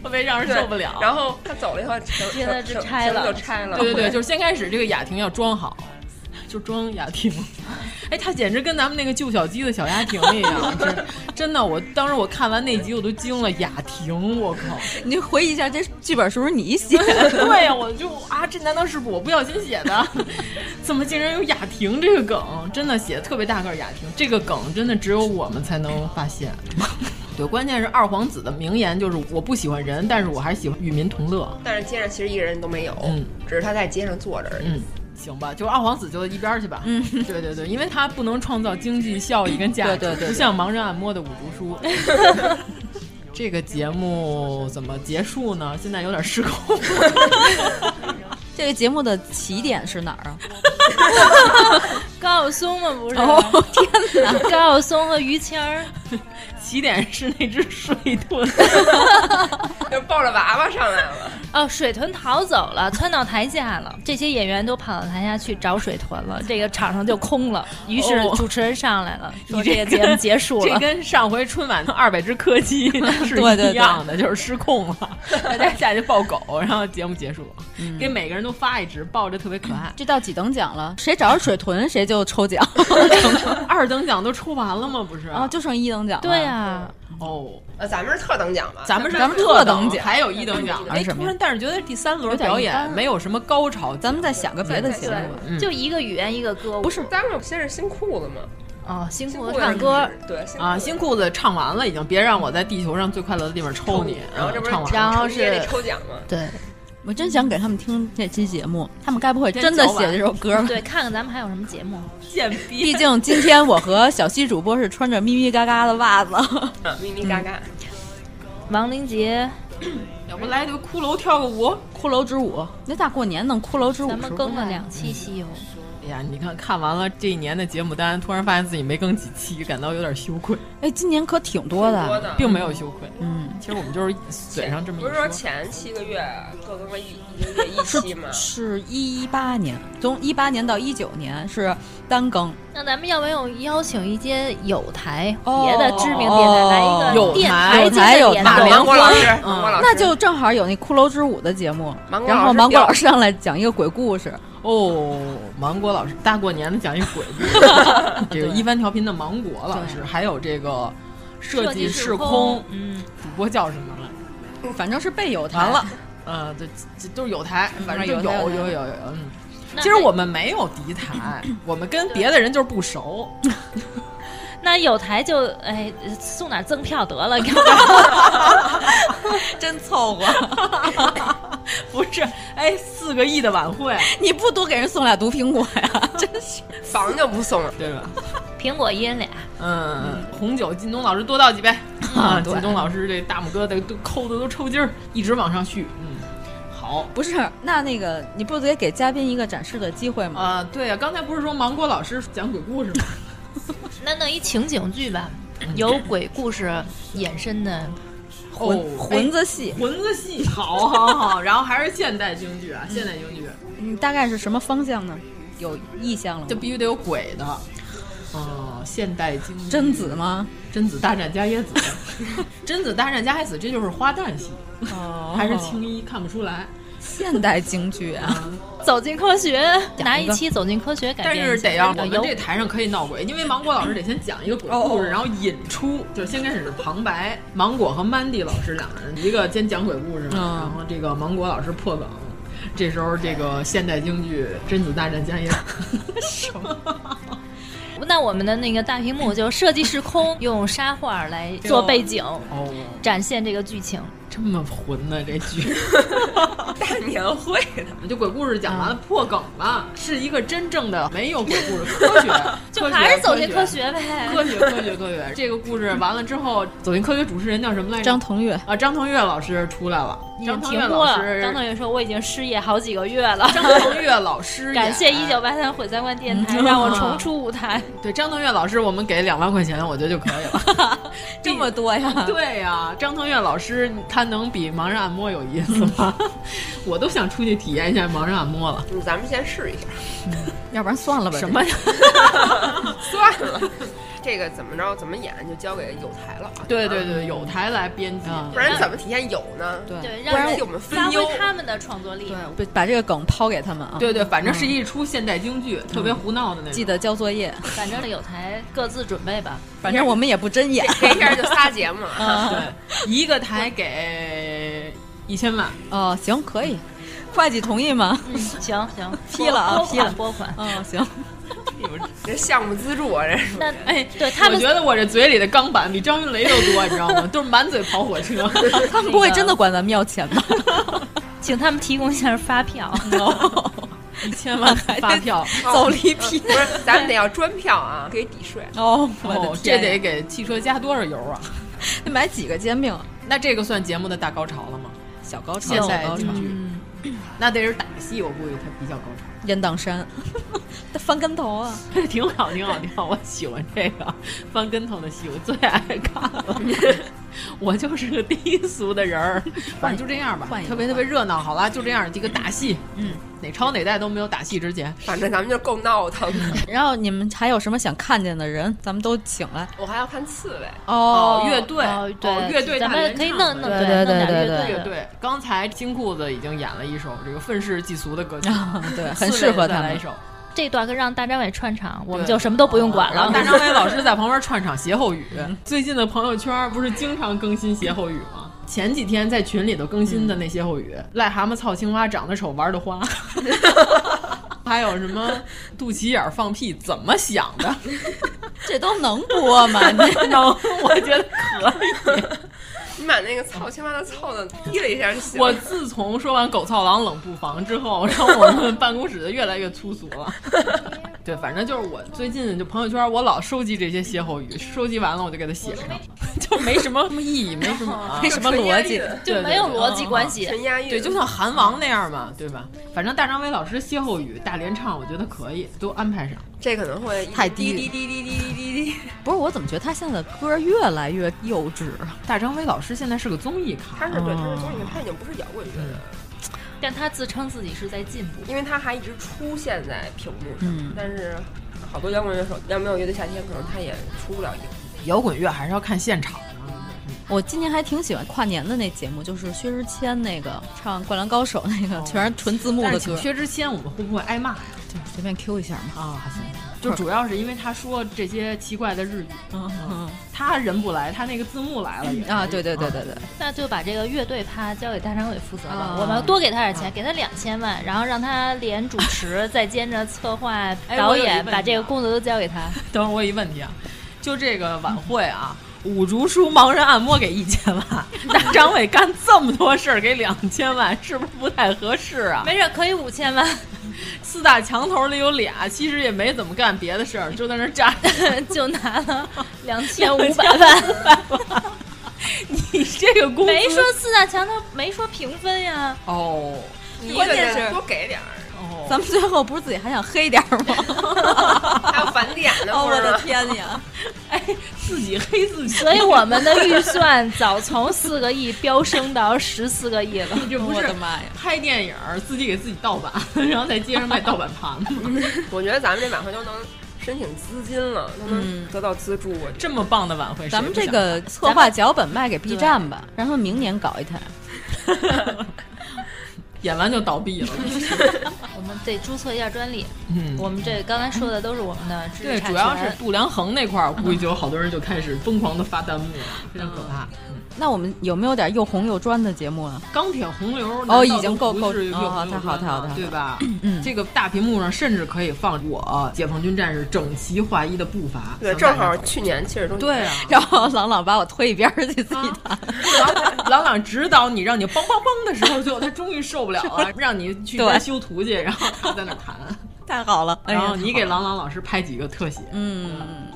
特别让人对受不了。然后他走了以 后，亭现在就亭拆了亭子就拆了。 对对对，就是先开始这个雅婷要装好，就装雅婷， 哎，他简直跟咱们那个救小鸡的小鸭亭一 样，真真的，我当时我看完那集我都惊了，雅婷，我靠！你回忆一下，这剧本是不是你写的？ 对 呀，我就啊，这难道是我不小心写的？ 怎么竟然有雅婷这个梗？真的写得特别大个儿雅婷这个梗，真的只有我们才能发现。 对，关键是二皇子的名言就是我不喜欢人，但是我还是喜欢与民同乐。但是街上其实一个人都没有，嗯只是他在街上坐着而已。嗯，行吧，就是二皇子就一边儿去吧。嗯 对对对，因为他不能创造经济效益跟价值，对对对对不像盲人按摩的五读书。这个节目怎么结束呢？现在有点失控。 这个节目的起点是哪儿啊？高晓松吗？不是？ 哦天哪高晓松和于谦儿，起点是那只水豚，就抱着娃娃上来了。哦，水豚逃走了，窜到台下了。这些演员都跑到台下去找水豚了，这个场上就空了。于是哦主持人上来了，说你这个节目结束了。 这跟上回春晚的二百只柯基是对对对一样的，就是失控了，大家下去抱狗，然后节目结束，给每个人都发一只，抱着特别可爱。这到几等奖了？谁找着水豚谁就抽 奖二等奖都抽完了吗？不是啊，就剩一等奖了。对啊呀，哦，呃，咱们是特等奖吧？咱们是咱们特特等奖还有一等奖。还哎，是什么呀突然，但是觉得第三轮有点表一般演没有什么高潮，咱们再想个别的节目吧对就一个语言一个歌舞，不是，咱们先是新裤子嘛，哦，辛苦新裤子唱歌，对新裤子啊，新裤子唱完了已经，别让我在地球上最快乐的地方抽你。然后这不是啊唱完了，然后成也是得抽奖吗？对，我真想给他们听这期节目，他们该不会真的写这首歌吧？ 对，看看咱们还有什么节目。贱逼毕竟今天我和小西主播是穿着咪咪嘎嘎的袜子，咪咪嘎嘎，王林杰，要不来一个骷髅跳个舞？骷髅之舞，那大过年弄骷髅之舞，咱们更了两期《哦西游》，哎呀，你看看完了这一年的节目单，突然发现自己没更几期，感到有点羞愧，哎，今年可挺多的，并没有羞愧。嗯，其实我们就是嘴啊上这么一不是说说，前七个月各更了一一个月一期吗？是一八年，从一八年到一九年是单更，那咱们要不要邀请一些有台、哦别的知名电台来一个有电台台有台有电啊台，联郭欢？嗯那就正好有那骷髅之舞的节目，芒果老师然后芒果表老师上来讲一个鬼故事，哦，芒果老师大过年的讲一鬼故事，这个一番调频的芒果老师，还有这个设计视空，嗯，主播叫什么来？反正是被有台完了，呃，这这都是有台，反正就有台有有台有有有有。嗯那其实我们没有敌台，我们跟别的人就是不熟。那有台就哎送点赠票得了，真凑合。 不是，哎，四个亿的晚会，你不多给人送俩毒苹果呀？ 真是房就不送了，对吧？苹果一人俩。嗯，红酒靳东老师多倒几杯啊！对靳东老师这大拇哥的都抠的都抽筋儿，一直往上续。嗯，好不是，那那个你不得给嘉宾一个展示的机会吗？啊，对呀、刚才不是说芒果老师讲鬼故 事吗？那弄一情景剧吧，由鬼故事衍生的魂哦魂子戏哎魂子戏，好好好，然后还是现代京剧啊，嗯现代京剧你大概是什么方向呢？有意向了吗就？必须得有鬼的。哦，现代京剧贞子吗？贞子大战伽椰 子，贞子大战伽椰子，这就是花旦戏，哦还是青衣看不出来。现代京剧啊？走进科学，个拿一期走进科学改但编一下，是得让我这们个这由台上可以闹鬼，因为芒果老师得先讲一个鬼哦故事，然后引出，就是先开始是旁白，芒果和 Mandy 老师两个人，一个先讲鬼故事嘛，嗯然后这个芒果老师破梗，这时候这个现代京剧《贞子大战江椰》那我们的那个大屏幕就设计时空，用沙画来做背景， 哦，展现这个剧情。这么混呢这 剧， 大年会的，就鬼故事讲嗯完了破梗了，是一个真正的没有鬼故事，科学， 就科学还是走进科。学呗，科学，科学，科学！这个故事完了之后，走进科学主持人叫什么来着？ 张腾岳啊，张腾岳老师出来了。已张经腾停岳播老了。师，张腾岳说：“我已经失业好几个月了。”张腾岳老 师感谢一演九八三毁三观电台，让我重出舞台。对张腾岳老师，我们给两万块钱，我觉得就可以 了。这么多呀？对呀、张腾岳老师他能比盲人按摩有意思吗？ 我都想出去体验一下盲人按摩了。嗯 咱们先试一下，要不然算了吧。什么？算了，这个怎么着怎么演就交给有台了啊。对对对，有台来编辑，不然怎么体现有呢？对，不让然人我们分发忧。挥他们的创作力。对，把这个 梗抛给他们啊。对对，反正是一出现代京剧，特别胡闹的那种。记得交作业，反正有台各自准备吧。反正我们也不真 演，这下就仨节目嗯啊，对，一个台给一千 万，哦，行，可以，会计同意吗？嗯，行行，批了啊，拨批了，拨款拨款。嗯，行，这项目资助啊，这是那哎，对他我们觉得我这嘴里的钢板比张云雷都多，你知道吗？都是满嘴跑火车。 他们不会真的管咱们要钱 吧？请他们提供一下发票。 一千 万发票 走了一批不是，咱们得要专票啊，给抵税。哦， 我哦的，这天呀，得给汽车加多少油啊？得买几个煎饼啊？那这个算节目的大高潮了吗？小高潮，现小代高潮京，嗯剧，那得是打戏，我估计它比较高潮。雁荡山， 翻跟头啊！ 挺好，挺好，挺好，我喜欢这个翻跟头的戏，我最爱看了。 我就是个低俗的人儿，反正就这样吧换一，个特别特别热闹。好了，就这样，这个打戏，嗯，哪朝哪代都没有打戏之前。反正咱们就够闹腾的。然后你们还有什么想看见的人，咱们都请来我还要看刺猬，哦乐队，哦，对，乐队咱大们联可以唱弄弄弄对对点对乐对队乐的。队。刚才金裤子已经演了一首这个愤世嫉俗的歌曲，对，刺猬很适合再他来一们。首。这段可让大张伟串场，我们对就什么都不用管然后嗯了。大张伟老师在旁边串场歇后语。最近的朋友圈不是经常更新歇后语吗？前几天在群里头更新的那歇后语：癞蛤蟆操青蛙，长得丑玩的花。 还有什么肚脐眼儿放屁怎么想的？ 这都能播吗？ 这能，我觉 得可以。你把那个操青蛙的操的滴了一下就行了。我自从说完“狗操狼冷不防”之后，让我们办公室的越来越粗俗 了。对，反正就是我最近就朋友圈，我老收集这些歇后语，收集完了我 就给它写上，就没什么什么意义，没什么啊没什么逻辑， 就没有逻辑关系。纯押韵，对，就像韩王那样嘛，对吧？反正大张伟老师歇后语、大连唱，我觉得可以，都安排上。这可能会太低滴滴滴滴滴滴滴滴。不是，我怎么觉得他现在的歌越来越幼稚？大张伟老师现在是个综艺他，咖是对，他是综艺，他已经不是摇滚乐了，但他自称自己是在进步。因为他还一直出现在屏幕嗯上。但是好多摇滚乐手，要没有乐队夏天，可能他也出不了影。嗯摇滚乐还是要看现场的。我今年还挺喜欢跨年的那节目，就是薛之谦那个唱《灌篮高手》那个，全哦是纯字幕但的是请歌，薛之谦，我们会不会挨骂呀？对随便 Q 一下嘛。啊，还行，就主要是因为他说这些奇怪的日语，嗯他人不来，他那个字幕来了也啊，对对对对对，那就把这个乐队趴交给大张伟负责吧啊，我们多给他点啊钱，给他两千万，然后让他连主 持，再兼着策划、哎导我有一演，问把题这个啊工作都交给他。等会儿我有一问题啊，就这个晚会啊，五竹叔盲人按摩给一千万，大张伟干这么多事儿给两千万，是不是不太合适啊？ 没事，可以五千万，四大墙头里有俩，其实也没怎么干别的事儿，就在那儿站着。 就拿了 两千五百 万。你这个工资没说四大墙头，没说评分呀。哦你关键是多给点儿，哦，咱们最后不是自己还想黑点儿吗？还有返点呢。 哦，或 我者的天呀！哎，自己黑自己， 所以我们的预算早从四个亿飙升到十四个亿 了。这不我是的妈呀！拍电影儿自己给自己盗版，然后在街上卖盗版盘吗？我觉得咱们这晚会都能申请资金了，都能得到资助。 这么棒的晚会，咱们谁不这想个策划脚本卖给 B 站吧，让他们明年搞一台。 演完就倒闭了。我们得注册一下专利。嗯我们这刚才说的都是我们的知识对，产权。主要是度量衡那块儿，我估计就有好多人就开始疯狂的发弹幕了，非常可怕。那我们有没有点又红又专的节目啊了？钢铁洪流哦已经够够了，哦太好太好太好对吧？嗯这个大屏幕上甚至可以放我解放军战士整齐划一的步伐，对，向正大好家走去年七十周年。对啊。 然后朗朗把我推一边儿去，自己弹。朗朗朗指导你，让你梆梆梆的时候，就他终于受不了了，让你去那对儿修图去，然后他在那儿 弹， 太好了，哎呀然后你太给好了朗朗老师拍几个特写，嗯，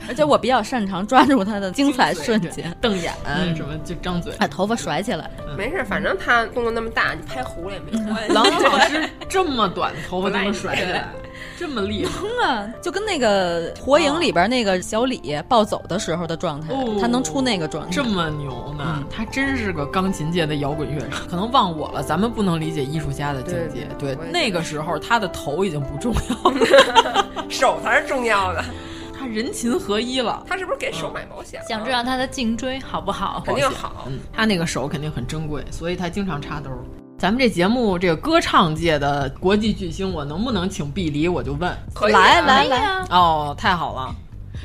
而且我比较擅长抓住他的精彩瞬 间，嗯瞪眼呃什么就张嘴，把头发甩起来。没事，反正他动作那么大，你拍糊了也没关系。郎朗老师这么短的头发都能甩起来，这么厉害，啊，就跟那个《火影》里边那个小李暴走的时候的状态哦，他能出那个状态这。么牛呢？嗯他真是个钢琴界的摇滚乐手，可能忘我了，咱们不能理解艺术家的境界。对，我也 那个时候他的头已经不重要了，手才是重要的。他他人禽合一了。他是不是给手买保险？想知道他的颈椎好不好？肯定好嗯，他那个手肯定很珍贵，所以他经常插兜。咱们这节目这个歌唱界的国际巨星，我能不能请碧梨？我就问，可以啊来来可以来、啊哦，太好了。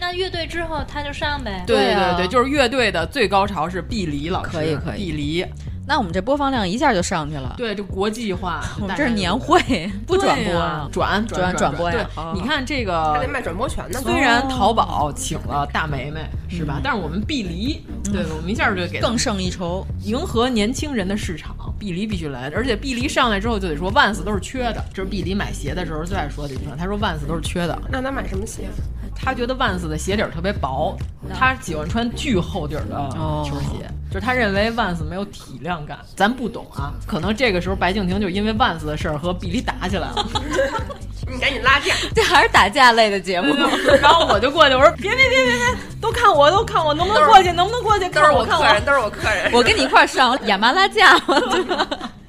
那乐队之后他就上呗。对对啊对，就是乐队的最高潮是碧梨老师，可以可碧以梨，那我们这播放量一下就上去了。对，就国际化，我们大 这是家年就会， 不转播啊对呀转了，转转播呀对。好好你好看这他个得，卖转播权呢。虽然淘宝请了大梅梅是吧，但是我们碧梨，对我们一下就给更胜一筹，迎合年轻人的市场，碧梨必须来。而且碧梨上来之后就得说万斯都是缺的，这是碧梨买鞋的时候最爱说的一句话。他说万斯都是缺的，那他买什么鞋？他觉得万斯的鞋底儿特别薄，他喜欢穿巨厚底儿的球鞋，就是他认为万斯没有体量感。咱不懂啊，可能这个时候白敬亭就因为万斯的事儿和比利打起来了。你赶紧拉架。 这还是打架类的节 目。 然后我就过去，我说别别别别别，都看我，都看我，能不能过去，能不能过去？都是看我看客人，我，都是我客人。我跟你一块儿上 亚麻拉架嘛，对吧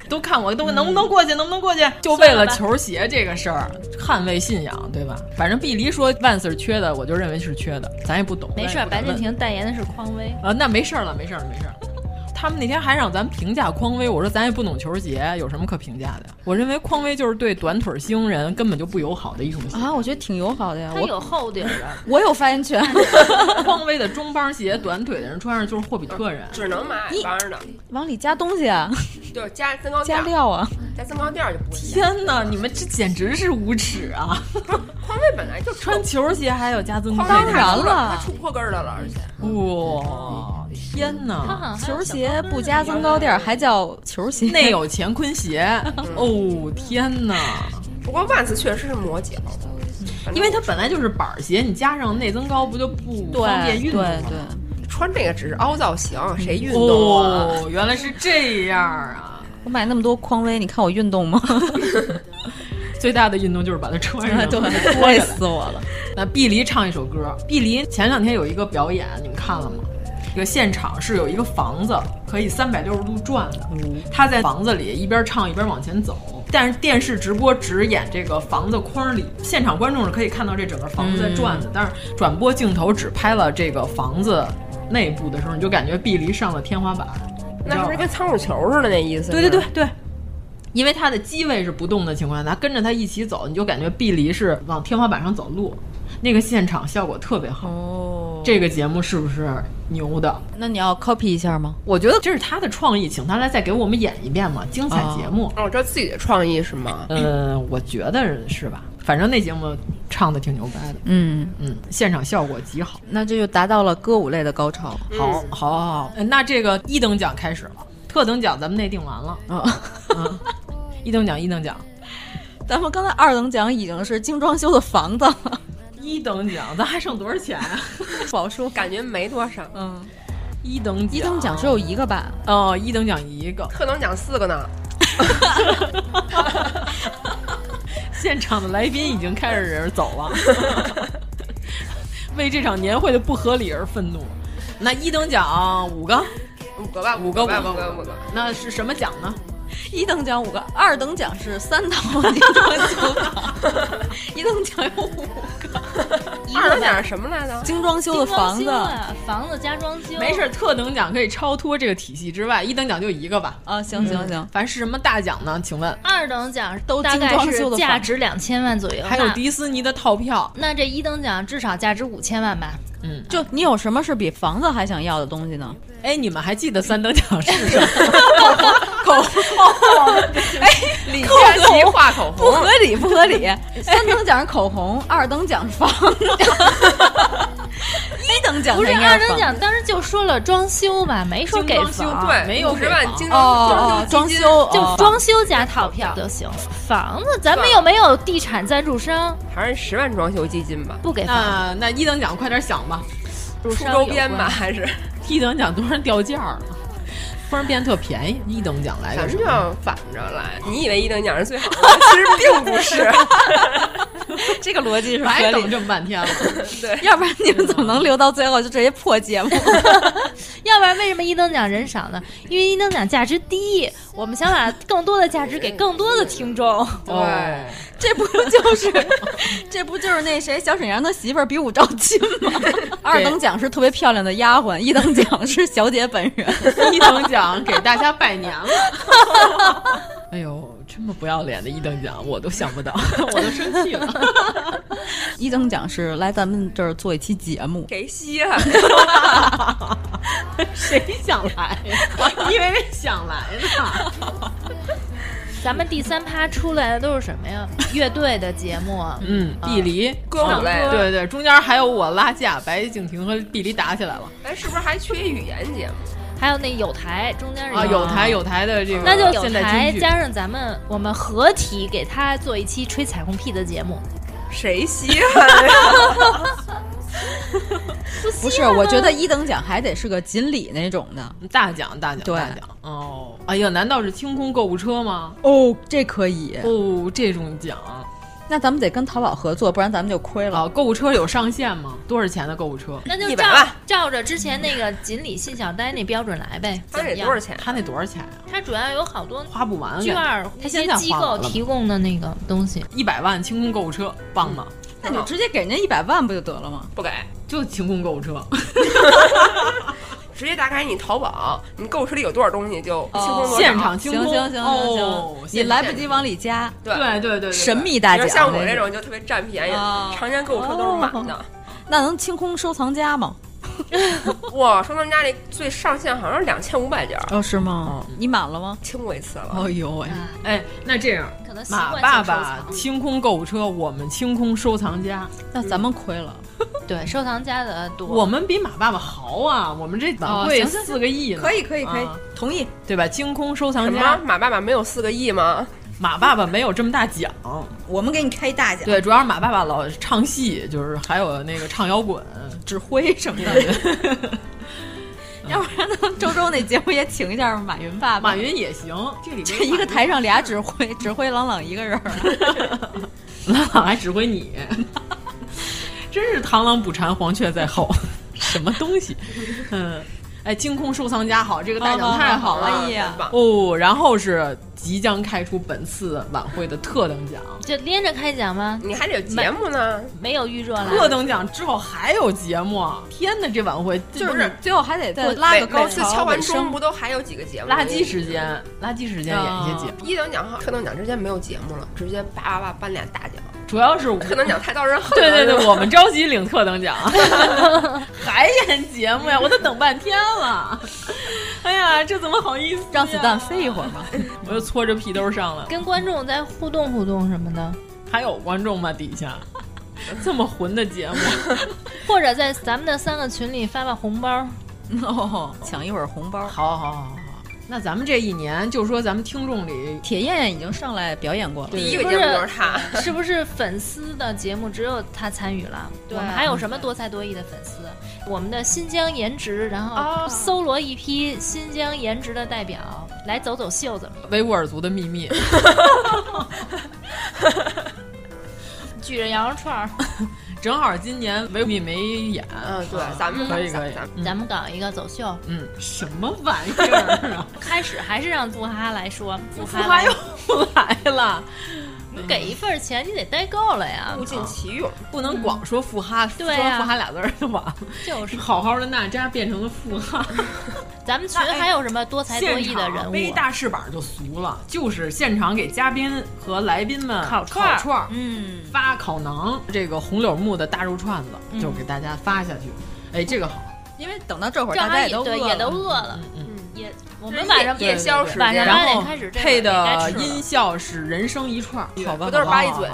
都看我，都能不能过去，能不能过去？就为了球鞋这个事儿，捍卫信仰，对吧？反正碧梨说万斯是缺的，我就认为是缺的，咱也不懂。没事咱儿，也不敢白敬问亭代言的是匡威。啊，那没事儿了，没事儿了，没事儿了。他们那天还让咱评价匡威，我说咱也不懂球鞋，有什么可评价的呀？我认为匡威就是对短腿星人根本就不友好的一种鞋。啊，我觉得挺友好的呀。他我有厚底儿 的，我有发言 权。 匡威的中帮鞋，短腿的人穿上就是霍比特人。只能买矮帮的，往里加东西啊，就是加增高垫加儿，料啊。加增高垫儿就不 一样。天哪，你们这简直是无耻啊！匡威本来就穿球鞋还有加增高，匡威当然出了它出破跟儿的了，而且哇，天他哪！好像还有嗯球小鞋高跟不儿加增高垫儿还叫球鞋？内 有乾坤鞋，哦天哪！不过万斯确实是磨脚，反正因为它本来就是板儿鞋，你加上内增高不就不对方便运对动对了吗？，穿这个只是凹造型，谁运动啊？哦，原来是这样啊！我买那么多匡威，你看我运动 吗？最大的运动就是把它穿上， 对，累累死死哎我。我了。那碧梨唱一首歌，碧梨前两天有一个表演，你们看了吗？这个现场是有一个房子可以三百六十度转的，嗯他在房子里一边唱一边往前走。但是电视直播只演这个房子框里，现场观众是可以看到这整个房嗯子在转的，但是转播镜头只拍了这个房子内部的时候，你就感觉碧梨上了天花板。那是不是跟仓鼠球似的那意思？对对对，对，因为它的机位是不动的情况下，它跟着它一起走，你就感觉碧梨是往天花板上走路，那个现场效果特别好。哦，这个节目是不是牛的？那你要 copy 一下吗？我觉得这是他的创意，请他来再给我们演一遍嘛，精彩节目。哦，这自己的创意是吗？啊呃，我觉得是吧，反正那节目唱的挺牛掰的，嗯，嗯，现场效果极好。那这就达到了歌舞类的高潮。好，好，好，好，呃嗯那这个一等奖开始了，特等奖咱们内定完了，啊、嗯， 一等奖，一等奖， 咱们刚才二等奖已经是精装修的房子了，一等奖，咱还剩多少钱啊？不好说。感觉没多少，嗯，一等奖，一等奖只有一个吧？哦，一等奖一个， 特能讲四个呢。现场的来宾已经开始走了， 为这场年会的不合理而愤怒。那一等奖五个，五个吧，五个，个，五五五个，个，五个。。那是什么奖呢？一等奖五个，二等奖是三套精装修房， 一等奖有五个二等奖是什么来着？精装修的房精子。装修啊，房子加装修，没事，特等奖可以超脱这个体系之外，一等奖就一个吧。啊，行行行，凡是什么大奖呢？请问二等奖都大概精装修是的房价值两千万左右，还有那迪斯尼的套票，那这一等奖至少价值五千万吧？嗯，就你有什么是比房子还想要的东西呢？哎，你们还记得三等奖是什么？口红，哎，李李佳琦画口不红，合 理，不合理。三等奖是口红，二等奖是房 子，一等奖不是才应该二等房子奖，当时就说了装修吧，没说给精装房修，对，没有五给十万房精哦哦装哦，装修，修就哦装修加套票就行。房子咱们又没有地产赞助商，还是十万装修基金吧，不给房那啊那一等奖快点想吧，主出商周有边吧，关。还是一等奖突然掉价儿了，突然变得特便宜。一等奖来咱个们什就么？ 要反着来。你以为一等奖是最好的，其实并不是。这个逻辑是白合理等这么半天了，对，要不然你们怎么能留到最后就这些破节目？要不然为什么一等奖人少呢？因为一等奖价值低，我们想把更多的价值给更多的听众。对， 这不就是这不就是那谁小沈阳的媳妇儿比武招亲 吗？二等奖是特别漂亮的丫鬟，一等奖是小姐本人。 一等奖给大家拜年了。 哎呦，这么不要脸的一等奖，我都想不到，我都生气了。 一等奖是来咱们这儿做一期节目，谁稀罕？谁想来呀？ 你以为人想来呢？咱们第三趴出来的都是什么呀？乐队的节目，嗯，啊碧梨歌舞类的对对，中间还有我拉架，白敬亭和碧梨打起来了哎咱是不是还缺语言节目？还有那有台，中间是啊！有台有台的这个，那就有现代台京剧加上咱们，我们合体给他做一期吹彩虹屁的节目。谁稀 罕呀？不是？我觉得一等奖还得是个锦鲤那种的。大奖大奖对大奖哦！哎呀，难道是清空购物车吗？哦，这可以。哦，这种奖那咱们得跟淘宝合作，不然咱们就亏了。啊，购物车有上限吗？多少钱的购物车？那就100照万照着之前那个锦鲤信小呆那标准来呗。他怎得么样多少？钱？他那多少钱啊？它主要有好多花不完，券儿，他一现些在机构提供的那个东西。一百万清空购物车，棒吗？那你直接给人家一百万不就得了吗？不给，就清空购物车，直接打开你淘宝，你购物车里有多少东西就清空多少。现场清行空，行行行哦行，你现来不及往里加，对对对对对，神秘大你说奖。像我这种就特别占便宜哦，常年购物车都是满的。那能清空收藏家吗？哇，说他们家那最上限好像是两千五百件儿，哦，是吗？你满了吗？清过一次了。哦呦喂！哎，那这样，可能习惯马性爸收爸藏清空购物车，我们清空收藏家，那咱们亏了。对收藏家的多。我们比马爸爸豪啊！我们这晚会行行行四个亿嗯呢，可以可以可以啊同意。对吧？清空收什藏么家，？马爸爸没有四个亿吗？马爸爸没有这么大奖，我们给你开一大奖，对，主要是马爸爸老唱戏，就是还有那个唱摇滚，指挥什么的。要不然咱周周那节目也请一下马云爸 爸。马云也行，这里边 这一个台上俩指挥， 指挥朗朗一个人儿。朗 朗还指挥你，真是螳螂捕蝉，黄雀在后， 什么东西？ 嗯，哎，清空收藏家好，这个大奖太好了。哎啊呀，哦，然后是即将开出本次晚会的特等奖，就连着开奖吗？你还得有节目呢。没有预热嗯了。特等奖之后还有节目，啊天哪，这晚会就不是 最后还得对拉个高每次敲潮完尾钟声。不都还有几个节目？垃圾时间，垃圾时间演一些节目，一等奖和特等奖之间没有节目了，直接叭叭叭颁俩大奖。 主要是我特等奖太招人恨对了。对是对，吧我们着急领特 等奖，还演节目呀？我都等半天了。 哎呀，这怎么好意思呀？让子弹飞一会儿 吧。我又搓着皮兜上了。跟观众再互动互动什么的，还有观众吗？底 下这么混的节目，或者在咱们的三个群里发发红 包。哦，抢一会儿红包。 好好好好好。那咱们这一年就说咱们听众里，铁燕燕已经上来表演过了。第一个节目就是他。是不是粉丝的节目只有他参与了？对啊我们还有什么多才多艺的粉丝？我们的新疆颜值，然后搜罗一批新疆颜值的代表来走走秀，怎么样？维吾尔族的秘 密，举着羊肉串儿，正好今年维密没演。嗯，对，咱们可以咱可以咱 们咱们搞一个走秀。嗯，什么玩意儿 啊？开始还是让布哈来 说，布富哈华来又来了，你给一份钱，你得待够了 呀物。尽其用。 不能光说富哈，说对呀富哈俩字儿就完了。就是，好好的娜扎变成了 富哈，咱们群还有什么多才多艺的人背一物？啊大翅膀就俗了，就是现场给嘉宾和来宾们烤串串儿串儿嗯，发烤馕，这个红柳木的大肉串嗯子就给大家发下去。哎，这个好，因为等到这会儿正大好家也也都对，饿也了都饿了，嗯。也我们晚上夜夜宵时间晚上然八点后开始这个配的该吃了音效是人生一串儿，好吧？不都是好吧八一嘴？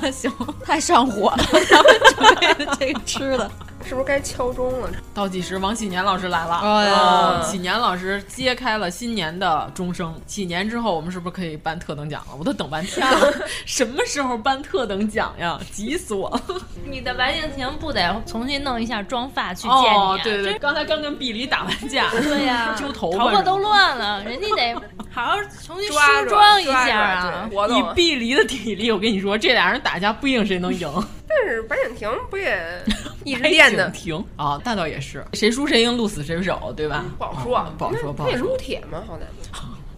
吗？行， 太上火 了，咱们准备的这个吃的。是不是该敲钟 了？倒计时，王喜年老师来了。哎呀哦喜年老师揭开了新年的钟声。喜年之后，我们是不是可以颁特等奖了？我都等半天了，什么时候颁特等奖呀？急死我了！你的白敬亭不得重新弄一下妆发去见哦你、啊哦，对对，刚才刚跟碧梨打完架，对呀、 揪头头发是发 吗都乱了，人家得好好重新抓梳着妆一抓着下啊！对我懂以臂力的体力，我跟你说，这俩人打架不赢谁能赢？但是白敬亭不 也一直练的？停啊，那倒也是，谁输谁赢，鹿死谁手，对吧？嗯不好说啊不好说，不不好也说。撸铁吗？好歹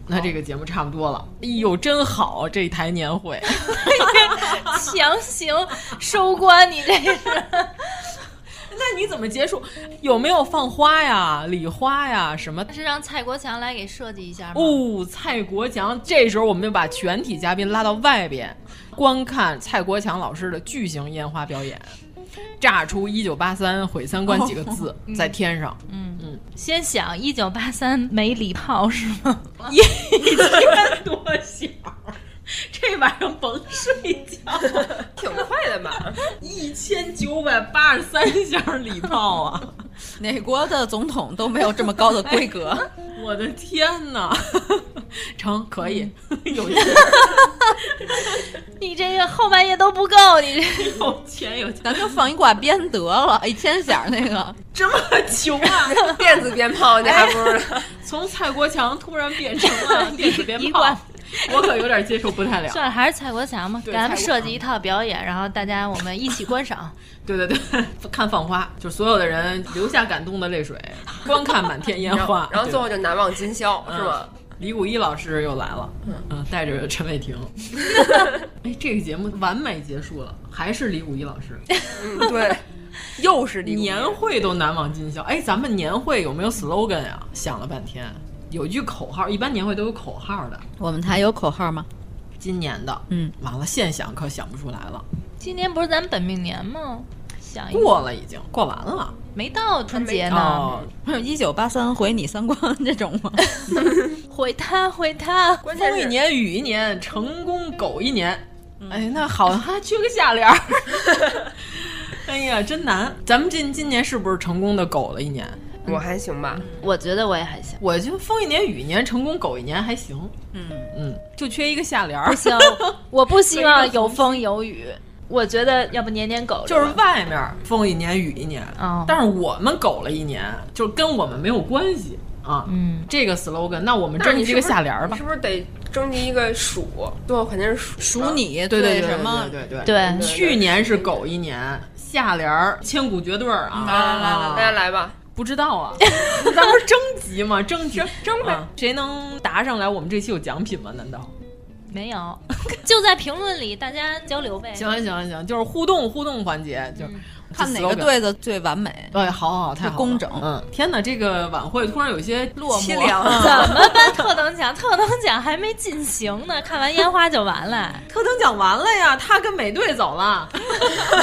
那这个节目差不多了，哎呦，真好，这一台年会。 强行收官，你这是？那你怎么结束？有没有放花呀、礼花呀什么？ 是让蔡国强来给设计一下吗？哦，蔡国强，这时候我们就把全体嘉宾拉到外边，观看蔡国强老师的巨型烟花表演，炸出“一九八三毁三观”几个字、哦嗯在天上。嗯嗯，先想一九八三没礼炮是吗？ 一天多想，这晚上甭睡觉，挺快的嘛， 一千九百八十三箱礼炮啊！哪国的总统都没有这么高的规格。 我的天哪，成可以，有你这个后半夜都不够，你这有钱有钱，咱就放一挂鞭得了，一千响那个。这么 穷啊！电子鞭炮你还不 如，哎从蔡国强突然变成了电子鞭一炮贯，我可有点接受不太了。算了，还是蔡国强吧，对给咱们蔡国强设计一套表演，然后大家我们一起观赏。对对对， 看放花，就所有的人流下感动的泪水，观看满天烟花然后最后对就难忘今宵，嗯是吧？李谷一老师又来了，嗯，带着陈 伟霆，哎，这个节目完美结束了，还是李谷一老师，嗯，对， 又是李谷一年会都难忘今宵。哎，咱们年会有没有 slogan 呀、想了半天，有一句口号，一般年会都有口号的，我们台有口号吗？今年的，嗯，完了，现想可想不出来了，今年不是咱们本命年吗？想一个过了已经，过完了。没到春节呢？哦，一九八三回你三观这种 吗？回 他回他，关键风一是年雨一年，成功狗一年。哎，那好，还缺个下联儿。哎呀，真难！咱们今今年是不是成功的狗了一年？我还行吧，我觉得我也还行。我就风一年雨一年，成功狗一年还行。嗯嗯，就缺一个下联不儿， 行，我不希望有风有雨。我觉得要不年年狗就是吧外面风一年雨一年，哦但是我们狗了一年，就是跟我们没有关系啊。嗯，这个 slogan，那我们那征你集是这不是个下联儿你吧是。不是得征集一个鼠？对，肯定是鼠。数你对对对什么？对对对去年是狗一年，下联儿千古绝对儿啊！来来大家来吧，不知道 啊，咱不是征集吗？征集征呗、啊谁能答上来，我们这期有奖品吗？难道？没 有，就在评论里大家交流呗。行行行行，就是互动互动环节，就是、嗯看哪就个 slogan 对。的最完美。对，好好好太好了，工整嗯，天哪，这个晚会突然有些落寞，啊凄凉怎么办？特等奖，特等奖还没进行 呢，看完烟花就完了。特等奖完了呀，他跟美队走 了，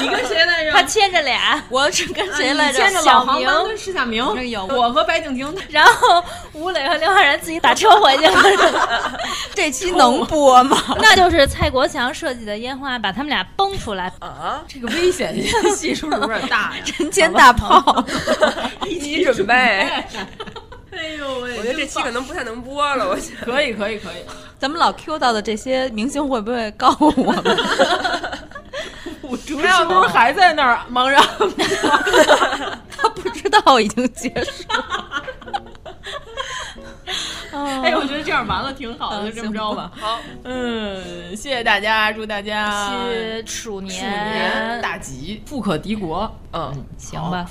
你跟谁来着？他牵着俩，我是跟谁来着？啊牵着老小航明班跟施夏明哎呦，我我和白敬亭，然后吴磊和刘昊然自己打车回去 了。这期能播吗？那就是蔡国强设计的烟花，把他们俩崩出来。这个危险系数是不是有点大呀？人间大炮，一起准备。哎呦喂，我觉得这期可能不太能播了，我觉得。可以可以可以，咱们老 Q 到的这些明星会不会告我们？ 我是不是还在那儿茫然？他不知道已经结束了。哎，我觉得这样完了挺好的，就这么着吧。好，嗯，谢谢大家，祝大家去呃鼠鼠年大吉，富可敌国。嗯，行吧。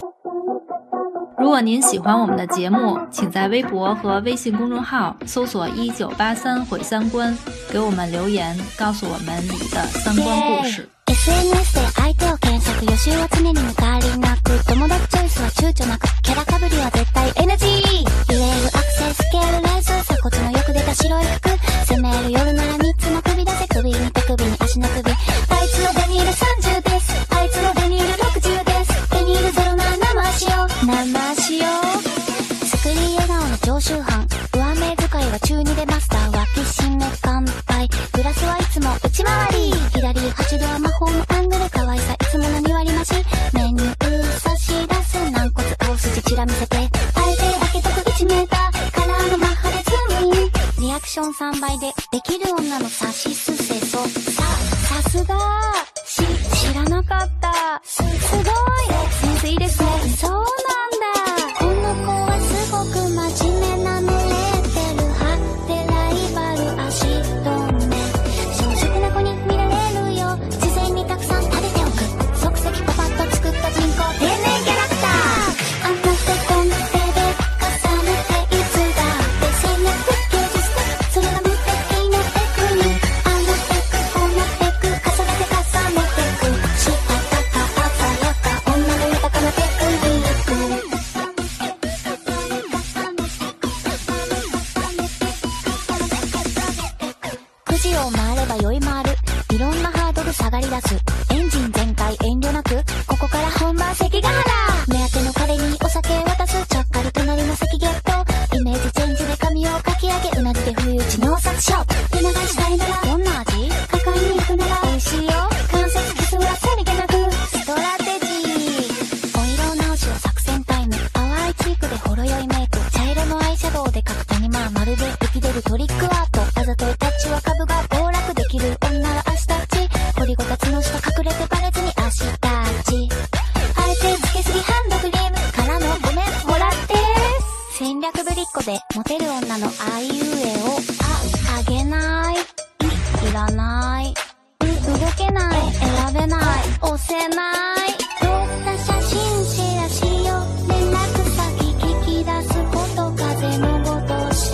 如果您喜欢我们的节目，请在微博和微信公众号搜索“一九八三毁三观”，给我们留言，告诉我们你的三观故事。 SNS で相手を検索予習は常に抜かりなく友達チョイスは躊躇なくキャラかぶりは絶対 NG 揺れるアクセス系ルレース鎖骨のよく出た白い服攻める夜なら3つの首出せ首に手首に足の首あいつのデニール30ですあいつのデニール60ですデニール07生しよう生しよう作り笑顔の常習犯上目遣いは中2でマスター脇締め乾杯グラスはいつも内回り左端では魔法のアングル可愛さいつもの2割増しメニュー差し出す軟骨大筋ちら見せて相手だけ得1メーターカラーのマッハでズームインリアクション3倍でできる女の差しすせそささすがし知らなかったすすごいセンスいいですねそうなんだこの子はすごく真面目な群れてるはってライ筋を回れば酔い回るいろんなハードル下がり出すエンジン全開遠慮なくここから本番関ヶ原目当ての彼にお酒渡すちょっかり隣の席ゲットイメージチェンジで髪をかき上げうなずけ不意打ち脳殺ショー促したいならどんな味果敢に行くなら美味しいよ関節キスはさりげなくストラテジーお色直しは作戦タイム淡いチークでほろ酔いメイク茶色のアイシャドウで描く谷間まるで浮き出るトリックアートあざといタッチは株が暴落できる女は足タッチ掘りごたつの下隠れてバレずに足タッチあえてつけすぎハンドクリームからのごめんもらって戦略ぶりっ子でモテる女のあいうえをああげないいらない動けない選べない押せない撮った写真シェアしよう連絡先聞き出すこと風のごとし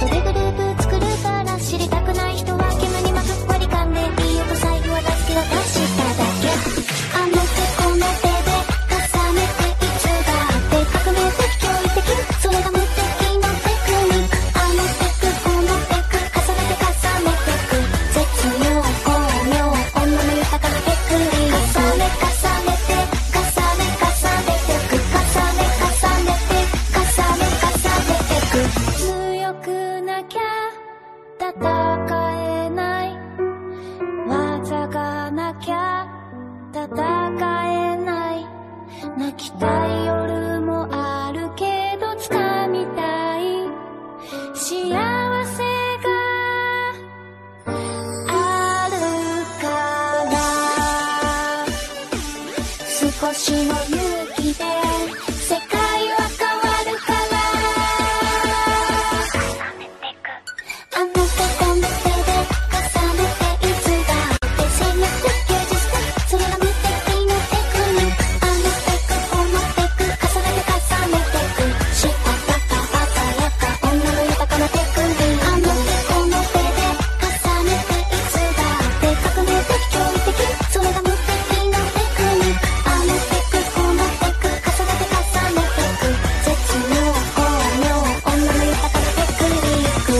後でグループ作るから知りたくない人は煙に巻く割り勘でいいよと財布は助け渡しただけあの手この手で重ねていつだって革命的驚異的それが無敵のテクニックあのテクこのテク重ねて重ねてく絶妙巧妙女の豊かなテクニック重ね重ねて重ね重ねてく重ね重ねて重ね重ねてく強くなきゃ戦えない技がなきゃ戦えない泣きたい夜もあるけど掴みたい幸せがあるから少しの勇気で世界は変わるからあの手この手で重ねていつだって戦略芸術的それが無敵のテクニックあのテクこのテク重ねて重ねてくしたたか鮮やか女の豊かなテクニックあの手この手で重ねていつだって革命的驚異的それが無敵のテクニックあのテクこのテク重ねて重ねてく絶妙巧妙女の豊かなテクニック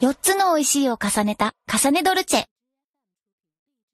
4つの美味しいを重ねた、重ねドルチェ。